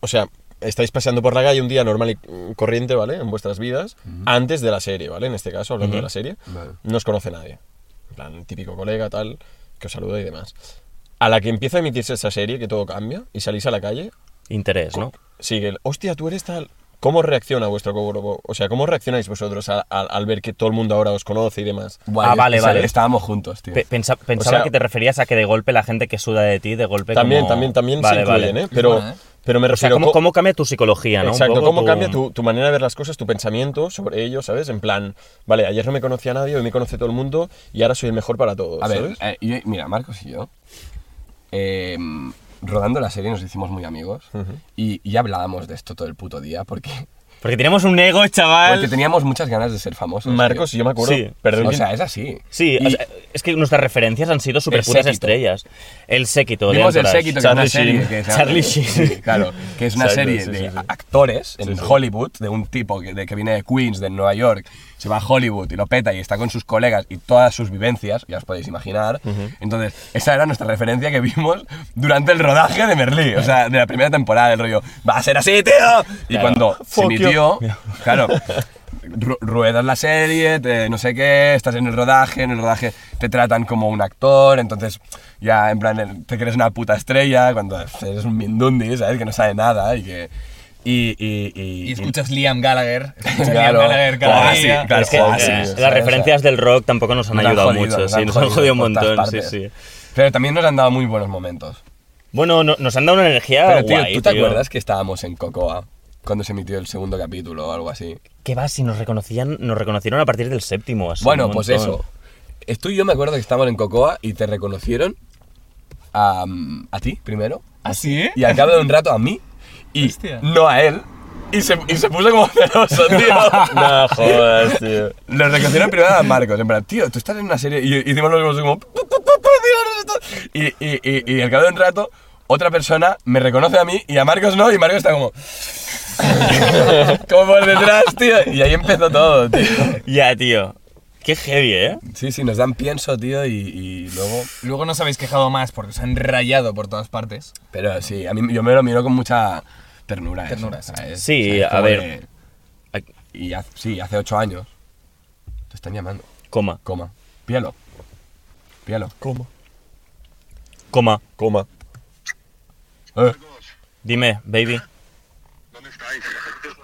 Speaker 4: o sea, estáis paseando por la calle un día normal y mm, corriente, ¿vale? En vuestras vidas, antes de la serie, ¿vale? En este caso, hablando de la serie,
Speaker 2: Vale.
Speaker 4: no os conoce nadie. En plan, típico colega, tal, que os saluda y demás. A la que empieza a emitirse esa serie, que todo cambia, y salís a la calle,
Speaker 3: Interés, ¿no?
Speaker 4: Sí, que el, hostia, tú eres tal. ¿Cómo reacciona vuestro grupo? O sea, ¿cómo reaccionáis vosotros al, al- al ver que todo el mundo ahora os conoce y demás?
Speaker 2: Guay,
Speaker 3: Ah,
Speaker 2: es-
Speaker 3: vale,
Speaker 2: o sea,
Speaker 3: vale.
Speaker 2: Estábamos juntos, tío.
Speaker 3: Pe- pensa- pensaba
Speaker 4: sea-
Speaker 3: que te referías a que de golpe la gente que suda de ti, de golpe.
Speaker 4: También,
Speaker 3: como-
Speaker 4: también, también
Speaker 3: Vale,
Speaker 4: se incluyen,
Speaker 3: vale.
Speaker 4: ¿eh? Pero,
Speaker 1: buena, ¿eh?
Speaker 4: pero me
Speaker 3: O sea,
Speaker 4: refiero...
Speaker 3: ¿cómo,
Speaker 4: co-
Speaker 3: cómo cambia tu psicología, no? Un
Speaker 4: Exacto,
Speaker 3: poco
Speaker 4: cómo
Speaker 3: tu-
Speaker 4: cambia tu, tu manera de ver las cosas, tu pensamiento sobre ello, ¿sabes? En plan, vale, ayer no me conocía nadie, hoy me conoce todo el mundo y ahora soy el mejor para todos,
Speaker 2: A ver,
Speaker 4: ¿sabes?
Speaker 2: eh, yo- mira, Marcos y yo, eh, rodando la serie nos hicimos muy amigos y, y hablábamos de esto todo el puto día porque,
Speaker 3: Porque tenemos un ego,
Speaker 2: porque
Speaker 3: chaval.
Speaker 2: teníamos muchas ganas de ser famosos.
Speaker 4: Marcos,
Speaker 2: tío.
Speaker 4: yo me acuerdo...
Speaker 3: Sí.
Speaker 4: perdón,
Speaker 2: O
Speaker 4: que-
Speaker 2: sea, es así.
Speaker 3: Sí,
Speaker 2: Y
Speaker 3: o sea, es que nuestras referencias han sido super
Speaker 2: El
Speaker 3: putas
Speaker 2: séquito.
Speaker 3: estrellas. El séquito de
Speaker 2: Vimos el
Speaker 3: Entourage.
Speaker 2: séquito, que
Speaker 4: Charlie
Speaker 2: es una serie.
Speaker 4: Sheen.
Speaker 2: que se-
Speaker 3: Charlie
Speaker 2: sí,
Speaker 3: Sheen.
Speaker 2: claro, que es una
Speaker 4: Exacto,
Speaker 2: serie
Speaker 4: sí,
Speaker 2: de
Speaker 4: sí, sí.
Speaker 2: actores en Hollywood, de un tipo que, de- que viene de Queens, de Nueva York, se va a Hollywood y lo peta y está con sus colegas y todas sus vivencias, ya os podéis imaginar. Entonces, esa era nuestra referencia que vimos durante el rodaje de Merlí, o sea, de la primera temporada, el rollo, ¡va a ser así, tío! Y cuando se
Speaker 4: Fuck you.
Speaker 2: emitió, claro. ru- Ruedas la serie, te- no sé qué, estás en el rodaje, en el rodaje te tratan como un actor, entonces ya en plan el- te crees una puta estrella cuando eres un mindundi, ¿sabes? Que no sabe nada y que... Y, y, y-
Speaker 1: Y escuchas Liam Gallagher. Escuchas Liam
Speaker 2: Claro.
Speaker 1: Gallagher cada
Speaker 2: Ah, sí,
Speaker 1: día.
Speaker 2: claro.
Speaker 3: Es que,
Speaker 2: Joder,
Speaker 3: eh,
Speaker 2: sí,
Speaker 3: las
Speaker 2: o sea,
Speaker 3: referencias del rock tampoco nos han
Speaker 2: nos
Speaker 3: ayudado
Speaker 2: jodido,
Speaker 3: mucho, sí, nos han jodido un
Speaker 2: por todas
Speaker 3: montón, sí,
Speaker 2: partes.
Speaker 3: sí.
Speaker 2: Pero también nos han dado muy buenos momentos.
Speaker 3: Bueno, no- nos han dado una energía
Speaker 2: Pero tío,
Speaker 3: Ah, guay,
Speaker 2: ¿tú te
Speaker 3: tío.
Speaker 2: acuerdas que estábamos en Cocoa cuando se emitió el segundo capítulo o algo así?
Speaker 3: ¿Qué va si nos reconocían, nos reconocieron a partir del séptimo? así,
Speaker 2: Bueno,
Speaker 3: un
Speaker 2: pues
Speaker 3: montón.
Speaker 2: eso. Es Tú y yo me acuerdo que estábamos en Cocoa y te reconocieron a, a ti primero
Speaker 1: ¿Así, eh?
Speaker 2: y al cabo de un rato a mí y
Speaker 1: Hostia.
Speaker 2: no a él. Y se, y se puso como celoso, tío.
Speaker 4: No, jodas, tío.
Speaker 2: Lo reconocieron primero a Marcos, en plan, tío, tú estás en una serie. Y y hicimos los dos como. "Pu, pu, pu, pu, Dios, esto". Y, y, y, y al cabo de un rato, otra persona me reconoce a mí y a Marcos no, y Marcos está como. como por detrás, tío. Y ahí empezó todo, tío.
Speaker 3: Ya, tío. Qué Qué heavy, ¿eh?
Speaker 2: Sí, sí, nos dan pienso, tío, y, y luego...
Speaker 1: Luego no os habéis quejado más porque os han rayado por todas partes.
Speaker 2: Pero sí, a mí yo me lo miro con mucha ternura. eso,
Speaker 1: Ternura, sí.
Speaker 2: ¿sabes?
Speaker 3: Sí,
Speaker 2: ¿Sabes?
Speaker 3: a
Speaker 2: Como
Speaker 3: ver.
Speaker 2: de-
Speaker 3: Ay,
Speaker 2: y ha- sí, hace ocho años te están llamando.
Speaker 3: Coma,
Speaker 2: Coma. Píalo. Píalo.
Speaker 4: Coma.
Speaker 3: coma.
Speaker 4: Coma.
Speaker 2: Eh,
Speaker 3: Dime, baby.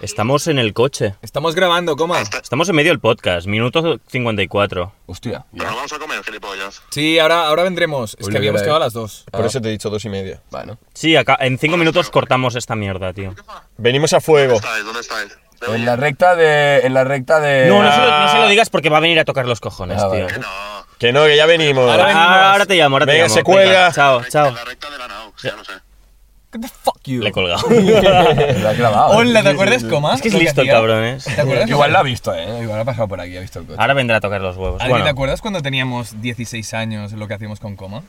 Speaker 3: Estamos en el coche.
Speaker 1: Estamos grabando, coma.
Speaker 3: Estamos en medio del podcast, minuto 54.
Speaker 2: hostia. ya.
Speaker 5: Pero vamos a comer, gilipollas.
Speaker 1: Sí, ahora, ahora vendremos. Es
Speaker 2: Uy,
Speaker 1: que
Speaker 2: lo
Speaker 1: habíamos
Speaker 2: que era,
Speaker 1: quedado a
Speaker 2: eh.
Speaker 1: las dos.
Speaker 3: Ah.
Speaker 4: Por eso te he dicho dos y media.
Speaker 2: Bueno.
Speaker 3: Sí, acá, en cinco minutos cortamos esta mierda, tío.
Speaker 4: Venimos a fuego.
Speaker 5: ¿Dónde estáis? ¿Dónde estáis? Me
Speaker 2: En la recta de... En la recta de...
Speaker 3: No, no se, lo, no se lo digas porque va a venir a tocar los cojones,
Speaker 2: Ah,
Speaker 3: tío.
Speaker 2: vale.
Speaker 5: No,
Speaker 4: Que no, que ya venimos.
Speaker 1: Ahora venimos.
Speaker 3: Ah, ahora te llamo, ahora te
Speaker 4: Venga,
Speaker 3: llamo.
Speaker 4: se cuelga.
Speaker 3: chao,
Speaker 5: recta-
Speaker 3: chao.
Speaker 5: la recta de la Naux, ya lo sé.
Speaker 1: Get the fuck you.
Speaker 3: Le he colgado.
Speaker 2: Lo ha clavado. ¿eh?
Speaker 1: Hola, ¿te acuerdas, coma?
Speaker 3: Es que es
Speaker 1: Lo
Speaker 3: listo el
Speaker 1: hacía.
Speaker 3: cabrón, ¿eh?
Speaker 1: ¿Te acuerdas? Ah,
Speaker 2: Igual lo ha visto, ¿eh? Igual ha pasado por aquí, ha visto el coche.
Speaker 3: Ahora vendrá a tocar los
Speaker 2: Pues
Speaker 3: huevos.
Speaker 1: Adri, ¿te
Speaker 3: Bueno,
Speaker 1: acuerdas cuando teníamos 16 años lo que hacíamos con coma?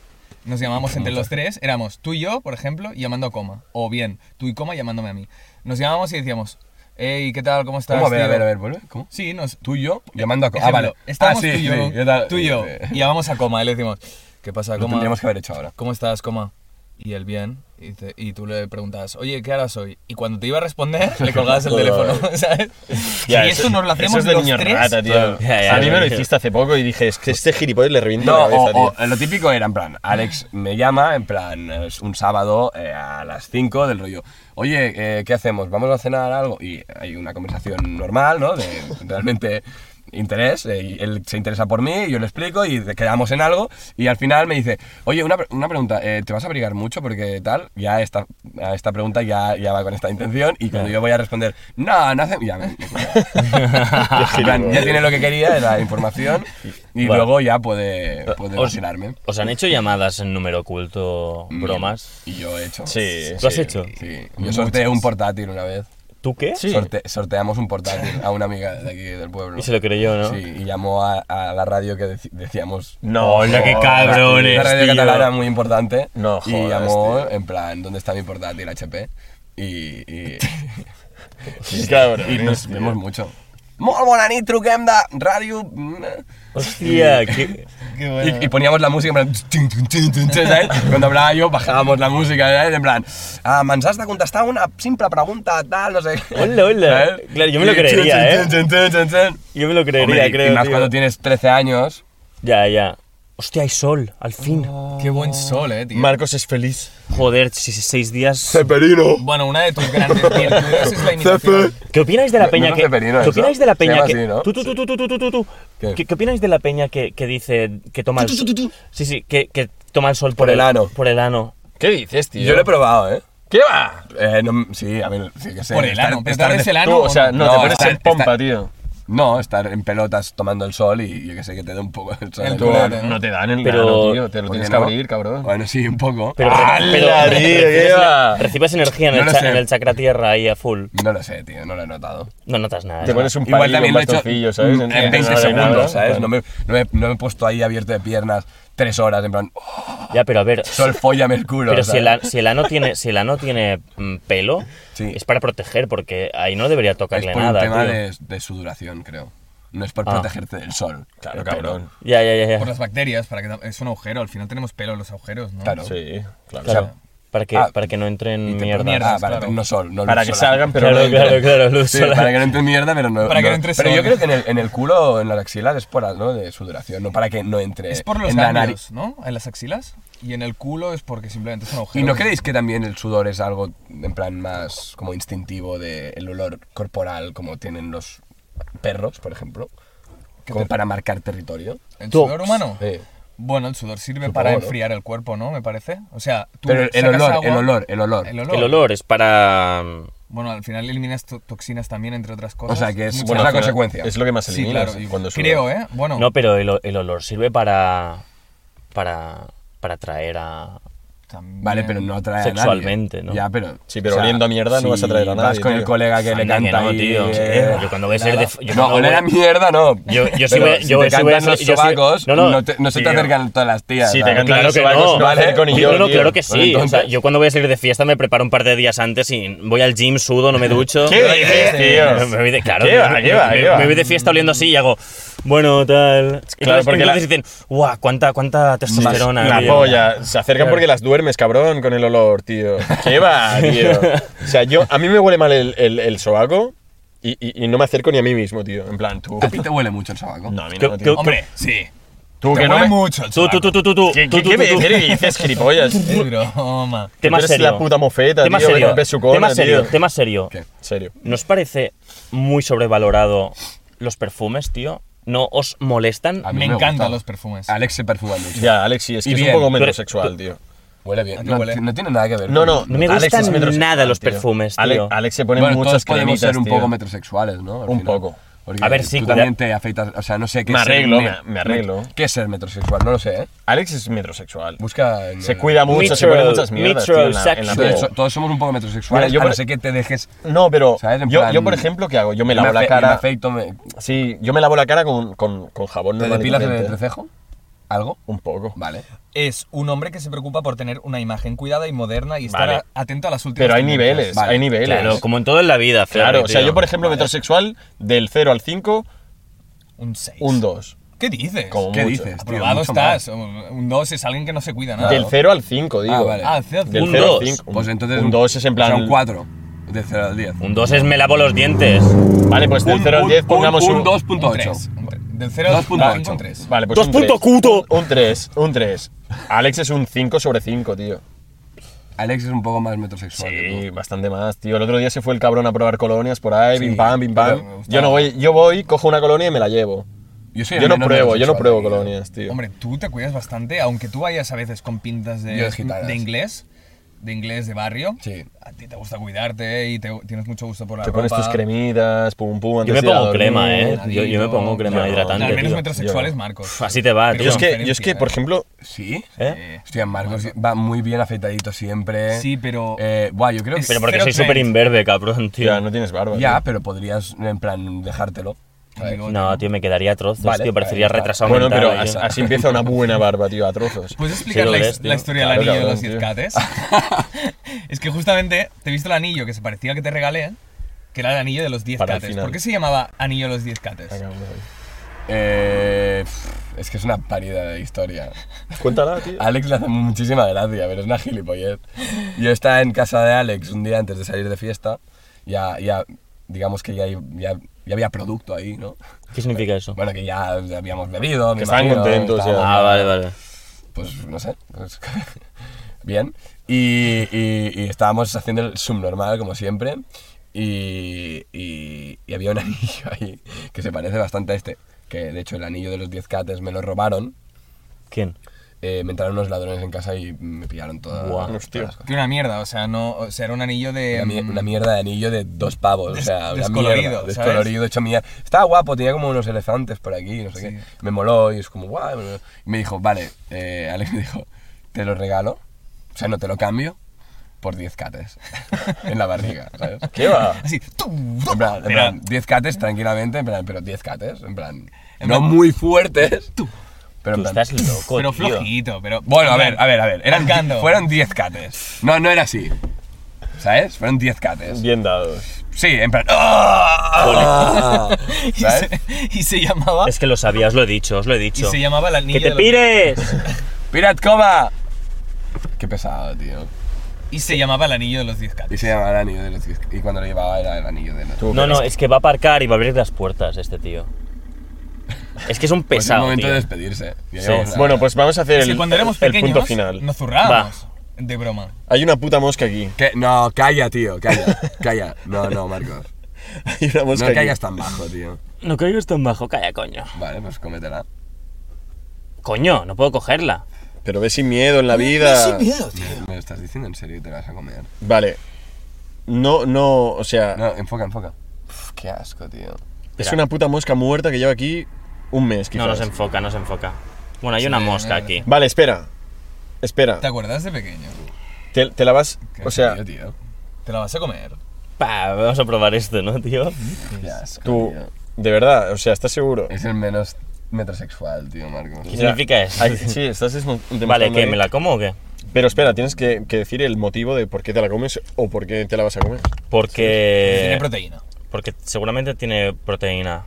Speaker 1: Nos llamábamos entre los tres, éramos tú y yo, por ejemplo, llamando a coma. O bien, tú y coma llamándome a mí. Nos llamábamos y decíamos, hey, ¿qué tal? ¿Cómo estás?
Speaker 2: ¿Cómo? A ver, a
Speaker 1: tío?".
Speaker 2: ver, a ver, vuelve. ¿Cómo?
Speaker 1: Sí, nos...
Speaker 2: ¿Tú y yo? Llamando a... co- Ah,
Speaker 1: ejemplo,
Speaker 2: vale.
Speaker 1: Estábamos
Speaker 2: ah, sí,
Speaker 1: tú y yo,
Speaker 2: sí, tal-
Speaker 1: tú y yo,
Speaker 2: Eh,
Speaker 1: y llamamos a coma y le decimos, ¿qué pasa,
Speaker 2: Lo
Speaker 1: coma?
Speaker 2: tendríamos que haber hecho ahora.
Speaker 1: ¿Cómo estás, coma? Y él bien, y, te- y tú le preguntabas, oye, ¿qué horas hoy? Y cuando te iba a responder, le colgabas el teléfono, ¿sabes?
Speaker 3: Ya,
Speaker 1: y
Speaker 3: eso-
Speaker 1: eso nos lo hacemos
Speaker 3: eso es de
Speaker 1: los
Speaker 3: niño
Speaker 1: tres.
Speaker 3: rata, tío. Ya, ya,
Speaker 4: a mí
Speaker 3: ya,
Speaker 4: me lo
Speaker 3: ya.
Speaker 4: hiciste hace poco y dije, es que este gilipollas le reviento
Speaker 2: No,
Speaker 4: la cabeza,
Speaker 2: o,
Speaker 4: tío.
Speaker 2: o lo típico era en plan, Alex me llama, en plan, es un sábado eh, a las 5 del rollo, oye, eh, ¿qué hacemos? ¿Vamos a cenar algo? Y hay una conversación normal, ¿no? De realmente interés, eh, y él se interesa por mí, yo le explico y de- quedamos en algo y al final me dice, oye, una, pre- una pregunta, eh, ¿te vas a abrigar mucho? Porque tal, ya esta, a esta pregunta ya, ya va con esta intención y cuando yo voy a responder, no, no hace... Ya, me- En plan, ya tiene lo que quería, la información y
Speaker 3: Vale.
Speaker 2: luego ya puede, puede
Speaker 3: Os-
Speaker 2: vacilarme.
Speaker 3: ¿Os han hecho llamadas en número oculto,
Speaker 2: Mm.
Speaker 3: bromas?
Speaker 2: Y yo he hecho.
Speaker 4: Sí,
Speaker 3: ¿Lo has
Speaker 4: sí.
Speaker 3: hecho?
Speaker 2: Sí. Yo sorteé un portátil una vez.
Speaker 3: ¿Tú qué?
Speaker 2: Sorte- sorteamos un portátil a una amiga de aquí del pueblo.
Speaker 3: Y se lo creyó, ¿no?
Speaker 2: Sí, y llamó a, a la radio que deci- decíamos.
Speaker 4: No,
Speaker 3: Hola, qué
Speaker 4: jodas,
Speaker 3: cabrones,
Speaker 2: La radio
Speaker 3: tío.
Speaker 2: catalana muy importante.
Speaker 4: No
Speaker 2: Y
Speaker 4: jodas,
Speaker 2: llamó en plan, ¿dónde está mi portátil HP? Y. y,
Speaker 4: Qué Cabrón.
Speaker 2: y nos vemos mucho. Molt bona nit, truquem de ràdio... mm,
Speaker 3: Hostia, qué...
Speaker 2: Y, y poníamos la música en plan... tin, tin, tin, tin, tin, ¿sabes? Cuando hablaba yo, bajábamos la música, ¿sabes? En plan... Ah, me'ns has de contestar una simple pregunta, tal, no sé... qué".
Speaker 3: Hola, hola. Claro, yo me lo creería, ¿eh?
Speaker 2: tin, tin, tin, tin.
Speaker 3: Yo me lo creería,
Speaker 2: Hombre, y-
Speaker 3: creo,
Speaker 2: y más
Speaker 3: tío.
Speaker 2: cuando tienes 13 años...
Speaker 3: Ya, ya. Hostia, hay sol, al fin.
Speaker 2: Oh,
Speaker 1: Qué buen sol, eh, tío.
Speaker 4: Marcos es feliz.
Speaker 3: Joder, si si seis días...
Speaker 2: Ceperino.
Speaker 1: Bueno, una de tus grandes virtudes es la imitación.
Speaker 3: ¿Qué opináis de la
Speaker 2: No,
Speaker 3: peña
Speaker 2: no
Speaker 3: que...
Speaker 2: es Ceperino,
Speaker 3: ¿Qué
Speaker 2: eso.
Speaker 3: opináis de la
Speaker 2: Se
Speaker 3: peña
Speaker 2: llama
Speaker 3: que...
Speaker 2: así, ¿no?
Speaker 3: Tú, tú, tú, tú, tú, tú, tú, tú.
Speaker 2: ¿Qué?
Speaker 3: ¿Qué, qué opináis de la peña que, que dice que toma el sol... Sí, sí, que, que toma el sol por,
Speaker 2: Por el ano.
Speaker 3: Por el ano.
Speaker 4: ¿Qué dices, tío?
Speaker 2: Yo lo he probado, ¿eh?
Speaker 4: ¿Qué va?
Speaker 2: Eh, no, sí, a ver, sí que sé.
Speaker 1: Por el ano, pero te abres el ano.
Speaker 4: Tú, o sea, no,
Speaker 2: No,
Speaker 4: te pones
Speaker 2: está-
Speaker 4: en pompa,
Speaker 2: está-
Speaker 4: tío.
Speaker 2: No, estar en pelotas tomando el sol y yo que sé, que te dé un poco el sol.
Speaker 1: El
Speaker 2: en
Speaker 1: culo,
Speaker 2: ano.
Speaker 1: ¿no?
Speaker 4: No te dan el
Speaker 3: Pero-
Speaker 4: grano, tío. Te lo
Speaker 2: ¿Por
Speaker 4: tienes
Speaker 2: qué
Speaker 4: que
Speaker 2: no?
Speaker 4: abrir, cabrón.
Speaker 2: Bueno, sí, un poco.
Speaker 3: Pero,
Speaker 4: ¡Hala, tío, qué va!
Speaker 3: recibes energía en el,
Speaker 2: No lo
Speaker 3: cha-
Speaker 2: sé.
Speaker 3: en el chakra tierra ahí a full.
Speaker 2: No lo sé, tío, no lo he notado.
Speaker 3: No notas nada.
Speaker 4: Te
Speaker 3: ¿no?
Speaker 4: pones un palillo,
Speaker 2: Igual también
Speaker 4: un
Speaker 2: lo he hecho
Speaker 4: bastoncillo, ¿sabes?
Speaker 2: en
Speaker 4: Entiendo,
Speaker 2: 20
Speaker 4: no hay nada,
Speaker 2: segundos, ¿sabes?
Speaker 4: Bueno.
Speaker 2: No me, no, me, no me he puesto ahí abierto de piernas tres horas, en plan, oh,
Speaker 3: Ya, pero a ver.
Speaker 2: sol, fóllame el culo.
Speaker 3: Pero
Speaker 2: ¿sabes?
Speaker 3: si el, a- si el ano tiene, si el ano tiene mm, pelo,
Speaker 2: Sí.
Speaker 3: es para proteger, porque ahí no debería
Speaker 2: Es
Speaker 3: tocarle
Speaker 2: por
Speaker 3: nada.
Speaker 2: un tema
Speaker 3: tío.
Speaker 2: de, de sudoración, creo. No es por
Speaker 3: Ah.
Speaker 2: protegerte del sol.
Speaker 4: Claro,
Speaker 2: El
Speaker 4: cabrón.
Speaker 3: Ya, ya, ya. ya.
Speaker 1: Por las bacterias, para que es un agujero, al final tenemos pelo en los agujeros, ¿no?
Speaker 2: Claro.
Speaker 4: Sí, claro.
Speaker 3: Claro,
Speaker 2: o sea,
Speaker 3: para, que,
Speaker 2: ah,
Speaker 3: para que no entren
Speaker 2: pelo.
Speaker 3: mierdas.
Speaker 1: mierda.
Speaker 2: Ah, para,
Speaker 1: claro.
Speaker 2: no sol, no
Speaker 4: Para
Speaker 2: luz
Speaker 4: que
Speaker 2: solar.
Speaker 4: salgan, pero
Speaker 3: Claro,
Speaker 4: no
Speaker 3: claro, claro, luz
Speaker 2: Sí,
Speaker 3: solar.
Speaker 2: para que no entre mierda, pero no.
Speaker 1: Para que no entre
Speaker 2: Pero
Speaker 1: sol.
Speaker 2: yo creo que en el, en el culo o en las axilas es por algo de sudoración, no para que no entre.
Speaker 1: Es por los
Speaker 2: en la nariz.
Speaker 1: ganglios, ¿no? En las axilas. Y en el culo es porque simplemente es un agujero.
Speaker 2: ¿Y no creéis que también el sudor es algo en plan más como instintivo del olor corporal como tienen los perros, por ejemplo? Como para marcar territorio.
Speaker 1: ¿El
Speaker 3: Tú.
Speaker 1: sudor humano?
Speaker 2: Sí.
Speaker 1: Bueno, el sudor sirve
Speaker 2: Supongo,
Speaker 1: para
Speaker 2: ¿no?
Speaker 1: enfriar el cuerpo, ¿no? Me parece. O sea, tú
Speaker 2: Pero el, el
Speaker 1: sacas
Speaker 2: olor,
Speaker 1: agua-
Speaker 2: el olor, el olor,
Speaker 1: El olor.
Speaker 3: El olor es para. mm,
Speaker 1: Bueno, al final eliminas to- toxinas también, entre otras cosas.
Speaker 2: O sea, que es-
Speaker 1: Muchas-
Speaker 2: bueno,
Speaker 4: al
Speaker 2: la
Speaker 4: final
Speaker 2: consecuencia.
Speaker 4: Es lo que más
Speaker 1: Sí,
Speaker 4: eliminas
Speaker 1: claro. y-
Speaker 4: cuando sudas.
Speaker 1: creo, ¿eh? Bueno,
Speaker 3: No, pero el, o- el olor sirve para. para. para atraer a.
Speaker 1: también-
Speaker 2: Vale, pero no atrae a
Speaker 3: Sexualmente,
Speaker 2: nadie.
Speaker 3: ¿no?
Speaker 2: Ya, pero.
Speaker 4: Sí, pero oliendo a mierda no
Speaker 2: si
Speaker 4: vas a atraer a
Speaker 2: Vas
Speaker 4: nadie,
Speaker 2: con el
Speaker 4: tío.
Speaker 2: colega que le
Speaker 3: Anda que
Speaker 2: canta
Speaker 3: no,
Speaker 2: ahí,
Speaker 3: tío.
Speaker 2: eh,
Speaker 3: Yo cuando voy a ser de. yo
Speaker 2: no,
Speaker 3: cuando
Speaker 2: oler a
Speaker 3: voy-
Speaker 2: mierda no.
Speaker 3: Yo- yo sí
Speaker 2: Pero
Speaker 3: voy- yo
Speaker 2: si
Speaker 3: voy-
Speaker 2: te
Speaker 3: sí voy a
Speaker 2: cantan
Speaker 3: ser-
Speaker 2: los
Speaker 3: yo sí-
Speaker 2: sobacos,
Speaker 3: no, no,
Speaker 2: no, te- no se te
Speaker 3: tío.
Speaker 2: acercan todas las tías.
Speaker 4: Sí, te
Speaker 2: ¿sabes?
Speaker 4: cantan
Speaker 3: Claro
Speaker 4: los
Speaker 3: que
Speaker 4: sobacos,
Speaker 3: no.
Speaker 4: no vas a hacer con
Speaker 3: Yo- no, no,
Speaker 4: tío.
Speaker 3: claro que sí. O sea,
Speaker 2: Entonces-
Speaker 3: yo cuando voy a salir de fiesta me preparo un par de días antes y voy al gym, sudo, no me ducho. este,
Speaker 4: ¿Qué dices, tío?
Speaker 3: Me voy de, claro,
Speaker 4: ¿Qué
Speaker 3: me-
Speaker 4: va,
Speaker 3: me,
Speaker 4: qué va,
Speaker 3: me-
Speaker 4: qué va?
Speaker 3: me voy de fiesta oliendo así y hago. bueno, tal. Y
Speaker 4: Claro, porque la-
Speaker 3: entonces dicen, guau, cuánta, cuánta testosterona.
Speaker 4: La
Speaker 3: tío".
Speaker 4: polla. Se acercan porque las duermes, cabrón, con el olor, tío. ¿Qué va, tío? O sea, yo, a mí me huele mal el, el, el sobaco y, y- y no me acerco ni a mí mismo, tío. En plan, tú.
Speaker 2: A ti te huele mucho el sobaco.
Speaker 4: No, a mí
Speaker 3: ¿Qué-
Speaker 4: no,
Speaker 3: qué-
Speaker 4: tío.
Speaker 1: Hombre, sí.
Speaker 4: Tú
Speaker 1: Te
Speaker 4: que no
Speaker 1: huele
Speaker 4: me...
Speaker 1: mucho el
Speaker 3: Tú, tú, tú, tú, tú, tú.
Speaker 4: ¿Qué,
Speaker 3: tú,
Speaker 4: qué,
Speaker 3: tú,
Speaker 4: qué
Speaker 3: tú,
Speaker 4: me
Speaker 3: tú.
Speaker 4: qué dices, gilipollas?
Speaker 1: Es broma.
Speaker 3: Tema
Speaker 4: Tú eres
Speaker 3: serio.
Speaker 4: la puta mofeta,
Speaker 3: tema
Speaker 4: tío, que
Speaker 3: serio.
Speaker 4: rompes su cola,
Speaker 3: tema
Speaker 4: tío.
Speaker 3: serio, tema serio.
Speaker 2: ¿Qué?
Speaker 4: En serio.
Speaker 3: ¿Nos parece muy sobrevalorado los perfumes, tío? ¿No os molestan?
Speaker 2: A mí
Speaker 1: Me
Speaker 2: me
Speaker 1: encantan
Speaker 2: gusta.
Speaker 1: los perfumes.
Speaker 2: Alex se perfuma mucho.
Speaker 4: Ya, Alex, sí, es que
Speaker 2: Y
Speaker 4: es un
Speaker 2: bien,
Speaker 4: poco
Speaker 3: pero-
Speaker 4: metrosexual, tío.
Speaker 2: Huele bien.
Speaker 1: ti
Speaker 2: No,
Speaker 1: huele?
Speaker 2: no tiene nada que ver.
Speaker 4: No,
Speaker 2: con-
Speaker 4: no.
Speaker 3: No me
Speaker 4: Alex
Speaker 3: gustan
Speaker 4: es metrosexual,
Speaker 3: nada los
Speaker 4: tío.
Speaker 3: perfumes, tío.
Speaker 4: Ale- Alex se pone
Speaker 2: bueno,
Speaker 4: muchas
Speaker 2: todos podemos
Speaker 4: cremitas,
Speaker 2: ser un
Speaker 4: tío.
Speaker 2: poco metrosexuales, ¿no? Al
Speaker 4: Un
Speaker 2: final.
Speaker 4: poco.
Speaker 2: Porque
Speaker 3: A ver, sí,
Speaker 2: tú
Speaker 3: cuida-
Speaker 2: también te afeitas, o sea, no sé qué
Speaker 4: Me
Speaker 2: es ser
Speaker 4: arreglo,
Speaker 2: ne-
Speaker 4: me- me arreglo.
Speaker 2: ¿Qué es ser metrosexual? No lo sé, ¿eh?
Speaker 4: Alex es metrosexual.
Speaker 2: Busca... en-
Speaker 4: Se cuida mucho, se pone
Speaker 3: Mitchell,
Speaker 4: muchas mierdas,
Speaker 3: Mitchell
Speaker 4: tío, en la, en la
Speaker 3: sexual.
Speaker 4: piel.
Speaker 2: Todos, so- todos somos un poco metrosexuales,
Speaker 4: Mira, yo
Speaker 2: a no
Speaker 4: por-
Speaker 2: ser que te dejes...
Speaker 4: No, pero
Speaker 2: ¿Sabes? En
Speaker 4: yo,
Speaker 2: plan-
Speaker 4: yo, por ejemplo, ¿qué hago? Yo me lavo
Speaker 2: afe-
Speaker 4: la cara.
Speaker 2: Me afeito, me...
Speaker 4: Sí, yo me lavo la cara con, con, con jabón
Speaker 2: ¿Te
Speaker 4: normal y
Speaker 2: depilas el
Speaker 4: corriente.
Speaker 2: entrecejo? ¿Algo?
Speaker 4: Un poco.
Speaker 2: Vale.
Speaker 1: Es un hombre que se preocupa por tener una imagen cuidada y moderna y estar
Speaker 4: Vale.
Speaker 1: a- atento a las últimas.
Speaker 4: Pero hay
Speaker 1: tendencias.
Speaker 4: niveles,
Speaker 2: Vale,
Speaker 4: hay niveles.
Speaker 3: Claro,
Speaker 4: Claro,
Speaker 3: como en todo en la vida, Ferri,
Speaker 4: o sea,
Speaker 3: tío.
Speaker 4: yo, por ejemplo, metrosexual, del 0 al 5,
Speaker 1: Un 6.
Speaker 4: un 2.
Speaker 1: ¿Qué dices?
Speaker 4: Como
Speaker 2: ¿Qué
Speaker 4: mucho.
Speaker 2: dices? tío?
Speaker 1: Aprobado
Speaker 2: Mucho
Speaker 1: estás. Un 2 es alguien que no se cuida nada.
Speaker 4: Del 0 al 5, digo.
Speaker 2: Ah, vale.
Speaker 1: Ah, cero.
Speaker 4: Del
Speaker 3: Un
Speaker 4: 0
Speaker 3: dos.
Speaker 4: al 5.
Speaker 2: Pues entonces...
Speaker 4: Un 2 es en plan.
Speaker 2: O sea, un 4. De 0 al 10.
Speaker 3: Un 2 es me lavo los dientes.
Speaker 4: Vale, pues del 0 al 10 pongamos un.
Speaker 1: Un
Speaker 2: Un 2.8.
Speaker 1: tres, un tres. Del 0 al 5,
Speaker 2: 2.8.
Speaker 1: un 3.
Speaker 4: Vale, pues
Speaker 3: Dos
Speaker 4: un tres.
Speaker 3: punto cuto.
Speaker 4: Un 3, un 3. Alex es un 5 sobre 5, tío.
Speaker 2: Alex es un poco más metrosexual que
Speaker 4: Sí, bastante más, tío. El otro día se fue el cabrón a probar colonias por ahí, bim pam, bim
Speaker 2: pero
Speaker 4: pam.
Speaker 2: me
Speaker 4: Yo no voy, yo voy, cojo una colonia y me la llevo.
Speaker 2: tú. Yo, soy el
Speaker 4: Yo no
Speaker 2: menos
Speaker 4: pruebo, yo no
Speaker 2: metrosexual
Speaker 4: pruebo
Speaker 2: aquí, ¿eh?
Speaker 4: colonias, tío.
Speaker 1: Hombre, tú te cuidas bastante, aunque tú vayas a veces con pintas de,
Speaker 2: Yo de gitanas.
Speaker 1: de inglés, de inglés de barrio.
Speaker 2: Sí.
Speaker 1: A ti te gusta cuidarte y te- tienes mucho gusto por la
Speaker 4: Te
Speaker 1: ropa.
Speaker 4: pones tus cremitas, pum pum, antes
Speaker 3: Yo me
Speaker 4: de ir a
Speaker 3: pongo
Speaker 4: dormir.
Speaker 3: crema, eh. Yo, yo me
Speaker 1: Nadito.
Speaker 3: pongo crema
Speaker 1: No, no,
Speaker 3: hidratante.
Speaker 1: Al menos
Speaker 3: tío.
Speaker 1: metrosexuales,
Speaker 4: Yo-
Speaker 1: Marcos.
Speaker 3: Uf, así te va,
Speaker 1: Pero
Speaker 4: Yo
Speaker 3: tío.
Speaker 4: es, que, yo es que,
Speaker 1: Diferencia,
Speaker 4: por
Speaker 1: eh.
Speaker 4: ejemplo,
Speaker 2: ¿Sí?
Speaker 3: ¿Eh?
Speaker 2: Hostia, Marcos va muy bien afeitadito siempre.
Speaker 1: Sí, pero-
Speaker 2: Eh, buah, yo creo que.
Speaker 3: Pero porque
Speaker 1: Cero
Speaker 3: soy súper
Speaker 1: trend.
Speaker 3: imberbe, cabrón, tío.
Speaker 4: ya no tienes barba.
Speaker 2: ya, pero podrías, en plan, dejártelo.
Speaker 4: eh,
Speaker 1: Amigo,
Speaker 3: No, tío, me quedaría a trozos,
Speaker 2: Vale,
Speaker 3: tío. Parecería
Speaker 2: vale,
Speaker 4: tío.
Speaker 3: retrasado
Speaker 4: Bueno,
Speaker 3: mental,
Speaker 4: pero
Speaker 3: eh,
Speaker 4: as-
Speaker 3: tío.
Speaker 4: así empieza una buena barba, tío, a trozos.
Speaker 1: ¿Puedes explicar
Speaker 3: lo
Speaker 1: la,
Speaker 3: ves,
Speaker 1: his-
Speaker 3: tío.
Speaker 1: la historia del
Speaker 4: Claro,
Speaker 1: anillo
Speaker 4: cabrón,
Speaker 1: de los
Speaker 4: tío.
Speaker 1: 10 cates? es que justamente te he visto el anillo que se parecía al que te regalé, que era el anillo de los 10
Speaker 4: Para el
Speaker 1: cates.
Speaker 4: final.
Speaker 1: ¿Por qué se llamaba anillo de los 10 cates?
Speaker 4: Venga, hombre.
Speaker 2: Eh, pff, es que es una parida de historia.
Speaker 4: Cuéntala, tío.
Speaker 2: Alex le hace muchísima gracia, pero es una gilipollez. Yo estaba en casa de Alex un día antes de salir de fiesta. Ya, ya digamos que ya, ya, ya había producto ahí, ¿no?
Speaker 3: ¿Qué significa eso?
Speaker 2: Bueno, que ya habíamos bebido. me
Speaker 4: Que estaban
Speaker 2: imagino,
Speaker 4: contentos ya.
Speaker 2: estábamos-
Speaker 3: Ah, vale, vale.
Speaker 2: pues no sé, pues, bien. Y, y- y estábamos haciendo el subnormal como siempre y, y- y había un anillo ahí que se parece bastante a este, que de hecho el anillo de los 10 cates me lo robaron,
Speaker 3: ¿Quién?
Speaker 2: eh, me entraron unos ladrones en casa y me pillaron toda,
Speaker 3: Buah.
Speaker 2: todas las
Speaker 4: Hostia.
Speaker 2: cosas.
Speaker 1: Que una mierda, o sea, no, o sea, era un anillo de...
Speaker 2: Una, mie-
Speaker 1: mm,
Speaker 2: una mierda de anillo de dos pavos, o
Speaker 1: Des-
Speaker 2: sea, una
Speaker 1: descolorido,
Speaker 2: mierda,
Speaker 1: ¿sabes?
Speaker 2: descolorido, hecho mierda. Estaba guapo, tenía como unos elefantes por aquí, no sé qué. Me moló y es como, guau. bueno. Y me dijo, vale, eh, Alex me dijo, te lo regalo, o sea, no te lo cambio, por 10 cates en la barriga, ¿sabes?
Speaker 4: ¿Qué va?
Speaker 1: Así, ¡tum!
Speaker 2: En plan, en
Speaker 1: Mira.
Speaker 2: plan, 10 cates tranquilamente, en plan, pero 10 cates, en plan, no muy fuertes, pero
Speaker 3: Tú
Speaker 2: en plan,
Speaker 3: estás loco,
Speaker 1: pero
Speaker 3: tío.
Speaker 1: flojito, pero...
Speaker 2: bueno, a ver, a ver, a ver, eran,
Speaker 1: Arrancando.
Speaker 2: fueron 10 cates. No, no era así. ¿Sabes? Fueron 10 cates.
Speaker 4: Bien dados.
Speaker 2: Sí, en plan. ¡ah!
Speaker 1: Y
Speaker 2: ¿Sabes?
Speaker 1: se, y se llamaba...
Speaker 3: Es que lo sabías, lo he dicho, os lo he
Speaker 1: Y
Speaker 3: dicho.
Speaker 1: se llamaba el anillo de
Speaker 3: ¡Que te
Speaker 1: los-
Speaker 3: pires!
Speaker 2: ¡Pirat Coma! Qué pesado, tío.
Speaker 1: Y se llamaba el anillo de los 10
Speaker 2: Y
Speaker 1: cates.
Speaker 2: se llamaba el anillo de los discos. Y cuando lo llevaba era el anillo de los
Speaker 4: Tú,
Speaker 3: No,
Speaker 4: pero
Speaker 3: no, es que va a aparcar y va a abrir las puertas este tío. Es que es un
Speaker 2: Pues es el
Speaker 3: pesado.
Speaker 2: momento
Speaker 3: tío.
Speaker 2: de despedirse. Ya
Speaker 3: Sí.
Speaker 2: llevamos
Speaker 4: es-
Speaker 2: una
Speaker 4: Bueno,
Speaker 2: hora.
Speaker 4: pues vamos a hacer
Speaker 1: Es que
Speaker 4: el,
Speaker 1: cuando éramos
Speaker 4: el
Speaker 1: pequeños
Speaker 4: punto final.
Speaker 1: nos zurrábamos de broma.
Speaker 4: Hay una puta mosca aquí.
Speaker 2: ¿Qué? No, calla, tío, calla. Calla. No, no, Marcos.
Speaker 4: Hay una mosca
Speaker 2: No
Speaker 4: aquí.
Speaker 2: callas tan bajo, tío.
Speaker 3: No caigas tan bajo, calla, coño.
Speaker 2: Vale, pues cómetela.
Speaker 3: Coño, no puedo cogerla.
Speaker 4: Pero ve sin miedo en la vida.
Speaker 2: ¿Me lo estás diciendo en serio y te la vas a comer?
Speaker 4: Vale. No, no, o sea,
Speaker 2: No, enfoca, enfoca. Uf, qué asco, tío.
Speaker 4: es
Speaker 3: espera.
Speaker 4: una puta mosca muerta que lleva aquí un mes, quizás.
Speaker 3: No, no se enfoca, no se enfoca. Bueno, hay una mosca aquí.
Speaker 4: Vale, espera. Espera.
Speaker 1: ¿Te acuerdas de pequeño?
Speaker 4: Te, te la vas.
Speaker 2: Qué
Speaker 4: O sea,
Speaker 2: frío, tío.
Speaker 1: ¿Te la vas a comer?
Speaker 3: Pa, vamos a probar esto, ¿no, tío?
Speaker 2: Qué asco,
Speaker 4: tú.
Speaker 2: tío.
Speaker 4: De verdad, o sea, estás seguro.
Speaker 2: Es el menos metrosexual, tío, Marcos.
Speaker 3: ¿Qué significa eso?
Speaker 4: Ay, sí, estás desmo- demostrando
Speaker 3: Vale, ¿qué?
Speaker 4: ahí.
Speaker 3: ¿Me la como o qué?
Speaker 4: Pero espera, tienes que, que decir el motivo de por qué te la comes o por qué te la vas a comer.
Speaker 1: Tiene
Speaker 4: Eh,
Speaker 3: Porque.
Speaker 1: proteína.
Speaker 3: Porque seguramente tiene proteína.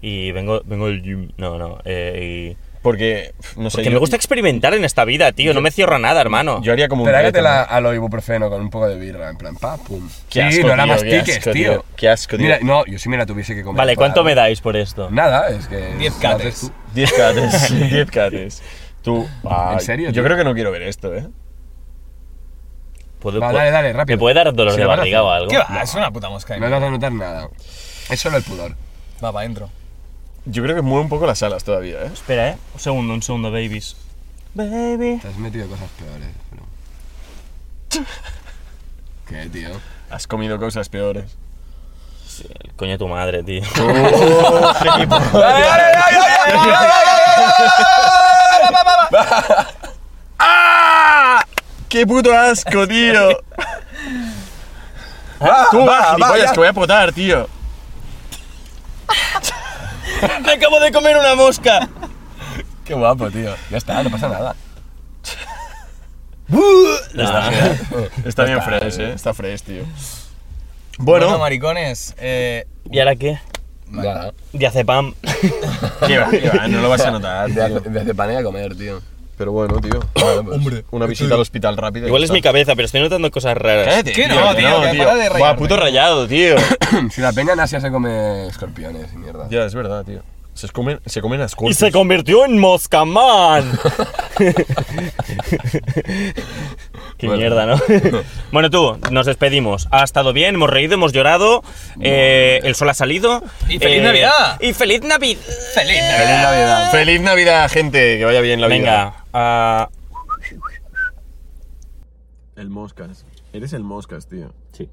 Speaker 3: y vengo, vengo del gym. No, no. eh, y-
Speaker 4: Porque, pf, no sé.
Speaker 3: porque
Speaker 4: yo-
Speaker 3: me gusta experimentar en esta vida, tío. no me cierro a nada, hermano.
Speaker 4: Yo haría como un.
Speaker 2: Pero hágate
Speaker 4: reto,
Speaker 2: la,
Speaker 4: ¿no?
Speaker 2: a lo ibuprofeno con un poco de birra, en plan, pa, pum.
Speaker 4: Qué
Speaker 2: sí,
Speaker 4: asco,
Speaker 2: no la
Speaker 4: tío, qué
Speaker 2: mastiques,
Speaker 4: asco,
Speaker 2: tío.
Speaker 4: tío, qué asco, tío.
Speaker 2: Mira, no, yo si me la tuviese que comer.
Speaker 3: vale,
Speaker 2: toda,
Speaker 3: ¿cuánto
Speaker 2: ¿no?
Speaker 3: me dais por esto?
Speaker 2: Nada, es que.
Speaker 1: Diez
Speaker 2: lo haces
Speaker 1: cates.
Speaker 2: tú.
Speaker 4: 10 cates. 10 cates. Tú. ay,
Speaker 2: serio,
Speaker 4: Yo
Speaker 2: tío?
Speaker 4: creo que no quiero ver esto, ¿eh?
Speaker 3: ¿Puedo-
Speaker 2: Va,
Speaker 3: puedo-
Speaker 2: dale, dale,
Speaker 3: ¿Me
Speaker 2: rápido.
Speaker 3: puede dar dolor
Speaker 2: Si
Speaker 3: de
Speaker 2: lo vas a
Speaker 3: barriga
Speaker 2: hacer.
Speaker 3: o algo?
Speaker 1: ¿Qué va? Es una puta mosca. ahí.
Speaker 2: No vas a notar nada. Es solo el pudor.
Speaker 1: Va, va, entro.
Speaker 4: Yo creo que mueve un poco las alas todavía, ¿eh?
Speaker 3: Espera, eh. Un segundo, un segundo, babies. Baby.
Speaker 2: Te has metido cosas peores, pero. ¿Qué, tío?
Speaker 4: Has comido cosas peores.
Speaker 3: Coño, tu madre, tío.
Speaker 4: ¡Qué puto asco, tío!
Speaker 2: Ah,
Speaker 4: Tú vas, gilipollas, que voy a potar, tío.
Speaker 3: ¡Me acabo de comer una mosca!
Speaker 2: Qué guapo, tío. Ya está, no pasa nada.
Speaker 4: Uh, Ah. Está bien fresh, eh. Está fresh, tío.
Speaker 1: Bueno,
Speaker 4: Bueno,
Speaker 1: maricones, eh,
Speaker 3: ¿Y ahora qué?
Speaker 2: Nada.
Speaker 3: Ya hace pam.
Speaker 4: ¿qué va, qué va, no lo vas a notar,
Speaker 2: De,
Speaker 4: tío.
Speaker 2: hace- de hace pan y a comer, tío.
Speaker 4: Pero bueno, tío.
Speaker 1: Hombre.
Speaker 4: Una visita al hospital rápida. y
Speaker 3: Igual
Speaker 4: ya
Speaker 3: es
Speaker 4: está.
Speaker 3: mi cabeza, pero estoy notando cosas raras.
Speaker 4: Cállate,
Speaker 1: Que ¿Eh? no,
Speaker 4: que
Speaker 1: tío, que para de
Speaker 4: Buah,
Speaker 1: rayarme.
Speaker 4: puto rayado, tío.
Speaker 2: si la peña en Asia se come escorpiones y mierda.
Speaker 4: ya, es verdad, tío. Se comen, se comen a
Speaker 3: Y se convirtió en mosca man. Qué mierda, ¿no? bueno, tú, nos despedimos. Ha estado bien, hemos reído, hemos llorado. eh, el sol ha salido. Eh,
Speaker 1: Y feliz Navidad.
Speaker 3: ¡Y feliz Navidad!
Speaker 1: feliz
Speaker 4: ¡Feliz
Speaker 1: Navidad.
Speaker 4: Navidad! ¡Feliz Navidad, gente! Que vaya bien la vida.
Speaker 3: Venga, ah,
Speaker 4: El Moscas. Eres el Moscas, tío.
Speaker 3: sí.